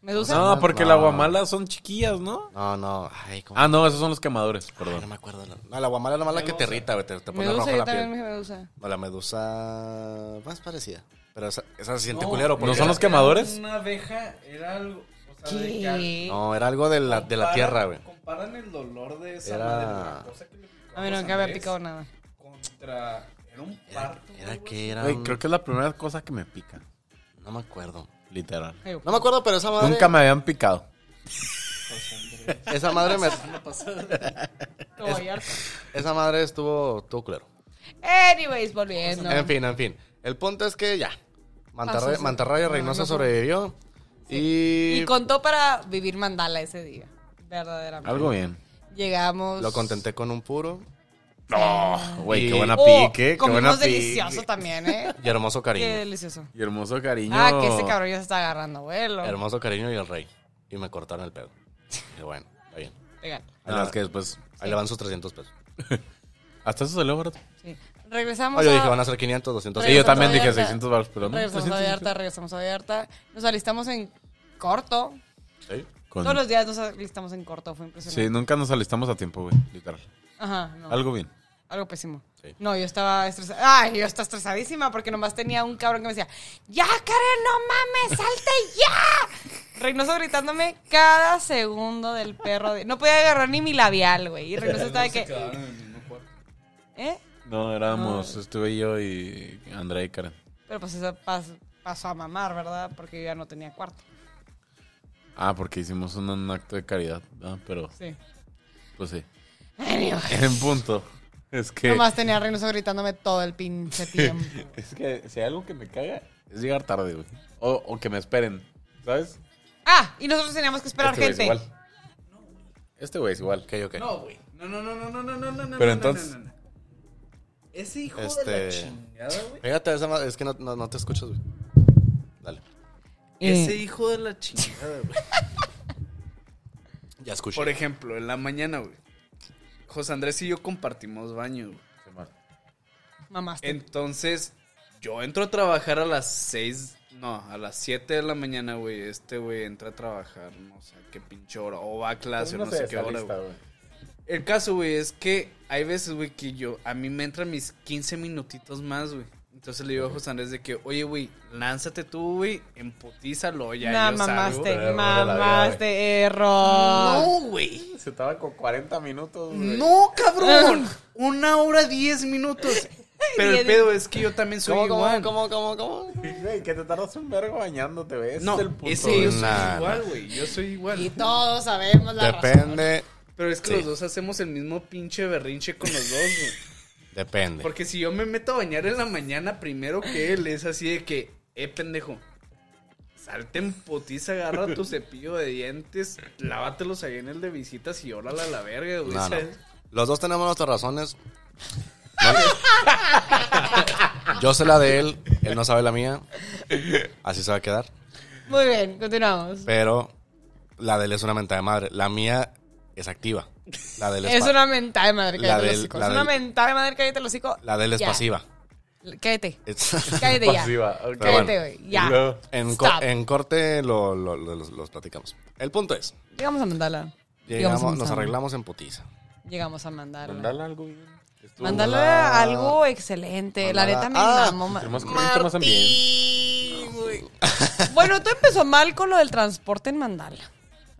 [SPEAKER 3] Medusa.
[SPEAKER 2] No, porque
[SPEAKER 1] No.
[SPEAKER 2] la guamala son chiquillas, ¿no?
[SPEAKER 1] No, no. Ay, ¿cómo?
[SPEAKER 2] Ah, no, esos son los quemadores,
[SPEAKER 1] Ay, no
[SPEAKER 2] perdón.
[SPEAKER 1] me acuerdo. la- No, la guamala es la mala que te irrita, güey. Te, te pone rojo
[SPEAKER 3] Medusa, yo
[SPEAKER 1] la
[SPEAKER 3] también me
[SPEAKER 1] piel.
[SPEAKER 3] dije medusa.
[SPEAKER 1] O la medusa. Más parecida. Pero esa, esa se siente
[SPEAKER 4] No,
[SPEAKER 1] culero. porque
[SPEAKER 2] ¿No son
[SPEAKER 1] era-
[SPEAKER 2] los quemadores?
[SPEAKER 4] Era Una abeja era algo. O sea, de que al-
[SPEAKER 3] ¿Qué?
[SPEAKER 1] No, era algo de la, de la
[SPEAKER 4] comparan-
[SPEAKER 1] tierra, güey.
[SPEAKER 4] Comparan el dolor de esa
[SPEAKER 1] Era-
[SPEAKER 4] madre, la cosa que le picó
[SPEAKER 3] A mí
[SPEAKER 4] José
[SPEAKER 3] nunca me había
[SPEAKER 4] Andrés
[SPEAKER 3] picado nada.
[SPEAKER 4] Contra. Era un
[SPEAKER 1] Era,
[SPEAKER 4] parto.
[SPEAKER 1] era que era.
[SPEAKER 2] Ah, Güey,
[SPEAKER 1] un-
[SPEAKER 2] creo que es la primera cosa que me pica.
[SPEAKER 1] No me acuerdo.
[SPEAKER 2] Literal.
[SPEAKER 3] Ay, güey.
[SPEAKER 1] No me acuerdo, pero esa madre.
[SPEAKER 2] Nunca me habían picado.
[SPEAKER 1] Esa madre me.
[SPEAKER 3] Te voy harta.
[SPEAKER 1] Esa madre estuvo, estuvo culero.
[SPEAKER 3] Anyways, volviendo.
[SPEAKER 1] En fin, en fin. El punto es que ya. Mantarra-
[SPEAKER 3] Pasó, sí.
[SPEAKER 1] Mantarraya
[SPEAKER 3] No,
[SPEAKER 1] Reynosa
[SPEAKER 3] no fue.
[SPEAKER 1] sobrevivió. Y,
[SPEAKER 3] Y contó para vivir mandala ese día. Verdaderamente.
[SPEAKER 2] Algo bien.
[SPEAKER 3] Llegamos.
[SPEAKER 1] lo contenté con un puro
[SPEAKER 2] No, güey,
[SPEAKER 1] Y-
[SPEAKER 2] qué buena
[SPEAKER 3] Oh,
[SPEAKER 2] pique, qué buena
[SPEAKER 3] comimos
[SPEAKER 2] pique.
[SPEAKER 3] delicioso también, ¿eh?
[SPEAKER 1] y hermoso
[SPEAKER 3] Qué
[SPEAKER 1] cariño.
[SPEAKER 3] delicioso.
[SPEAKER 2] Y hermoso cariño.
[SPEAKER 3] Ah, que ese cabrón ya se está agarrando, abuelo.
[SPEAKER 1] Hermoso cariño y el rey. Y me cortaron el pedo. Y bueno, está bien.
[SPEAKER 3] Venga,
[SPEAKER 2] A las Ah, que después.
[SPEAKER 1] Ahí le van sus 300 pesos.
[SPEAKER 2] Hasta eso salió barato.
[SPEAKER 3] sí. Regresamos
[SPEAKER 1] Ah, yo
[SPEAKER 3] a...
[SPEAKER 1] dije, pues van a ser 500, 200.
[SPEAKER 2] Sí, yo
[SPEAKER 3] Regresamos
[SPEAKER 2] también
[SPEAKER 3] a
[SPEAKER 2] dije
[SPEAKER 3] Vallarta.
[SPEAKER 2] 600 baros, pero no.
[SPEAKER 3] Regresamos a
[SPEAKER 2] 300.
[SPEAKER 3] Vallarta, regresamos a Vallarta. Nos alistamos en corto.
[SPEAKER 1] Sí.
[SPEAKER 2] Con-
[SPEAKER 3] Todos los días nos alistamos en corto, fue impresionante.
[SPEAKER 2] Sí, nunca nos alistamos a tiempo, güey, literal.
[SPEAKER 3] Ajá, no.
[SPEAKER 2] Algo bien.
[SPEAKER 3] Algo pésimo.
[SPEAKER 1] Sí.
[SPEAKER 3] No, yo estaba estresada. Ay, yo estaba estresadísima porque nomás tenía un cabrón que me decía, ya, Karen, no mames, salte ya. Reynoso gritándome cada segundo del perro. de- No podía agarrar ni mi labial, güey. Y Reynoso estaba de
[SPEAKER 4] Se
[SPEAKER 3] que,
[SPEAKER 4] quedaron en el mismo cuarto.
[SPEAKER 3] ¿eh?
[SPEAKER 2] No, éramos, estuve yo y Andrea y Karen.
[SPEAKER 3] Pero pues eso pas- pasó a mamar, ¿verdad? Porque yo ya no tenía cuarto.
[SPEAKER 2] Ah, porque hicimos un, un acto de caridad, ah, pero
[SPEAKER 3] Sí.
[SPEAKER 2] pues sí.
[SPEAKER 3] Anyway.
[SPEAKER 2] En punto. Es que
[SPEAKER 3] Nomás tenía a Reynoso gritándome todo el pinche tiempo.
[SPEAKER 2] es que si hay algo que me caga es llegar tarde, güey. O, o que me esperen, ¿sabes?
[SPEAKER 3] ah, y nosotros teníamos que esperar
[SPEAKER 2] Este güey es
[SPEAKER 3] gente.
[SPEAKER 2] igual. Este güey es igual.
[SPEAKER 1] Ok, ok.
[SPEAKER 4] No, güey. No, no, no, no, no, no, no, no, no.
[SPEAKER 2] Pero
[SPEAKER 4] no,
[SPEAKER 2] entonces-
[SPEAKER 4] no, no, no. Ese hijo de
[SPEAKER 1] Este-
[SPEAKER 4] la chingada, güey.
[SPEAKER 1] Fíjate, esa madre, es que no, no, no te escuchas, güey. Dale.
[SPEAKER 3] Eh,
[SPEAKER 4] Ese hijo de la chingada, güey.
[SPEAKER 1] Ya escuché.
[SPEAKER 4] Por ejemplo, en la mañana, güey. José Andrés y yo compartimos baño, güey. Este-
[SPEAKER 3] Mamaste.
[SPEAKER 4] Entonces, yo entro a trabajar a las 6, no, a las 7 de la mañana, güey. Este güey entra a trabajar, no sé a qué pinche hora, o va a
[SPEAKER 2] Pues
[SPEAKER 4] clase, no, sé qué hora, güey. El caso, güey, es que hay veces, güey, que yo, a mí me entran mis 15 minutitos más, güey. Entonces le digo a José Andrés de que, oye, güey, lánzate tú, güey, emputízalo, ya,
[SPEAKER 3] Nah,
[SPEAKER 4] yo salgo.
[SPEAKER 3] mamaste,
[SPEAKER 2] Error de la vida,
[SPEAKER 3] mamaste, error.
[SPEAKER 4] No, güey.
[SPEAKER 2] Se estaba con 40 minutos, güey.
[SPEAKER 4] No, cabrón. Una hora 10 minutos. Pero el
[SPEAKER 3] Diez
[SPEAKER 4] pedo es que yo también soy
[SPEAKER 1] ¿Cómo,
[SPEAKER 4] igual.
[SPEAKER 1] cómo, cómo, cómo, cómo?
[SPEAKER 2] Güey, que te tardas un vergo bañándote, güey. Ese
[SPEAKER 4] No,
[SPEAKER 2] es el punto.
[SPEAKER 4] es
[SPEAKER 2] güey.
[SPEAKER 4] que yo soy
[SPEAKER 1] Nah,
[SPEAKER 4] igual, güey. Yo soy
[SPEAKER 3] Y
[SPEAKER 4] igual.
[SPEAKER 3] todos sabemos la razón.
[SPEAKER 1] Depende,
[SPEAKER 4] Pero es que
[SPEAKER 1] Sí.
[SPEAKER 4] los dos hacemos el mismo pinche berrinche con los dos, güey.
[SPEAKER 1] depende.
[SPEAKER 4] Porque si yo me meto a bañar en la mañana primero que él, es así de que, eh, pendejo. Salte en potiza, agarra tu cepillo de dientes, lávatelos ahí en el de visitas y órala a la verga, güey.
[SPEAKER 1] No, no.
[SPEAKER 4] ¿sabes?
[SPEAKER 1] Los dos tenemos nuestras razones. Yo sé la de él, él no sabe la mía. Así se va a quedar.
[SPEAKER 3] Muy bien, continuamos.
[SPEAKER 1] Pero la de él es una mentada de madre. La mía es activa. La de él es,
[SPEAKER 3] Es
[SPEAKER 1] pa-
[SPEAKER 3] una mentada de madre,
[SPEAKER 1] La
[SPEAKER 3] cállate el
[SPEAKER 1] del-
[SPEAKER 3] hocico.
[SPEAKER 1] la
[SPEAKER 3] Es una
[SPEAKER 1] del-
[SPEAKER 3] mentada de madre, cállate el hocico.
[SPEAKER 1] la de él es
[SPEAKER 3] Ya.
[SPEAKER 1] pasiva.
[SPEAKER 3] Cállate.
[SPEAKER 1] Es-
[SPEAKER 3] Cállate ya.
[SPEAKER 2] Pasiva, ok.
[SPEAKER 1] Pero bueno.
[SPEAKER 3] Cállate, güey. Ya.
[SPEAKER 2] Y luego,
[SPEAKER 1] en, co-
[SPEAKER 3] Stop.
[SPEAKER 1] en corte lo- lo- lo- los, los platicamos. El punto es,
[SPEAKER 3] Llegamos a mandarla.
[SPEAKER 1] llegamos,
[SPEAKER 3] Llegamos a
[SPEAKER 1] nos
[SPEAKER 3] Manzana.
[SPEAKER 1] arreglamos en putiza.
[SPEAKER 3] Llegamos a mandarla. Mandarla,
[SPEAKER 2] Mandala algo bien. Estuvo-
[SPEAKER 3] algo excelente. La
[SPEAKER 1] Mandala-
[SPEAKER 3] neta me
[SPEAKER 1] Ah,
[SPEAKER 3] mamó. ma-
[SPEAKER 2] entre más correcto, más
[SPEAKER 3] Martín, güey. Bueno, todo empezó mal con lo del transporte en mandala.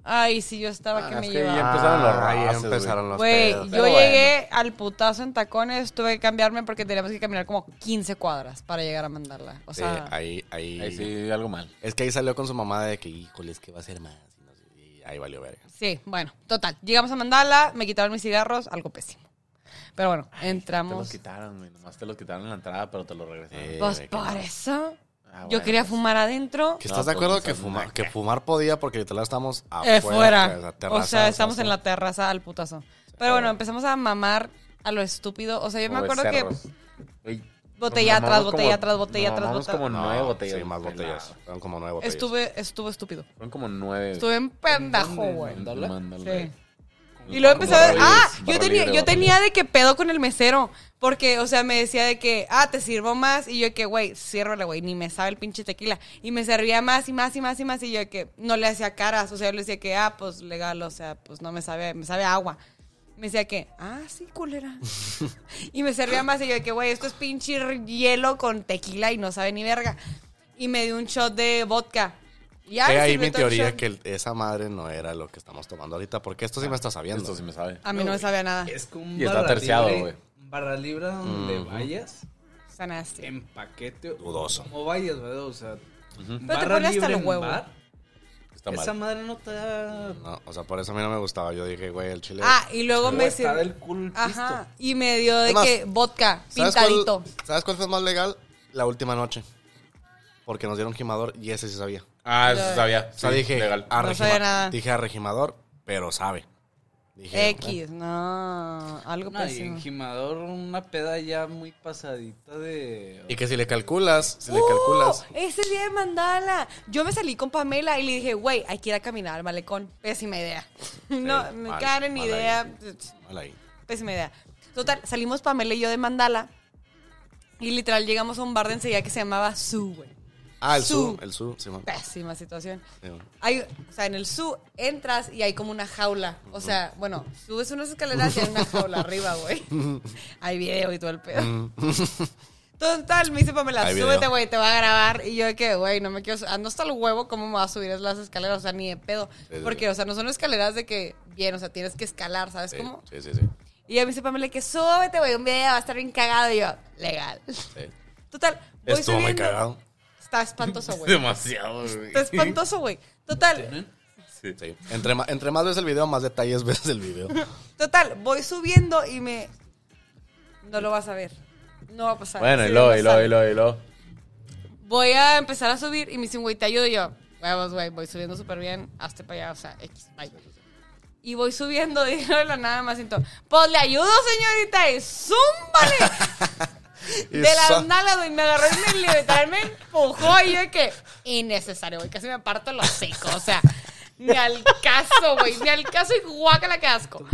[SPEAKER 3] Ay, sí, yo estaba que
[SPEAKER 2] Ah,
[SPEAKER 3] me
[SPEAKER 2] es que ya
[SPEAKER 3] llevaba.
[SPEAKER 2] empezaron los
[SPEAKER 1] Ah, ya
[SPEAKER 2] rayos.
[SPEAKER 1] empezaron los
[SPEAKER 3] Güey,
[SPEAKER 1] pedos.
[SPEAKER 3] yo
[SPEAKER 2] Pero bueno.
[SPEAKER 3] llegué al putazo en tacones, tuve que cambiarme porque teníamos que caminar como 15 cuadras para llegar a mandarla. O
[SPEAKER 1] Sí,
[SPEAKER 3] sea,
[SPEAKER 1] ahí, ahí,
[SPEAKER 2] Ahí sí, algo mal.
[SPEAKER 1] Es que ahí salió con su mamá de que, híjole, es que va a ser más. y no sé, y ahí valió verga.
[SPEAKER 3] sí, bueno, total. Llegamos a mandarla, me quitaron mis cigarros, algo pésimo. Pero bueno,
[SPEAKER 2] Te los
[SPEAKER 3] entramos.
[SPEAKER 2] quitaron, güey. Nomás te los quitaron en la entrada, pero te los regresaron.
[SPEAKER 1] Eh,
[SPEAKER 3] Pues
[SPEAKER 1] de que-
[SPEAKER 3] por eso.
[SPEAKER 2] Ah,
[SPEAKER 3] Yo
[SPEAKER 2] bueno,
[SPEAKER 3] quería
[SPEAKER 2] pues.
[SPEAKER 3] fumar adentro.
[SPEAKER 1] que
[SPEAKER 2] No,
[SPEAKER 1] ¿Estás de
[SPEAKER 2] pues,
[SPEAKER 1] acuerdo
[SPEAKER 2] no
[SPEAKER 1] que
[SPEAKER 2] seas
[SPEAKER 1] fumar,
[SPEAKER 2] naca.
[SPEAKER 1] que fumar podía porque literal estamos afuera?
[SPEAKER 3] Eh, fuera.
[SPEAKER 1] o sea,
[SPEAKER 3] o
[SPEAKER 1] terrazas,
[SPEAKER 3] sea, estamos
[SPEAKER 1] pues, o sea,
[SPEAKER 3] en la terraza al putazo. Pero bueno, empezamos a mamar a lo estúpido. O sea, yo me
[SPEAKER 2] Como
[SPEAKER 3] acuerdo
[SPEAKER 2] becerros. Güey,
[SPEAKER 3] Botella
[SPEAKER 2] nos
[SPEAKER 3] tras
[SPEAKER 2] mamamos
[SPEAKER 3] botella tras botella
[SPEAKER 2] nos
[SPEAKER 3] tras
[SPEAKER 2] mamamos
[SPEAKER 3] botella.
[SPEAKER 2] como
[SPEAKER 1] No,
[SPEAKER 2] nueve botellas.
[SPEAKER 1] Sí, más
[SPEAKER 2] güey,
[SPEAKER 1] botellas.
[SPEAKER 2] nada.
[SPEAKER 1] Fueron como nueve
[SPEAKER 3] que
[SPEAKER 1] botellas.
[SPEAKER 3] estuve, estuvo estúpido.
[SPEAKER 2] Fueron como nueve.
[SPEAKER 3] Estuve en pendejo, güey.
[SPEAKER 2] Mándala.
[SPEAKER 3] Sí.
[SPEAKER 2] Mándala.
[SPEAKER 3] Y luego empecé a...
[SPEAKER 2] Barra libre,
[SPEAKER 3] Ah,
[SPEAKER 2] barra
[SPEAKER 3] yo tenía,
[SPEAKER 2] libre,
[SPEAKER 3] yo
[SPEAKER 2] barra
[SPEAKER 3] tenía de que pedo con el mesero. Porque, o sea, me decía de que, ah, te sirvo más. Y yo que, güey, ciérrale, güey, ni me sabe el pinche tequila. Y me servía más y más y más y más. Y yo que no le hacía caras. O sea, yo le decía que, ah, pues legal, o sea, pues no me sabe, me sabe a agua. Me decía que, ah, sí, culera. y me servía más. Y yo que, güey, esto es pinche hielo con tequila y no sabe ni verga. Y me dio un shot de vodka. Y ya
[SPEAKER 1] He
[SPEAKER 3] me
[SPEAKER 1] ahí
[SPEAKER 3] sirvió
[SPEAKER 1] mi
[SPEAKER 3] todo el
[SPEAKER 1] teoría
[SPEAKER 3] shot.
[SPEAKER 1] que el- esa madre no era lo que estamos tomando ahorita, porque esto sí me está sabiendo.
[SPEAKER 2] Esto sí me sabe.
[SPEAKER 3] A mí no me sabía nada.
[SPEAKER 4] Es como un
[SPEAKER 2] Y está
[SPEAKER 4] barra
[SPEAKER 2] terciado,
[SPEAKER 4] libre-
[SPEAKER 2] güey.
[SPEAKER 4] Barra libre donde vayas,
[SPEAKER 3] Sanaste.
[SPEAKER 4] en paquete.
[SPEAKER 1] Dudoso.
[SPEAKER 4] Como vayas, ¿verdad? O sea,
[SPEAKER 3] te pone hasta los
[SPEAKER 4] en
[SPEAKER 3] huevos.
[SPEAKER 2] Está
[SPEAKER 4] esa
[SPEAKER 2] mal.
[SPEAKER 4] madre no te da...
[SPEAKER 1] No, o sea, por eso a mí no me gustaba. Yo dije, güey, el chile.
[SPEAKER 3] Ah, y luego
[SPEAKER 4] Luego
[SPEAKER 3] me
[SPEAKER 4] está
[SPEAKER 3] sirvió.
[SPEAKER 4] del culo el
[SPEAKER 3] Ajá. Y me dio de
[SPEAKER 1] Además,
[SPEAKER 3] que vodka,
[SPEAKER 1] ¿Sabes cuál-
[SPEAKER 3] pintadito.
[SPEAKER 1] ¿Sabes cuál fue más legal? La última noche. Porque nos dieron gimador y ese sí sabía.
[SPEAKER 2] Ah, eso sabía.
[SPEAKER 1] O sea, dije,
[SPEAKER 2] Legal.
[SPEAKER 1] a
[SPEAKER 3] No
[SPEAKER 1] regima-
[SPEAKER 3] sabía nada.
[SPEAKER 1] dije a regimador, pero sabe. Dije,
[SPEAKER 3] X, no. Algo
[SPEAKER 4] No, y
[SPEAKER 3] pésimo.
[SPEAKER 4] en Gimador una peda ya muy pasadita de...
[SPEAKER 1] Y que si le calculas, si le
[SPEAKER 3] ¡Uh!
[SPEAKER 1] calculas.
[SPEAKER 3] Es el día de mandala. Yo me salí con Pamela y le dije, güey, hay que ir a caminar al malecón. Pésima idea. no, me
[SPEAKER 1] mal,
[SPEAKER 3] cara ni
[SPEAKER 1] mala
[SPEAKER 3] idea.
[SPEAKER 1] Mal ahí.
[SPEAKER 3] Pésima idea. Total, salimos Pamela y yo de mandala. Y literal llegamos a un bar de enseguida que se llamaba Su, güey.
[SPEAKER 1] Ah, el
[SPEAKER 3] Su.
[SPEAKER 1] su, el su, sí, man.
[SPEAKER 3] Pésima situación.
[SPEAKER 1] Sí, man.
[SPEAKER 3] Hay, o sea, en el zoo entras y hay como una jaula. O sea, bueno, subes unas escaleras y hay una jaula arriba, güey. Hay video y todo el pedo. Total, me dice Pamela,
[SPEAKER 1] Hay video.
[SPEAKER 3] súbete, güey, te va a grabar. Y yo de que, güey, no me quiero... su- Ando hasta el huevo cómo me va a subir a las escaleras, o sea, ni de pedo.
[SPEAKER 1] sí,
[SPEAKER 3] Porque, o sea, no son escaleras de que, bien, o sea, tienes que escalar, ¿sabes
[SPEAKER 1] Sí,
[SPEAKER 3] cómo?
[SPEAKER 1] sí, sí, sí.
[SPEAKER 3] Y ella me dice Pamela que súbete, güey, un video, va a estar bien cagado. Y yo, legal.
[SPEAKER 1] sí.
[SPEAKER 3] Total, voy
[SPEAKER 1] Estuvo muy
[SPEAKER 3] subiendo.
[SPEAKER 1] cagado.
[SPEAKER 3] Está espantoso, güey.
[SPEAKER 2] Demasiado, güey.
[SPEAKER 3] Está espantoso, güey. Total,
[SPEAKER 1] Sí. Entre, ma- entre más ves el video, más detalles ves el video.
[SPEAKER 3] Total, voy subiendo y me. No lo vas a ver. No va a pasar.
[SPEAKER 2] Bueno,
[SPEAKER 3] Sí,
[SPEAKER 2] y luego,
[SPEAKER 3] no
[SPEAKER 2] y luego,
[SPEAKER 3] sale.
[SPEAKER 2] y luego, y luego.
[SPEAKER 3] Voy a empezar a subir y me dicen, güey, te ayudo. Y yo, huevos, güey, voy subiendo súper bien. Hazte para allá, o sea, X, bye. Y voy subiendo y no de la nada más siento, pues le ayudo, señorita, y zúmbale.
[SPEAKER 1] Y
[SPEAKER 3] de las
[SPEAKER 1] sa-
[SPEAKER 3] nalas, güey, me agarró y me libertad, me empujó y yo de que, innecesario, güey, casi me parto los secos, o sea, ni al caso, güey, ni al caso y guácala que asco.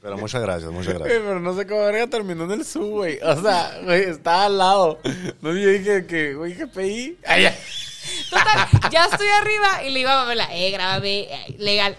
[SPEAKER 1] Pero muchas gracias, muchas
[SPEAKER 2] Güey,
[SPEAKER 1] gracias.
[SPEAKER 2] pero no sé cómo verga terminó en el sub, güey. O sea, güey, está al lado. No yo dije que, güey, GPI.
[SPEAKER 3] Ah,
[SPEAKER 2] Ay, ay.
[SPEAKER 3] Total, ya estoy arriba y le digo a Pamela, eh, grábame, eh, legal.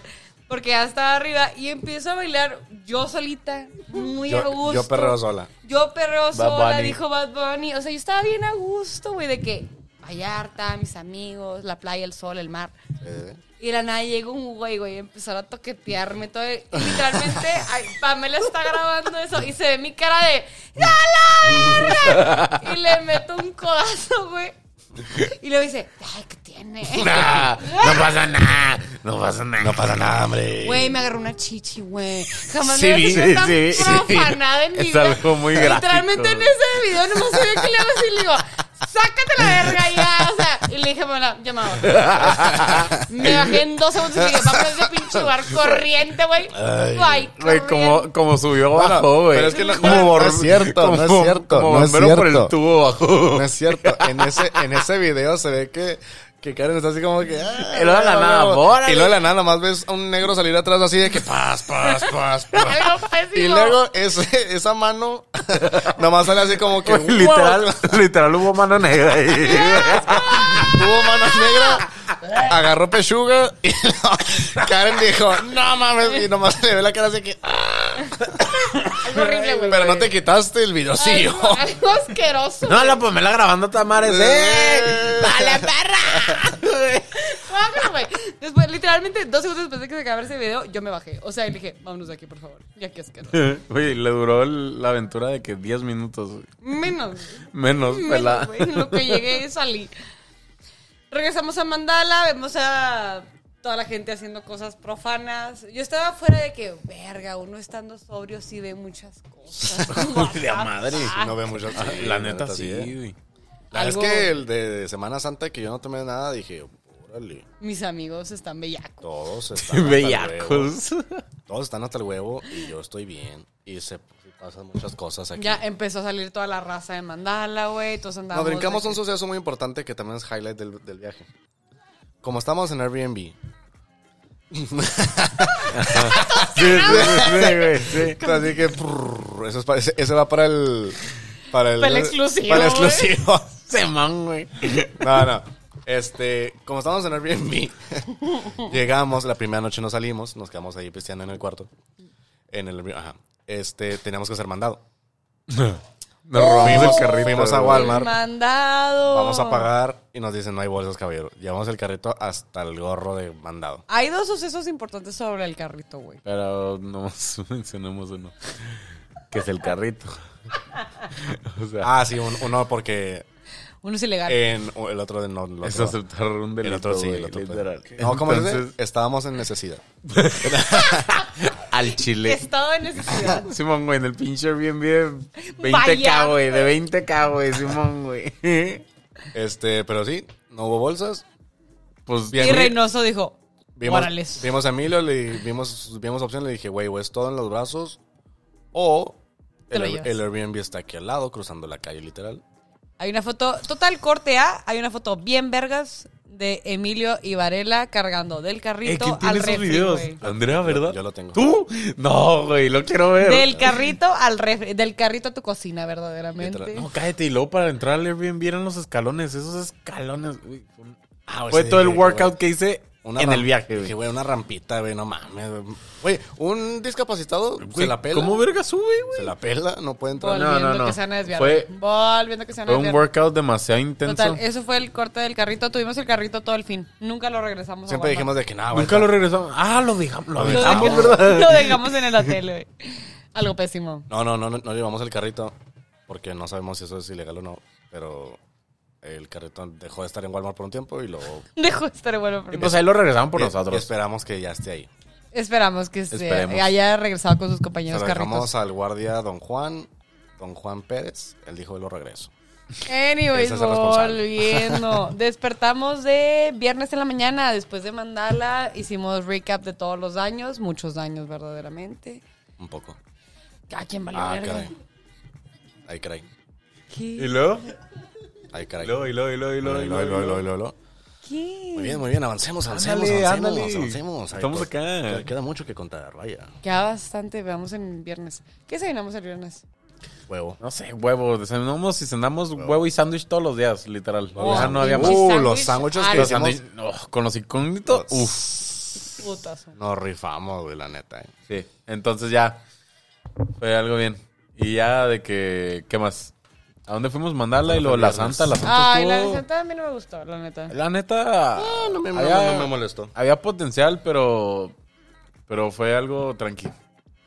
[SPEAKER 3] Porque ya estaba arriba y empiezo a bailar yo solita, muy
[SPEAKER 1] Yo-
[SPEAKER 3] a gusto.
[SPEAKER 1] yo perreo sola.
[SPEAKER 3] Yo perreo sola,
[SPEAKER 2] Bunny.
[SPEAKER 3] dijo Bad Bunny. O sea, yo estaba bien a gusto, güey, de que Vallarta, mis amigos, la playa, el sol, el mar.
[SPEAKER 1] Eh,
[SPEAKER 3] Y de la nada llegó un güey, güey, y empezaron a toquetearme todo. el- y literalmente, ay, Pamela está grabando eso y se ve mi cara de ¡Ya la verga! Y le meto un codazo, güey. Y le dice, ay, ¿qué tiene?
[SPEAKER 2] Nah, no pasa nada. No pasa nada.
[SPEAKER 1] No pasa nada, hombre.
[SPEAKER 3] Güey, me agarró una chichi, güey. Jamás
[SPEAKER 2] Sí,
[SPEAKER 3] me había
[SPEAKER 2] vi,
[SPEAKER 3] sido
[SPEAKER 2] sí,
[SPEAKER 3] tan
[SPEAKER 2] sí, vi, sí, vi.
[SPEAKER 3] profanada en mi
[SPEAKER 2] Es
[SPEAKER 3] vida.
[SPEAKER 2] algo muy gráfico,
[SPEAKER 3] Literalmente en
[SPEAKER 2] güey.
[SPEAKER 3] ese video nomás se ve que le hago así y le digo, sácate la verga ya. O sea, y le dije, me la llamaba. Me bajé en dos segundos y dije, vamos a ese pinche lugar corriente, güey.
[SPEAKER 1] Ay,
[SPEAKER 3] Ay,
[SPEAKER 2] Güey, como,
[SPEAKER 3] corriente.
[SPEAKER 2] como subió, bajó, güey.
[SPEAKER 4] pero es que no-
[SPEAKER 2] Como
[SPEAKER 1] no
[SPEAKER 2] bor-
[SPEAKER 1] es cierto, no es
[SPEAKER 2] como-
[SPEAKER 1] cierto,
[SPEAKER 2] Como
[SPEAKER 1] no es
[SPEAKER 2] bombero por el
[SPEAKER 1] cierto.
[SPEAKER 2] tubo bajó.
[SPEAKER 1] No es cierto. En ese, en ese video se ve que, que Karen está así como que. ah,
[SPEAKER 2] Y luego de la nada,
[SPEAKER 1] huevo.
[SPEAKER 2] órale.
[SPEAKER 1] Y luego de la nada, nomás ves a un negro salir atrás así de que paz, paz, paz, paz.
[SPEAKER 3] Algo pésimo.
[SPEAKER 1] Y luego ese, esa mano nomás sale así como que.
[SPEAKER 2] Güey,
[SPEAKER 1] wow.
[SPEAKER 2] literal, literal hubo mano negra ahí.
[SPEAKER 1] Tuvo manos negras, agarró pechuga y lo- Karen dijo, no mames, y nomás le ve la cara así que...
[SPEAKER 3] Algo horrible, güey.
[SPEAKER 1] Pero no te quitaste el video, sí, yo.
[SPEAKER 3] Algo, algo asqueroso.
[SPEAKER 2] No, pues la Pamela grabando Tamares. ¡Eh! ¡Vale, perra!
[SPEAKER 3] No, pero, güey, Después, literalmente, dos segundos después de que se acabara ese video, yo me bajé. O sea, y le dije, vámonos de aquí, por favor. Ya que asqueroso.
[SPEAKER 2] Güey, le duró el- la aventura de que 10 minutos. güey.
[SPEAKER 3] Menos.
[SPEAKER 1] Pues,
[SPEAKER 2] Menos, pelada.
[SPEAKER 3] menos, güey. En lo que llegué, salí. Regresamos a Mandala, vemos a toda la gente haciendo cosas profanas. Yo estaba fuera de que, verga, uno estando sobrio sí ve muchas cosas.
[SPEAKER 2] De a madre.
[SPEAKER 1] No ve mucho.
[SPEAKER 2] Ah,
[SPEAKER 1] sí,
[SPEAKER 2] la neta, sí,
[SPEAKER 1] eh.
[SPEAKER 2] güey.
[SPEAKER 1] La vez
[SPEAKER 3] Algo-
[SPEAKER 1] que el de Semana Santa que yo no tomé nada, dije, órale,
[SPEAKER 3] Mis amigos están bellacos.
[SPEAKER 1] todos están hasta el huevo.
[SPEAKER 2] Bellacos.
[SPEAKER 1] Todos están hasta el huevo y yo estoy bien. Y se pasan muchas cosas aquí.
[SPEAKER 3] Ya empezó a salir toda la raza de Mandala, güey. Todos
[SPEAKER 1] Nos
[SPEAKER 3] andábamos.
[SPEAKER 1] brincamos
[SPEAKER 3] de
[SPEAKER 1] un
[SPEAKER 3] que-
[SPEAKER 1] suceso muy importante que también es highlight del, del viaje. Como estamos en Airbnb,
[SPEAKER 2] Sí, sí, sí, güey, sí.
[SPEAKER 1] Así que prrr, eso, es pa- ese, ese va para el para el,
[SPEAKER 3] Para el exclusivo,
[SPEAKER 1] para el
[SPEAKER 3] güey.
[SPEAKER 1] exclusivo.
[SPEAKER 2] Se man, güey.
[SPEAKER 1] No, no. Este, como estábamos en Airbnb, llegamos, la primera noche no salimos, nos quedamos ahí pisteando en el cuarto. En el ajá. Este, teníamos que hacer mandado.
[SPEAKER 2] Nos robamos
[SPEAKER 1] Fuimos-
[SPEAKER 2] el carrito.
[SPEAKER 1] fuimos a
[SPEAKER 2] güey.
[SPEAKER 1] Walmart.
[SPEAKER 3] El mandado.
[SPEAKER 1] Vamos a pagar y nos dicen, "No hay bolsas, caballero." Llevamos el carrito hasta el gorro de mandado.
[SPEAKER 3] Hay dos sucesos importantes sobre el carrito, güey.
[SPEAKER 2] Pero no mencionemos uno. Que es el carrito. O sea,
[SPEAKER 1] Ah, sí, un- uno porque
[SPEAKER 3] Uno es ilegal.
[SPEAKER 1] en o el otro de no el otro-
[SPEAKER 2] es aceptar un delito,
[SPEAKER 1] el otro sí,
[SPEAKER 2] güey,
[SPEAKER 1] el otro.
[SPEAKER 2] literal.
[SPEAKER 1] No, como dice,
[SPEAKER 2] Entonces,
[SPEAKER 1] estábamos en necesidad.
[SPEAKER 2] al
[SPEAKER 1] eh,
[SPEAKER 2] chile.
[SPEAKER 3] Estado de necesidad.
[SPEAKER 2] Simón, güey, en el pinche bien bien 20k,
[SPEAKER 3] Vaya.
[SPEAKER 2] güey, de 20k, güey, Simón, güey.
[SPEAKER 1] Este, pero sí, no hubo bolsas.
[SPEAKER 2] Pues
[SPEAKER 3] Y
[SPEAKER 2] bien,
[SPEAKER 3] Reynoso dijo,
[SPEAKER 1] Vimos,
[SPEAKER 3] Órales.
[SPEAKER 1] vimos a Emilio, le vimos, vimos opciones, le dije, güey, o es todo en los brazos o
[SPEAKER 3] Te
[SPEAKER 1] el,
[SPEAKER 3] lo llevas.
[SPEAKER 1] el Airbnb está aquí al lado, cruzando la calle, literal.
[SPEAKER 3] Hay una foto, total corte A, hay una foto bien vergas de Emilio y Varela cargando del
[SPEAKER 2] Eh,
[SPEAKER 3] carrito
[SPEAKER 2] ¿Quién
[SPEAKER 3] al
[SPEAKER 2] tiene esos
[SPEAKER 3] refri,
[SPEAKER 2] videos?
[SPEAKER 3] güey.
[SPEAKER 2] Andrea, ¿verdad?
[SPEAKER 1] yo lo tengo.
[SPEAKER 2] ¿Tú? No, güey, lo quiero ver.
[SPEAKER 3] Del carrito al refri, del carrito a tu cocina, verdaderamente.
[SPEAKER 1] Literal.
[SPEAKER 2] No, cállate. Y luego para entrar al Airbnb eran los escalones. Esos escalones. Uy, fue un-
[SPEAKER 1] Ah,
[SPEAKER 2] fue
[SPEAKER 1] ese
[SPEAKER 2] todo el
[SPEAKER 1] dije,
[SPEAKER 2] workout
[SPEAKER 1] güey,
[SPEAKER 2] que hice
[SPEAKER 1] una
[SPEAKER 2] en
[SPEAKER 1] ram-
[SPEAKER 2] el viaje.
[SPEAKER 1] Dije,
[SPEAKER 2] güey.
[SPEAKER 1] güey, una rampita, güey, no mames. güey. Güey, un discapacitado se la pela.
[SPEAKER 2] ¿Cómo verga sube, güey?
[SPEAKER 1] Se la pela, no puede entrar.
[SPEAKER 3] Volviendo
[SPEAKER 2] No, no, no.
[SPEAKER 3] que se van a desviar.
[SPEAKER 2] Fue-
[SPEAKER 3] Volviendo que se van a
[SPEAKER 2] Fue un
[SPEAKER 3] desviar.
[SPEAKER 2] workout demasiado intenso.
[SPEAKER 3] Total, eso fue el corte del carrito. Tuvimos el carrito todo el fin. Nunca lo regresamos. a
[SPEAKER 1] Siempre
[SPEAKER 3] guardar.
[SPEAKER 1] dijimos de que nada, güey.
[SPEAKER 2] Nunca lo regresamos. Ah, lo dejamos.
[SPEAKER 1] Lo
[SPEAKER 2] Lo
[SPEAKER 3] Lo
[SPEAKER 2] dejamos,
[SPEAKER 3] dejamos-
[SPEAKER 2] ¿verdad?
[SPEAKER 3] Lo dejamos en el hotel, güey. Algo pésimo.
[SPEAKER 1] No, no, no, no, no llevamos el carrito porque no sabemos si eso es ilegal o no, pero el carrito dejó de estar en Walmart por un tiempo y luego...
[SPEAKER 3] Dejó de estar bueno.
[SPEAKER 2] Y pues ahí lo regresaron por
[SPEAKER 1] y- y
[SPEAKER 2] nosotros.
[SPEAKER 1] esperamos que ya esté ahí.
[SPEAKER 3] Esperamos que se
[SPEAKER 2] Esperemos.
[SPEAKER 3] haya regresado con sus
[SPEAKER 1] Se
[SPEAKER 3] compañeros
[SPEAKER 1] lo dejamos
[SPEAKER 3] carritos.
[SPEAKER 1] al guardia don Juan, don Juan Pérez. Él dijo, lo regreso.
[SPEAKER 3] Anyways,
[SPEAKER 1] Ese es el responsable.
[SPEAKER 3] volviendo. Despertamos de viernes en la mañana después de mandarla. Hicimos recap de todos los daños, muchos daños verdaderamente.
[SPEAKER 1] Un poco.
[SPEAKER 3] ¿A quién valió
[SPEAKER 1] Ah,
[SPEAKER 3] verga?
[SPEAKER 1] caray. Ay, caray.
[SPEAKER 2] ¿Y
[SPEAKER 3] ¿Qué?
[SPEAKER 2] luego?
[SPEAKER 1] Ay,
[SPEAKER 2] Y
[SPEAKER 1] caray.
[SPEAKER 2] luego, y luego, y luego, y luego,
[SPEAKER 1] Lo,
[SPEAKER 2] y
[SPEAKER 1] lo, lo, lo,
[SPEAKER 2] luego.
[SPEAKER 1] lo, lo.
[SPEAKER 3] ¿Qué?
[SPEAKER 1] Muy bien, muy bien. Avancemos, avancemos,
[SPEAKER 2] Ándale,
[SPEAKER 1] avancemos,
[SPEAKER 2] ándale.
[SPEAKER 1] avancemos. Ay,
[SPEAKER 2] Estamos
[SPEAKER 1] pues,
[SPEAKER 2] acá.
[SPEAKER 1] Queda mucho que contar, vaya.
[SPEAKER 3] Queda bastante. Veamos en viernes. ¿Qué desayunamos el viernes?
[SPEAKER 1] Huevo.
[SPEAKER 2] No sé, huevo. Desayunamos y cenamos huevo y sándwich todos los días, literal.
[SPEAKER 1] Oh,
[SPEAKER 2] ya no
[SPEAKER 3] y
[SPEAKER 2] había más. Ah,
[SPEAKER 3] sándwich.
[SPEAKER 1] Uh, los sándwiches
[SPEAKER 3] Ay,
[SPEAKER 1] que
[SPEAKER 2] Los
[SPEAKER 1] hicimos.
[SPEAKER 2] sándwich- oh, con los incógnitos. Uf.
[SPEAKER 3] Putazo.
[SPEAKER 1] Nos rifamos, güey, la neta. eh.
[SPEAKER 2] Sí, entonces ya fue algo bien. Y ya de que, ¿qué más? ¿A dónde fuimos? Mandarla y luego la
[SPEAKER 1] Viernes.
[SPEAKER 2] Santa, la Santa
[SPEAKER 3] Ay, la
[SPEAKER 2] estuvo-
[SPEAKER 3] receta a mí no me gustó, la neta.
[SPEAKER 2] La neta... había,
[SPEAKER 1] molestó.
[SPEAKER 2] había potencial, pero pero fue algo tranquilo.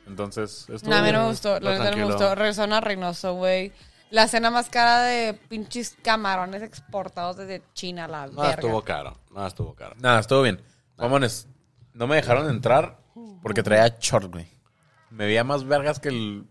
[SPEAKER 2] Entonces, estuvo
[SPEAKER 3] No, a mí no
[SPEAKER 2] bien.
[SPEAKER 3] me gustó,
[SPEAKER 1] Todo
[SPEAKER 3] la neta no me
[SPEAKER 1] tranquilo.
[SPEAKER 3] gustó. Regresaron a Reynoso, güey. La cena más cara de pinches camarones exportados desde China, la
[SPEAKER 1] No,
[SPEAKER 3] verga.
[SPEAKER 1] Ah,
[SPEAKER 3] Ah,
[SPEAKER 1] estuvo caro. No, estuvo caro.
[SPEAKER 2] Nada, estuvo bien. Vámonos. No me dejaron entrar porque traía short, güey. Me veía más vergas que el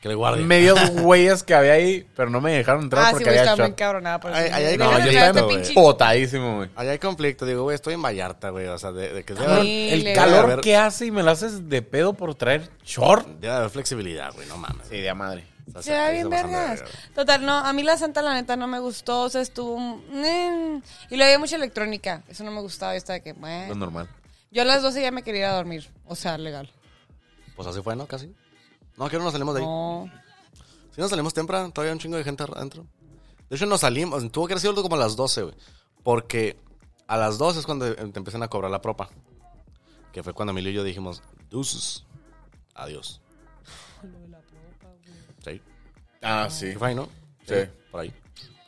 [SPEAKER 1] Que le guarde.
[SPEAKER 2] medios huellas que había ahí, pero no me dejaron entrar
[SPEAKER 3] Ah, sí,
[SPEAKER 2] porque
[SPEAKER 3] güey,
[SPEAKER 2] había
[SPEAKER 3] estaba muy
[SPEAKER 2] shot.
[SPEAKER 3] cabronada por eso.
[SPEAKER 1] Ay, ay, ay,
[SPEAKER 2] No,
[SPEAKER 1] Déjame
[SPEAKER 2] yo
[SPEAKER 1] ver
[SPEAKER 2] estaba
[SPEAKER 1] este
[SPEAKER 2] empotadísimo,
[SPEAKER 1] pinche-
[SPEAKER 2] empotadísimo, güey.
[SPEAKER 1] Allá hay conflicto. Digo, güey, estoy en Vallarta, güey. O sea, de, de que debe,
[SPEAKER 3] Cabrón,
[SPEAKER 1] haber-
[SPEAKER 3] el
[SPEAKER 2] El
[SPEAKER 1] A
[SPEAKER 2] calor
[SPEAKER 1] ver.
[SPEAKER 2] que hace y me la haces de pedo por traer short.
[SPEAKER 1] debe haber flexibilidad, güey. No mames.
[SPEAKER 2] Sí, de a madre.
[SPEAKER 1] O sea,
[SPEAKER 3] Se da
[SPEAKER 1] ahí
[SPEAKER 3] bien
[SPEAKER 1] está pasando de
[SPEAKER 3] vergas.
[SPEAKER 1] verga.
[SPEAKER 3] Total, no, a mí la Santa la neta no me gustó, o sea, estuvo... mm, y lo había mucha electrónica, eso no me gustaba, yo estaba de que,
[SPEAKER 2] Lo
[SPEAKER 3] bueno.
[SPEAKER 2] normal.
[SPEAKER 3] Yo a las 12 ya me quería ir a dormir, o sea, legal.
[SPEAKER 1] Pues así fue, ¿no? Casi. No, que no nos salimos de ahí.
[SPEAKER 3] No.
[SPEAKER 1] Si nos salimos temprano, todavía hay un chingo de gente adentro. De hecho, nos salimos. Tuvo que haber sido algo como a las 12, güey. Porque a las 12 es cuando te empiezan a cobrar la propa. Que fue cuando Emilio y yo dijimos, deuces, adiós. Sí.
[SPEAKER 2] Ah, sí.
[SPEAKER 1] ¿Qué fue ahí, no?
[SPEAKER 2] Sí.
[SPEAKER 1] Por ahí.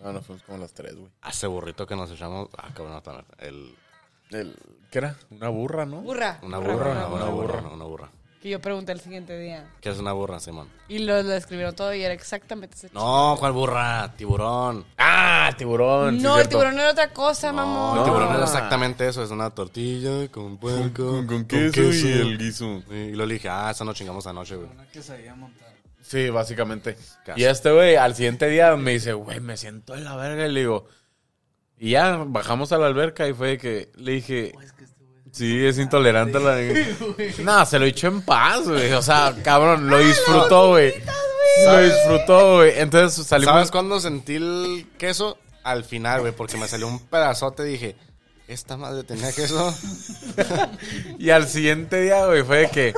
[SPEAKER 2] No, Ah, nos fuimos como las tres, güey.
[SPEAKER 1] Hace burrito que nos echamos. Ah, cabrón, hasta la- el,
[SPEAKER 2] El- ¿Qué era? Una burra, ¿no?
[SPEAKER 3] Burra.
[SPEAKER 1] una burra, una,
[SPEAKER 2] una
[SPEAKER 1] burra,
[SPEAKER 2] burra.
[SPEAKER 1] no, una burra.
[SPEAKER 3] Que yo pregunté el siguiente día.
[SPEAKER 1] ¿Qué es una burra, Simón?
[SPEAKER 3] Y lo, lo escribieron todo y era exactamente ese
[SPEAKER 1] No, ¿cuál burra? Tiburón.
[SPEAKER 2] Ah,
[SPEAKER 3] ch-
[SPEAKER 2] tiburón. sí,
[SPEAKER 3] No, el
[SPEAKER 2] cierto.
[SPEAKER 3] tiburón era otra cosa, mamón.
[SPEAKER 1] No, el tiburón es
[SPEAKER 2] no.
[SPEAKER 1] exactamente eso. Es una tortilla con
[SPEAKER 2] Con,
[SPEAKER 1] puerco.
[SPEAKER 2] con- con queso, y el guiso.
[SPEAKER 1] Sí, Y lo dije, ah, esa no chingamos anoche, güey.
[SPEAKER 4] Una que sabía montar.
[SPEAKER 2] Sí, básicamente.
[SPEAKER 1] Casi.
[SPEAKER 2] Y este güey, al siguiente día me dice, güey, me siento de la verga. Y le digo, y ya bajamos a la alberca y fue de que le dije,
[SPEAKER 3] Oh, este
[SPEAKER 2] sí, es intolerante a la. no, se lo echó en paz, güey. O sea, cabrón, lo disfrutó, güey. Lo disfrutó, güey. Entonces
[SPEAKER 1] ¿Sabes
[SPEAKER 2] salimos.
[SPEAKER 1] cuándo sentí el queso? Al final, güey, porque me salió un pedazote y dije, esta madre tenía queso.
[SPEAKER 2] Y al siguiente día, güey, fue de que,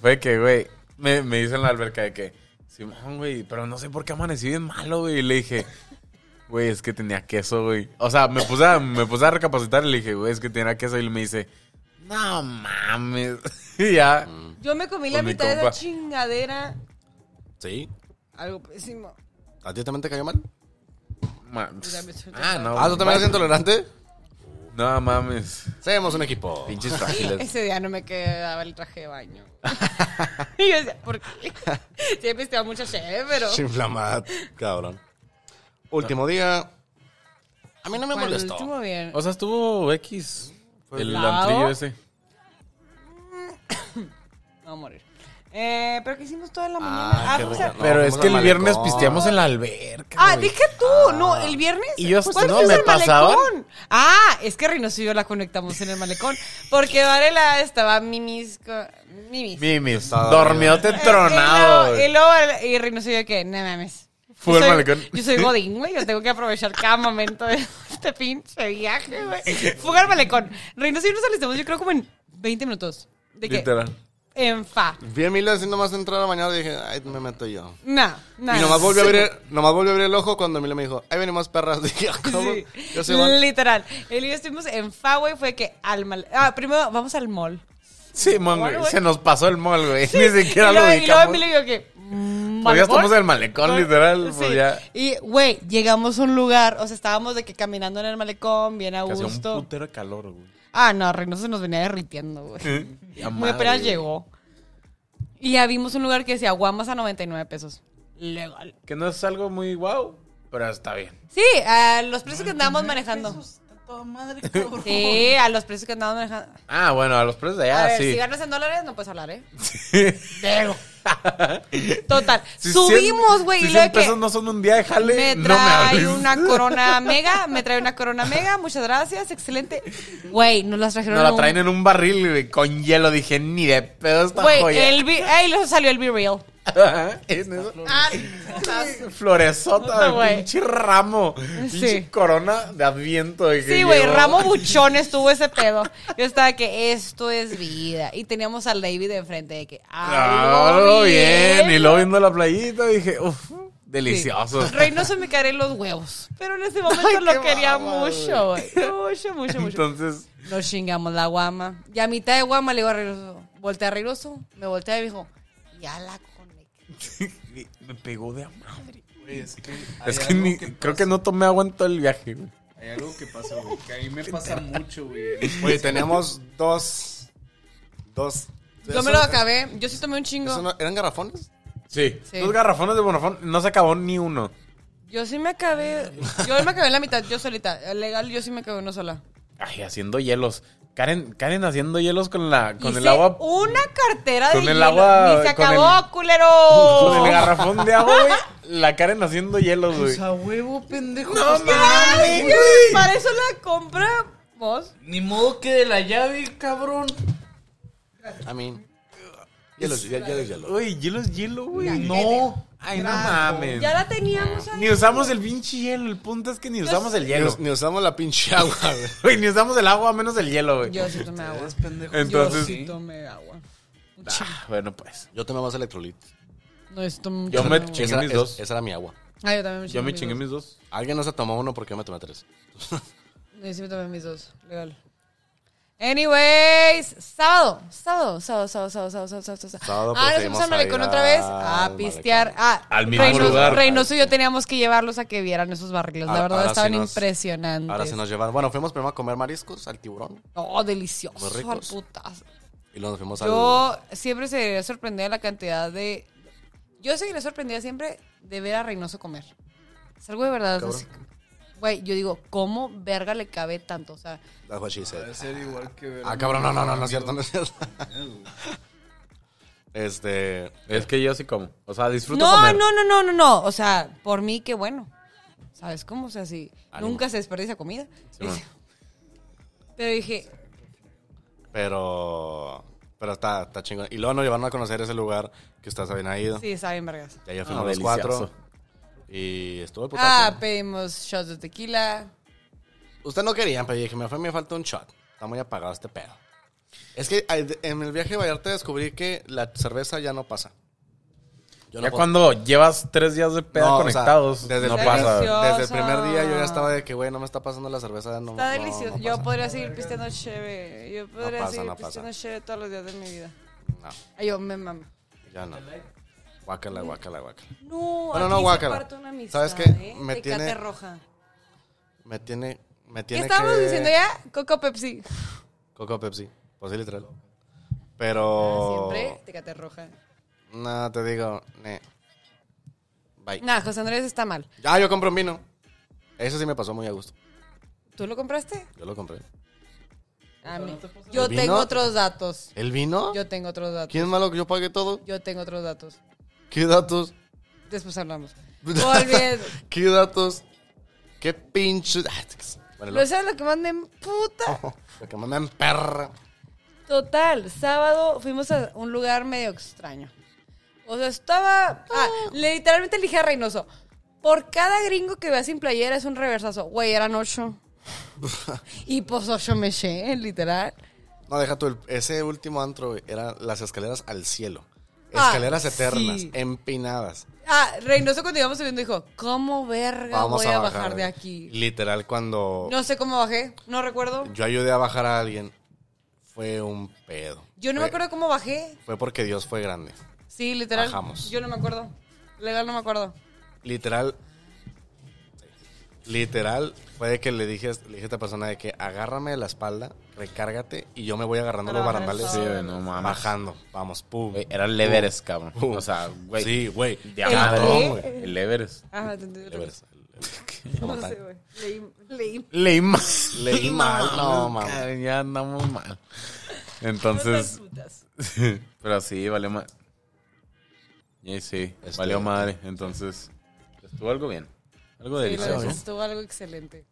[SPEAKER 2] fue de que, güey, me, me dice en la alberca de que, Simón, güey, pero no sé por qué amanecí bien malo, güey. Y le dije, güey, es que tenía queso, güey. O sea, me puse a, me puse a recapacitar y le dije, güey, es que tenía queso. Y él me dice, no mames. Y ya,
[SPEAKER 3] Yo me comí la
[SPEAKER 2] Con mi
[SPEAKER 3] mitad de esa
[SPEAKER 2] compa.
[SPEAKER 3] chingadera.
[SPEAKER 1] Sí.
[SPEAKER 3] Algo pésimo.
[SPEAKER 1] ¿A ti también te cayó mal?
[SPEAKER 2] ma-
[SPEAKER 3] Pues, Ya me siento
[SPEAKER 2] ah, no.
[SPEAKER 1] Ah, ¿tú también eres intolerante?
[SPEAKER 2] No mames.
[SPEAKER 1] Seamos un equipo.
[SPEAKER 2] Pinches frágiles.
[SPEAKER 3] Ese día no me quedaba el traje de baño. y yo decía, ¿por qué? Siempre estaba mucha cheve, ¿eh? pero...
[SPEAKER 1] Inflamada, cabrón. Último día. A mí no me
[SPEAKER 3] Bueno,
[SPEAKER 1] molestó.
[SPEAKER 3] estuvo bien.
[SPEAKER 2] O sea, estuvo X. El
[SPEAKER 3] Lado.
[SPEAKER 2] antrillo ese.
[SPEAKER 3] No a morir. Eh, pero que hicimos toda la mañana.
[SPEAKER 1] Ah,
[SPEAKER 3] Ah,
[SPEAKER 1] qué
[SPEAKER 3] o sea,
[SPEAKER 1] rico. No,
[SPEAKER 2] Pero es
[SPEAKER 1] vamos
[SPEAKER 2] que
[SPEAKER 1] al
[SPEAKER 2] el viernes
[SPEAKER 1] malecón.
[SPEAKER 2] pisteamos en la alberca.
[SPEAKER 3] Ah,
[SPEAKER 2] güey.
[SPEAKER 3] dije tú, no, el viernes.
[SPEAKER 2] Ah. Y yo
[SPEAKER 3] ¿Cuál
[SPEAKER 2] hasta- no,
[SPEAKER 3] fuiste
[SPEAKER 2] me
[SPEAKER 3] al malecón?
[SPEAKER 2] pasaban.
[SPEAKER 3] Ah, es que Rinos y yo la conectamos en el malecón. Porque Varela estaba mimis. co- Mimis.
[SPEAKER 2] Mimis,
[SPEAKER 1] Estaba
[SPEAKER 2] dormidote tronado.
[SPEAKER 3] Y luego, y luego- y Rinos y yo que, no mames.
[SPEAKER 2] Fue
[SPEAKER 3] Yo
[SPEAKER 2] al
[SPEAKER 3] soy-
[SPEAKER 2] malecón.
[SPEAKER 3] Yo soy Godín, güey. Yo tengo que aprovechar cada momento de este pinche viaje, güey. Fuga al malecón. Rinos y yo nos alistamos, yo creo, como en 20 minutos. ¿De qué?
[SPEAKER 2] Literal.
[SPEAKER 3] En fa.
[SPEAKER 1] Vi a Emilio así nomás entrar a la mañana y dije, ay, me meto yo.
[SPEAKER 3] No, no.
[SPEAKER 1] Y nomás volvió, a abrir, nomás volvió a abrir el ojo cuando Emilio me dijo, ahí venimos perras. Dije, "Ah, ¿cómo?
[SPEAKER 3] Sí.
[SPEAKER 1] Yo soy Iván.
[SPEAKER 3] Literal. Él y yo estuvimos en Fa, güey, fue que al mal... Ah, primero vamos al mall.
[SPEAKER 2] Sí, mon,
[SPEAKER 3] Bueno,
[SPEAKER 2] güey.
[SPEAKER 3] güey.
[SPEAKER 2] Se nos pasó el mall, güey. Ni siquiera
[SPEAKER 3] y
[SPEAKER 2] lo
[SPEAKER 3] luego, y luego
[SPEAKER 2] ubicamos.
[SPEAKER 3] Emilio y yo que...
[SPEAKER 2] Pues ya
[SPEAKER 3] mm, ¿malecón?
[SPEAKER 2] estamos en el malecón, literal, pues ya.
[SPEAKER 3] Y, güey, llegamos a un lugar, o sea, estábamos de que caminando en el malecón, bien a
[SPEAKER 2] Que hacía un
[SPEAKER 3] gusto.
[SPEAKER 2] putero de calor, güey.
[SPEAKER 3] Ah, no, Reynoso nos venía derritiendo, güey.
[SPEAKER 2] Ya
[SPEAKER 3] Muy
[SPEAKER 2] madre,
[SPEAKER 3] apenas
[SPEAKER 2] güey.
[SPEAKER 3] llegó. Y ya vimos un lugar que decía Guamas a 99 pesos. Legal.
[SPEAKER 2] Que no es algo muy guau, pero está bien.
[SPEAKER 3] Sí, a los precios que andábamos manejando.
[SPEAKER 4] Pesos, está toda madre, cabrón.
[SPEAKER 3] Sí, a los precios que andábamos manejando.
[SPEAKER 2] Ah, bueno, a los precios de allá,
[SPEAKER 3] a ver,
[SPEAKER 2] sí.
[SPEAKER 3] si ganas en dólares, no puedes hablar, ¿eh?
[SPEAKER 2] Sí.
[SPEAKER 3] Pero. Total.
[SPEAKER 2] Si
[SPEAKER 3] Subimos,
[SPEAKER 2] cien-
[SPEAKER 3] güey.
[SPEAKER 2] Si
[SPEAKER 3] y
[SPEAKER 2] 100
[SPEAKER 3] luego de que
[SPEAKER 2] pesos no son un día de jale,
[SPEAKER 3] me
[SPEAKER 2] no
[SPEAKER 3] trae
[SPEAKER 2] hables.
[SPEAKER 3] una corona mega. Me trae una corona mega. Muchas gracias. Excelente. Güey, nos las trajeron.
[SPEAKER 2] Nos la
[SPEAKER 3] un-
[SPEAKER 2] traen en un barril, güey, con hielo. Dije, ni de pedo esta
[SPEAKER 3] Güey,
[SPEAKER 2] joya. ¿eh?
[SPEAKER 3] el B- ahí lo salió el B-Real.
[SPEAKER 2] En eso-
[SPEAKER 3] Ah, no más.
[SPEAKER 2] Floresota,
[SPEAKER 3] No, güey.
[SPEAKER 2] pinche ramo.
[SPEAKER 3] Sí.
[SPEAKER 2] Pinche corona de adviento. de que
[SPEAKER 3] Sí, güey,
[SPEAKER 2] llegó.
[SPEAKER 3] Ramo Buchón estuvo ese pedo. Yo estaba que esto es vida. Y teníamos al David de enfrente de que.
[SPEAKER 2] Claro, bien. Y luego viendo la playita dije, uff, delicioso.
[SPEAKER 3] Reynoso me caeré los huevos. Pero en ese momento
[SPEAKER 2] Ay,
[SPEAKER 3] lo
[SPEAKER 2] qué
[SPEAKER 3] quería
[SPEAKER 2] bárbaro,
[SPEAKER 3] mucho, güey. Mucho, mucho, mucho.
[SPEAKER 2] Entonces,
[SPEAKER 3] Nos chingamos la guama. Y a mitad de guama le digo a Reynoso, voltea a Reynoso, me voltea y me dijo, ya la conecté.
[SPEAKER 2] me pegó de a madre.
[SPEAKER 4] Güey, es que, hay
[SPEAKER 2] Es que,
[SPEAKER 4] algo
[SPEAKER 2] ni- creo que no tomé agua en todo el viaje. güey.
[SPEAKER 4] Hay algo que pasa, güey. Que a mí me pasa mucho, güey.
[SPEAKER 1] Oye, tenemos dos. Dos.
[SPEAKER 3] Yo me lo acabé, yo sí tomé un chingo.
[SPEAKER 1] ¿Eso no- ¿Eran garrafones?
[SPEAKER 2] Sí.
[SPEAKER 3] Sí.
[SPEAKER 2] Dos garrafones de Bonafón, no se acabó ni uno.
[SPEAKER 3] Yo sí me acabé, yo me acabé en la mitad, yo solita. Legal, yo sí me acabé una sola.
[SPEAKER 2] Ay, haciendo hielos. Karen, Karen haciendo hielos con la con el
[SPEAKER 3] Hice
[SPEAKER 2] agua
[SPEAKER 3] Una cartera
[SPEAKER 2] con
[SPEAKER 3] de
[SPEAKER 2] el
[SPEAKER 3] hielo.
[SPEAKER 2] agua-
[SPEAKER 3] Ni se
[SPEAKER 2] con
[SPEAKER 3] acabó,
[SPEAKER 2] el-
[SPEAKER 3] culero.
[SPEAKER 2] con el garrafón de agua, güey. La Karen haciendo hielos, güey.
[SPEAKER 4] Pues a huevo, pendejo.
[SPEAKER 2] No
[SPEAKER 4] pues,
[SPEAKER 2] mames,
[SPEAKER 3] Gracias,
[SPEAKER 2] güey.
[SPEAKER 3] Para eso la compra vos.
[SPEAKER 4] Ni modo que de la llave, cabrón.
[SPEAKER 1] I mean. Hielo, ya, ya, ya, ya.
[SPEAKER 2] Uy, hielo es hielo, güey.
[SPEAKER 4] No.
[SPEAKER 2] Ay, no mames.
[SPEAKER 3] Ya la teníamos ahí.
[SPEAKER 2] Ni usamos el pinche hielo. El punto es que ni usamos el hielo.
[SPEAKER 1] Ni usamos la pinche agua, güey.
[SPEAKER 2] Güey, ni usamos el agua menos el hielo, güey.
[SPEAKER 3] Yo sí tomé agua.
[SPEAKER 4] Es pendejo.
[SPEAKER 2] Entonces-
[SPEAKER 3] Yo sí tomé agua.
[SPEAKER 2] Ah, bueno, pues.
[SPEAKER 1] Yo tomé más electrolit.
[SPEAKER 3] No, esto mucho
[SPEAKER 2] Yo me
[SPEAKER 3] agua.
[SPEAKER 2] chingué
[SPEAKER 1] Esa,
[SPEAKER 2] mis
[SPEAKER 1] es-
[SPEAKER 2] dos.
[SPEAKER 1] esa era mi agua.
[SPEAKER 3] Ah, yo también me
[SPEAKER 2] Yo me
[SPEAKER 3] mis
[SPEAKER 2] chingué
[SPEAKER 3] dos.
[SPEAKER 2] mis dos.
[SPEAKER 1] Alguien no se tomó uno porque yo me tomé tres.
[SPEAKER 3] Yo sí me tomé mis dos. Legal. Anyways, sábado, sábado, sábado, sábado, sábado, sábado, sábado, sábado.
[SPEAKER 1] Sábado,
[SPEAKER 3] ah,
[SPEAKER 1] pues,
[SPEAKER 3] nos fuimos
[SPEAKER 1] íbamos
[SPEAKER 3] al
[SPEAKER 1] a
[SPEAKER 3] malecón
[SPEAKER 1] ir
[SPEAKER 3] otra vez
[SPEAKER 1] al
[SPEAKER 3] a pistear. Ah,
[SPEAKER 2] Al mismo
[SPEAKER 3] Reynoso-
[SPEAKER 2] lugar.
[SPEAKER 3] Reynoso y yo teníamos que llevarlos a que vieran esos barriles. La
[SPEAKER 1] Ahora-
[SPEAKER 3] verdad
[SPEAKER 1] ahora sí
[SPEAKER 3] estaban
[SPEAKER 1] nos-
[SPEAKER 3] impresionantes.
[SPEAKER 1] Ahora se nos llevaron. Bueno, fuimos primero a comer mariscos al tiburón.
[SPEAKER 3] Oh, delicioso.
[SPEAKER 1] Muy ricos.
[SPEAKER 3] al putazo.
[SPEAKER 1] Y luego nos fuimos al.
[SPEAKER 3] Yo siempre seguiré sorprendida de la cantidad de. Yo seguiré sorprendida siempre de ver a Reynoso comer. Es algo de verdad.
[SPEAKER 1] Cabrón.
[SPEAKER 3] así- Güey, yo digo, ¿cómo verga le cabe tanto? O sea,
[SPEAKER 1] That's what she said.
[SPEAKER 2] Ah,
[SPEAKER 4] Debe ser igual que ver.
[SPEAKER 1] Ah, cabrón, no, no, no, no es cierto, no es cierto. Este.
[SPEAKER 2] Es que yo sí como. O sea, disfruto
[SPEAKER 3] no,
[SPEAKER 2] comer.
[SPEAKER 3] no, no, no, no, no. O sea, por mí, qué bueno. ¿Sabes cómo? O sea, si nunca se desperdicia comida.
[SPEAKER 2] man.
[SPEAKER 3] Pero dije,
[SPEAKER 1] Pero. Pero está, está chingón. Y luego nos llevaron a conocer ese lugar que ustedes habían ido.
[SPEAKER 3] sí, está bien, vergas.
[SPEAKER 1] Ya ya
[SPEAKER 2] Ah,
[SPEAKER 1] fuimos los
[SPEAKER 2] delicioso.
[SPEAKER 1] cuatro. Y estuvo el putazo.
[SPEAKER 3] Ah, pedimos shots de tequila.
[SPEAKER 1] Usted no querían, pero dije, me fue, me falta un shot. Está muy apagado este pedo. Es que ay, de- en el viaje de Vallarta descubrí que la cerveza ya no pasa. Yo no
[SPEAKER 2] Ya
[SPEAKER 1] puedo-
[SPEAKER 2] cuando llevas tres días de peda
[SPEAKER 1] No, o sea,
[SPEAKER 2] conectados,
[SPEAKER 1] desde
[SPEAKER 2] no
[SPEAKER 1] el
[SPEAKER 2] pasa.
[SPEAKER 3] Delicioso.
[SPEAKER 1] Desde el primer día yo ya estaba de que, güey, no me está pasando la cerveza. No,
[SPEAKER 3] Está
[SPEAKER 1] no, no
[SPEAKER 3] delicioso.
[SPEAKER 1] pasa.
[SPEAKER 3] yo podría seguir pisteando cheve. Yo podría
[SPEAKER 1] pasa,
[SPEAKER 3] seguir
[SPEAKER 1] no pasa.
[SPEAKER 3] pisteando cheve todos los días de mi vida.
[SPEAKER 1] No,
[SPEAKER 3] Ay, yo me mamo.
[SPEAKER 1] ya no. Guácala, guácala, guácala.
[SPEAKER 3] No,
[SPEAKER 1] Bueno,
[SPEAKER 3] aquí
[SPEAKER 1] no,
[SPEAKER 3] se
[SPEAKER 1] guácala.
[SPEAKER 3] parte una amistad,
[SPEAKER 1] ¿Sabes qué?
[SPEAKER 3] ¿eh?
[SPEAKER 1] Me
[SPEAKER 3] Tecate
[SPEAKER 1] tiene-
[SPEAKER 3] roja.
[SPEAKER 1] Me tiene, me
[SPEAKER 3] ¿Qué
[SPEAKER 1] tiene
[SPEAKER 3] estábamos
[SPEAKER 1] que-
[SPEAKER 3] diciendo ya? Coco Pepsi.
[SPEAKER 1] Coco Pepsi. Pues sí, literal. Pero...
[SPEAKER 3] Ah, Siempre tecate roja.
[SPEAKER 1] No, te digo, ne. Bye.
[SPEAKER 3] Nah, José Andrés está mal.
[SPEAKER 1] Ya, yo compro un vino. Eso sí me pasó muy a gusto.
[SPEAKER 3] ¿Tú lo compraste?
[SPEAKER 1] Yo lo compré.
[SPEAKER 3] A mí. Yo
[SPEAKER 1] ¿El vino?
[SPEAKER 3] tengo otros datos.
[SPEAKER 1] ¿El vino?
[SPEAKER 3] Yo tengo otros datos.
[SPEAKER 1] ¿Quién es malo que yo pague todo?
[SPEAKER 3] Yo tengo otros datos.
[SPEAKER 1] ¿Qué datos?
[SPEAKER 3] Después hablamos. Volviendo.
[SPEAKER 1] ¿Qué datos? ¿Qué pinche? Ah, tx. Bueno,
[SPEAKER 3] ¿Lo sabes lo que más me emputa?
[SPEAKER 1] lo, lo que me emperra.
[SPEAKER 3] Total, sábado fuimos a un lugar medio extraño. O sea, estaba... ah, le- literalmente le dije a Reynoso, por cada gringo que veas sin playera es un reversazo. Güey, eran ocho. y pues ocho me eché, literal.
[SPEAKER 1] No, deja tú. el- Ese último antro, güey, eran las escaleras al cielo.
[SPEAKER 3] Ah,
[SPEAKER 1] Escaleras eternas,
[SPEAKER 3] sí.
[SPEAKER 1] empinadas.
[SPEAKER 3] Ah, Reynoso cuando íbamos subiendo dijo, ¿cómo verga
[SPEAKER 1] Vamos
[SPEAKER 3] voy
[SPEAKER 1] a
[SPEAKER 3] a
[SPEAKER 1] bajar,
[SPEAKER 3] bajar, de
[SPEAKER 1] güey.
[SPEAKER 3] aquí?
[SPEAKER 1] Literal, cuando
[SPEAKER 3] No sé cómo bajé, no recuerdo.
[SPEAKER 1] yo ayudé a bajar a alguien, fue un pedo.
[SPEAKER 3] Yo no
[SPEAKER 1] Fue-
[SPEAKER 3] me acuerdo cómo bajé.
[SPEAKER 1] Fue porque Dios fue grande.
[SPEAKER 3] Sí, literal.
[SPEAKER 1] Bajamos.
[SPEAKER 3] Yo no me acuerdo. Legal, no me acuerdo.
[SPEAKER 1] Literal. Literal, fue de que le dije, le dije a esta persona de que agárrame de la espalda, recárgate y yo me voy agarrando
[SPEAKER 3] Para
[SPEAKER 1] los
[SPEAKER 3] bajar el
[SPEAKER 1] barandales.
[SPEAKER 3] sol. Sí,
[SPEAKER 2] güey, no mames.
[SPEAKER 1] Bajando. Vamos, pum.
[SPEAKER 2] Güey, Era el Everest, cabrón.
[SPEAKER 1] pum.
[SPEAKER 2] O sea, güey.
[SPEAKER 1] Sí, güey.
[SPEAKER 2] de
[SPEAKER 3] ¿El
[SPEAKER 2] madre,
[SPEAKER 3] qué?
[SPEAKER 2] güey. El Everest.
[SPEAKER 3] Ah, entendí. otra
[SPEAKER 1] Everest,
[SPEAKER 3] cosa. No sé, güey. Leí, leí.
[SPEAKER 2] Leí mal.
[SPEAKER 1] Leí mal, no, mames.
[SPEAKER 2] Karen, Ya andamos mal. Entonces,
[SPEAKER 3] putas.
[SPEAKER 2] pero sí, valió mal. Y sí,
[SPEAKER 1] Este-
[SPEAKER 2] valió madre. Entonces, estuvo algo bien. Algo
[SPEAKER 3] Sí, la
[SPEAKER 2] delicioso.
[SPEAKER 3] verdad, estuvo algo excelente.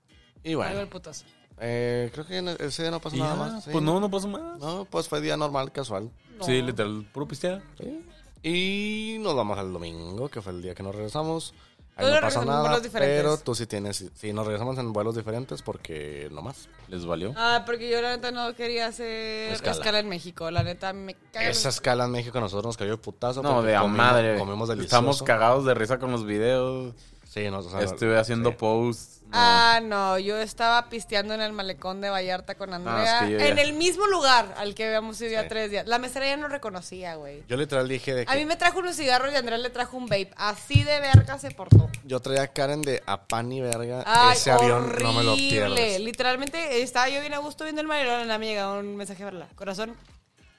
[SPEAKER 1] Y
[SPEAKER 3] Algo
[SPEAKER 1] bueno,
[SPEAKER 3] el putazo.
[SPEAKER 1] eh, creo que en ese día no pasó
[SPEAKER 2] Y
[SPEAKER 1] nada
[SPEAKER 2] ya,
[SPEAKER 1] más. sí.
[SPEAKER 2] Pues no, no pasó más.
[SPEAKER 1] No, pues fue día normal, casual.
[SPEAKER 3] No.
[SPEAKER 2] Sí, literal, puro pistear.
[SPEAKER 1] Sí. Y nos vamos al domingo, que fue el día que nos regresamos. Ahí no pasó
[SPEAKER 3] Todos nos regresamos en
[SPEAKER 1] nada,
[SPEAKER 3] vuelos diferentes.
[SPEAKER 1] pero tú sí tienes... Sí, nos regresamos en vuelos diferentes porque no más.
[SPEAKER 2] Les valió.
[SPEAKER 3] Ah, porque yo la neta no quería hacer
[SPEAKER 1] Escala.
[SPEAKER 3] escala, en México. La neta me caga.
[SPEAKER 1] Esa escala en México a nosotros nos cayó de putazo.
[SPEAKER 2] No,
[SPEAKER 1] porque
[SPEAKER 2] de a
[SPEAKER 1] comimos-
[SPEAKER 2] madre.
[SPEAKER 1] Comimos delicioso.
[SPEAKER 2] Estamos cagados de risa con los videos.
[SPEAKER 1] Sí, no, o sea,
[SPEAKER 2] Estuve haciendo posts. No.
[SPEAKER 3] Ah, no, yo estaba pisteando en el malecón de Vallarta con Andrea.
[SPEAKER 2] Ah, es que yo ya-
[SPEAKER 3] En el mismo lugar al que habíamos ido ya
[SPEAKER 1] Sí.
[SPEAKER 3] tres días. La mesera ya no reconocía, güey.
[SPEAKER 1] Yo literal dije de
[SPEAKER 3] A mí
[SPEAKER 1] que
[SPEAKER 3] me trajo unos cigarros y Andrea le trajo un vape. Así de verga se portó.
[SPEAKER 1] yo traía a Karen de a pan y verga.
[SPEAKER 3] Ay,
[SPEAKER 1] Ese avión
[SPEAKER 3] horrible.
[SPEAKER 1] no me lo pierdes.
[SPEAKER 3] Literalmente estaba yo bien a gusto viendo el mar y luego de la nada me llegaba un mensaje para la corazón.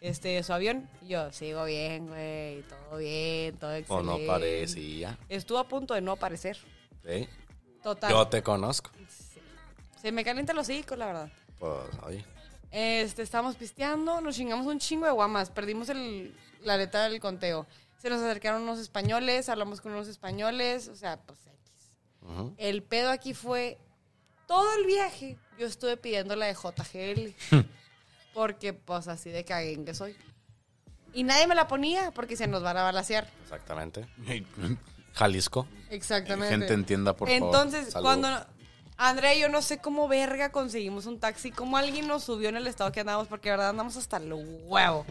[SPEAKER 3] Este, su avión. Y yo, sigo bien, güey. Todo bien, todo
[SPEAKER 1] O
[SPEAKER 3] excelente.
[SPEAKER 1] no parecía.
[SPEAKER 3] Estuvo a punto de no aparecer.
[SPEAKER 1] ¿sí?
[SPEAKER 3] Total.
[SPEAKER 1] Yo te conozco.
[SPEAKER 3] Se me calienta los hocico, la verdad.
[SPEAKER 1] Pues, oye.
[SPEAKER 3] Este, estábamos pisteando, nos chingamos un chingo de guamas, perdimos el, la letra del conteo. Se nos acercaron unos españoles, hablamos con unos españoles, o sea, pues X.
[SPEAKER 1] Ujú.
[SPEAKER 3] El pedo aquí fue todo el viaje. Yo estuve pidiendo la de JGL. porque, pues, así de caguen que soy. Y nadie me la ponía porque se nos van a balasear.
[SPEAKER 1] Exactamente. Jalisco.
[SPEAKER 3] Exactamente.
[SPEAKER 2] Gente entienda, por favor.
[SPEAKER 3] Entonces,
[SPEAKER 1] Saludos.
[SPEAKER 3] cuando Andrea y yo no sé cómo verga conseguimos un taxi, cómo alguien nos subió en el estado que andábamos, porque de verdad andamos hasta el huevo.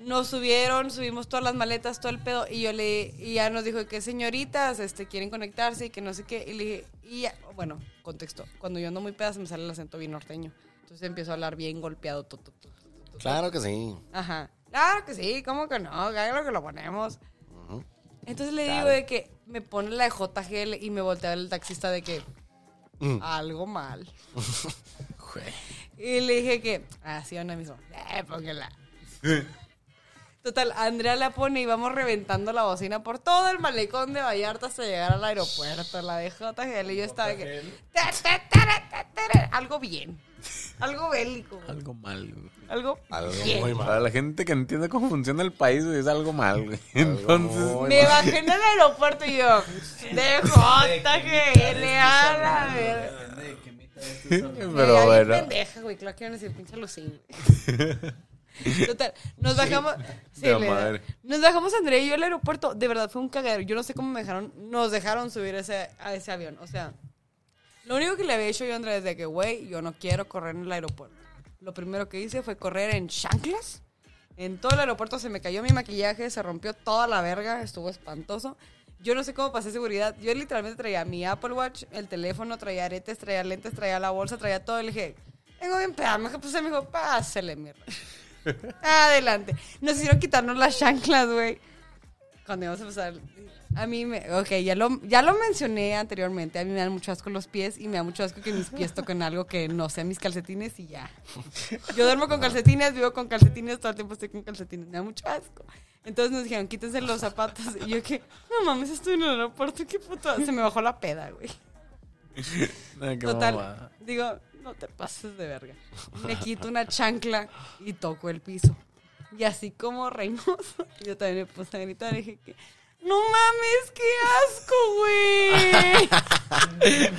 [SPEAKER 3] Nos subieron, subimos todas las maletas, todo el pedo, y yo le, y ya nos dijo que señoritas, este, quieren conectarse y que no sé qué, y le dije, y ya, bueno, contexto, cuando yo ando muy peda se me sale el acento bien norteño, entonces empiezo a hablar bien golpeado, tu, tu, tu, tu, tu, tu.
[SPEAKER 1] Claro que sí.
[SPEAKER 3] Ajá. Claro que sí, ¿cómo que no? Claro que lo ponemos. Entonces le digo
[SPEAKER 1] Claro.
[SPEAKER 3] de que me pone la de JGL y me voltea el taxista de que
[SPEAKER 1] Mm.
[SPEAKER 3] algo mal. y le dije que, así una mismo, eh, póngela. Total, Andrea la pone y vamos reventando la bocina por todo el malecón de Vallarta hasta llegar al aeropuerto. La de JGL y yo estaba de que... "Ta, ta, tara, ta, tara". Algo bien. Algo bélico. güey.
[SPEAKER 2] Algo mal, güey.
[SPEAKER 3] Algo
[SPEAKER 1] Algo
[SPEAKER 3] bien.
[SPEAKER 1] muy
[SPEAKER 2] Para
[SPEAKER 1] mal.
[SPEAKER 2] la gente que entiende cómo funciona el país, güey, es algo mal, güey. Entonces,
[SPEAKER 1] muy
[SPEAKER 3] Me bajé en el aeropuerto y yo, de Jota que le a la verga.
[SPEAKER 2] pero
[SPEAKER 3] Ay,
[SPEAKER 2] bueno.
[SPEAKER 3] pendeja, güey, claro que iban a decir pinche lucín. Total, nos bajamos. Sí,
[SPEAKER 2] De
[SPEAKER 3] le da.
[SPEAKER 2] madre.
[SPEAKER 3] Nos bajamos Andrea y yo al aeropuerto. De verdad fue un cagadero. Yo no sé cómo me dejaron, nos dejaron subir ese, a ese avión. O sea, lo único que le había hecho yo a Andrea es de que, güey, yo no quiero correr en el aeropuerto. Lo primero que hice fue correr en chanclas. En todo el aeropuerto se me cayó mi maquillaje, se rompió toda la verga, estuvo espantoso. Yo no sé cómo pasé seguridad. Yo literalmente traía mi Apple Watch, el teléfono, traía aretes, traía lentes, traía la bolsa, traía todo. Le dije, tengo bien pedo. Me puse, me dijo, pásele, mierda. Adelante. Nos hicieron quitarnos las chanclas, güey. Cuando íbamos a pasar. A mí me. Ok, ya lo, ya lo mencioné anteriormente. A mí me dan mucho asco los pies y me da mucho asco que mis pies toquen algo que no sea mis calcetines y ya. Yo duermo con calcetines, vivo con calcetines, todo el tiempo estoy con calcetines. Me da mucho asco. Entonces nos dijeron, quítense los zapatos. Y yo que, no mames, estoy en el aeropuerto, qué puto. Se me bajó la peda, güey.
[SPEAKER 2] Ay, qué
[SPEAKER 3] Total,
[SPEAKER 2] mamada.
[SPEAKER 3] digo, no te pases de verga. Me quito una chancla y toco el piso. Y así como Reynoso, yo también me puse a gritar y dije que, no mames, qué asco,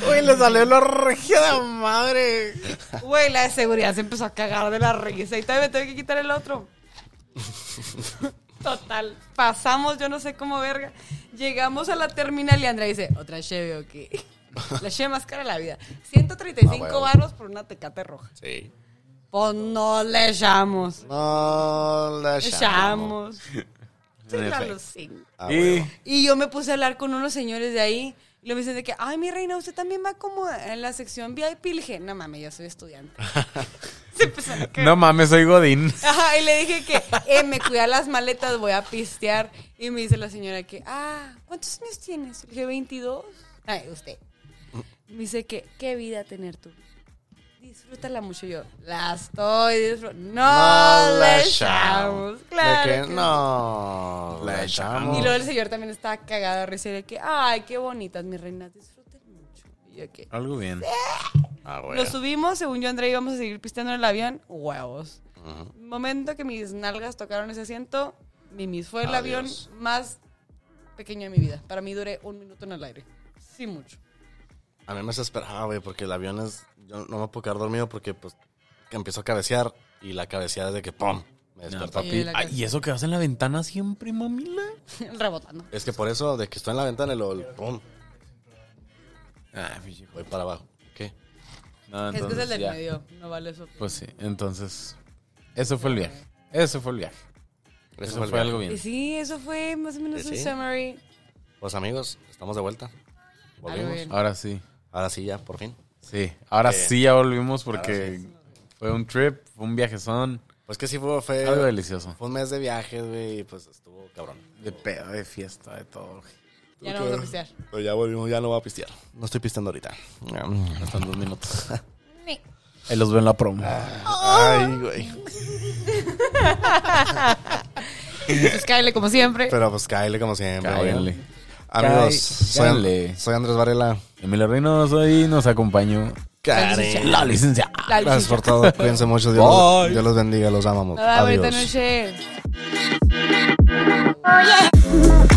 [SPEAKER 3] güey.
[SPEAKER 2] Uy, le salió la regia de madre.
[SPEAKER 3] Güey, la de seguridad se empezó a cagar de la risa y todavía me tengo que quitar el otro. Total, pasamos, yo no sé cómo verga. Llegamos a la terminal y Andrea dice, otra cheve o qué. La cheve más cara de la vida. 135
[SPEAKER 1] Ah, huevo.
[SPEAKER 3] baros por una tecate roja.
[SPEAKER 1] Sí.
[SPEAKER 3] Pues no le echamos.
[SPEAKER 1] No la
[SPEAKER 3] Le
[SPEAKER 1] llamo.
[SPEAKER 3] echamos. Chinga los cinco.
[SPEAKER 1] Ah,
[SPEAKER 2] y
[SPEAKER 1] huevo.
[SPEAKER 3] Y yo me puse a hablar con unos señores de ahí. Y lo me dicen de que, ay, mi reina, usted también va como en la sección VIP. Le dije, no mames, yo soy estudiante. Se empezaron a cagar.
[SPEAKER 2] no mames, soy Godín.
[SPEAKER 3] Ajá, y le dije que eh, me cuida las maletas, voy a pistear. Y me dice la señora que, ah, ¿cuántos años tienes? Le dije, 22. Ay, usted. Me dice que, qué vida tener tú. Disfrútala mucho yo. La estoy disfrutando. No,
[SPEAKER 1] No
[SPEAKER 3] la
[SPEAKER 1] la
[SPEAKER 3] echamos.
[SPEAKER 1] echamos.
[SPEAKER 3] Claro.
[SPEAKER 1] De que
[SPEAKER 3] que
[SPEAKER 1] no la echamos.
[SPEAKER 3] Y luego el señor también estaba cagado de risa y de que, ay, qué bonitas mis reinas, disfruten mucho. Y yo que,
[SPEAKER 2] Algo bien.
[SPEAKER 1] Ah,
[SPEAKER 3] lo
[SPEAKER 1] bueno.
[SPEAKER 3] subimos, según yo, André, íbamos a seguir pisteando en el avión. Huevos. Momento que mis nalgas tocaron ese asiento, Mimis fue el avión
[SPEAKER 1] Adiós.
[SPEAKER 3] más pequeño de mi vida. Para mí duré un minuto en el aire. Sí, mucho.
[SPEAKER 1] A mí me desesperaba, güey, porque el avión es... Yo no me puedo quedar dormido porque, pues, que empiezo a cabecear y la cabeceada es de que ¡pum! Me
[SPEAKER 2] No,
[SPEAKER 1] despierta.
[SPEAKER 2] papi.
[SPEAKER 3] la
[SPEAKER 2] Ay,
[SPEAKER 3] casa.
[SPEAKER 2] ¿Y eso que vas en la ventana siempre, mamila?
[SPEAKER 3] Rebotando.
[SPEAKER 1] Es que por eso, de que estoy en la ventana y luego el ¡pum!
[SPEAKER 2] Ah, pinche hijo.
[SPEAKER 1] Voy para abajo. ¿Qué?
[SPEAKER 2] No,
[SPEAKER 3] es que es el
[SPEAKER 2] entonces,
[SPEAKER 3] del
[SPEAKER 2] ya.
[SPEAKER 3] medio, no vale eso.
[SPEAKER 2] Pues sí, entonces. Eso fue el viaje. Eso fue el viaje.
[SPEAKER 1] Eso,
[SPEAKER 2] Eso
[SPEAKER 1] fue,
[SPEAKER 2] fue,
[SPEAKER 1] el
[SPEAKER 2] algo
[SPEAKER 1] viaje.
[SPEAKER 2] bien.
[SPEAKER 3] Y sí, eso fue más o menos
[SPEAKER 1] Sí,
[SPEAKER 3] un
[SPEAKER 1] sí.
[SPEAKER 3] summary.
[SPEAKER 1] Pues, amigos, estamos de vuelta.
[SPEAKER 3] Algo
[SPEAKER 1] Volvimos. Ah,
[SPEAKER 3] bien.
[SPEAKER 2] Ahora sí.
[SPEAKER 1] Ahora sí, ya, por fin.
[SPEAKER 2] Sí. Ahora
[SPEAKER 1] Sí.
[SPEAKER 2] sí ya volvimos porque fue un trip, fue un viajezón.
[SPEAKER 1] Pues que sí fue... fue-
[SPEAKER 2] Algo delicioso.
[SPEAKER 1] fue un mes de viajes, güey, y pues estuvo cabrón.
[SPEAKER 2] De pedo, de fiesta, de todo. güey.
[SPEAKER 3] Ya no vamos a pistear.
[SPEAKER 1] Pero ya volvimos, ya no voy a pistear. No estoy pisteando ahorita. Mm.
[SPEAKER 2] Están dos minutos.
[SPEAKER 3] Ni.
[SPEAKER 2] Ahí los veo en la promo.
[SPEAKER 1] Ay, güey.
[SPEAKER 3] Pues cáele como siempre.
[SPEAKER 1] Pero pues cáele como siempre. güey.
[SPEAKER 2] Cáele.
[SPEAKER 1] Amigos,
[SPEAKER 2] Cáele.
[SPEAKER 1] soy, soy Andrés Varela.
[SPEAKER 2] Emilio Reino soy, nos acompañó
[SPEAKER 1] Karen. La licencia.
[SPEAKER 3] La
[SPEAKER 1] Gracias por
[SPEAKER 3] licencia.
[SPEAKER 1] todo. Cuídense mucho. Dios
[SPEAKER 2] Bye.
[SPEAKER 1] los, Dios los bendiga. Los amamos.
[SPEAKER 3] Nada, bonita
[SPEAKER 1] Adiós.
[SPEAKER 3] noche.
[SPEAKER 5] Oh yeah.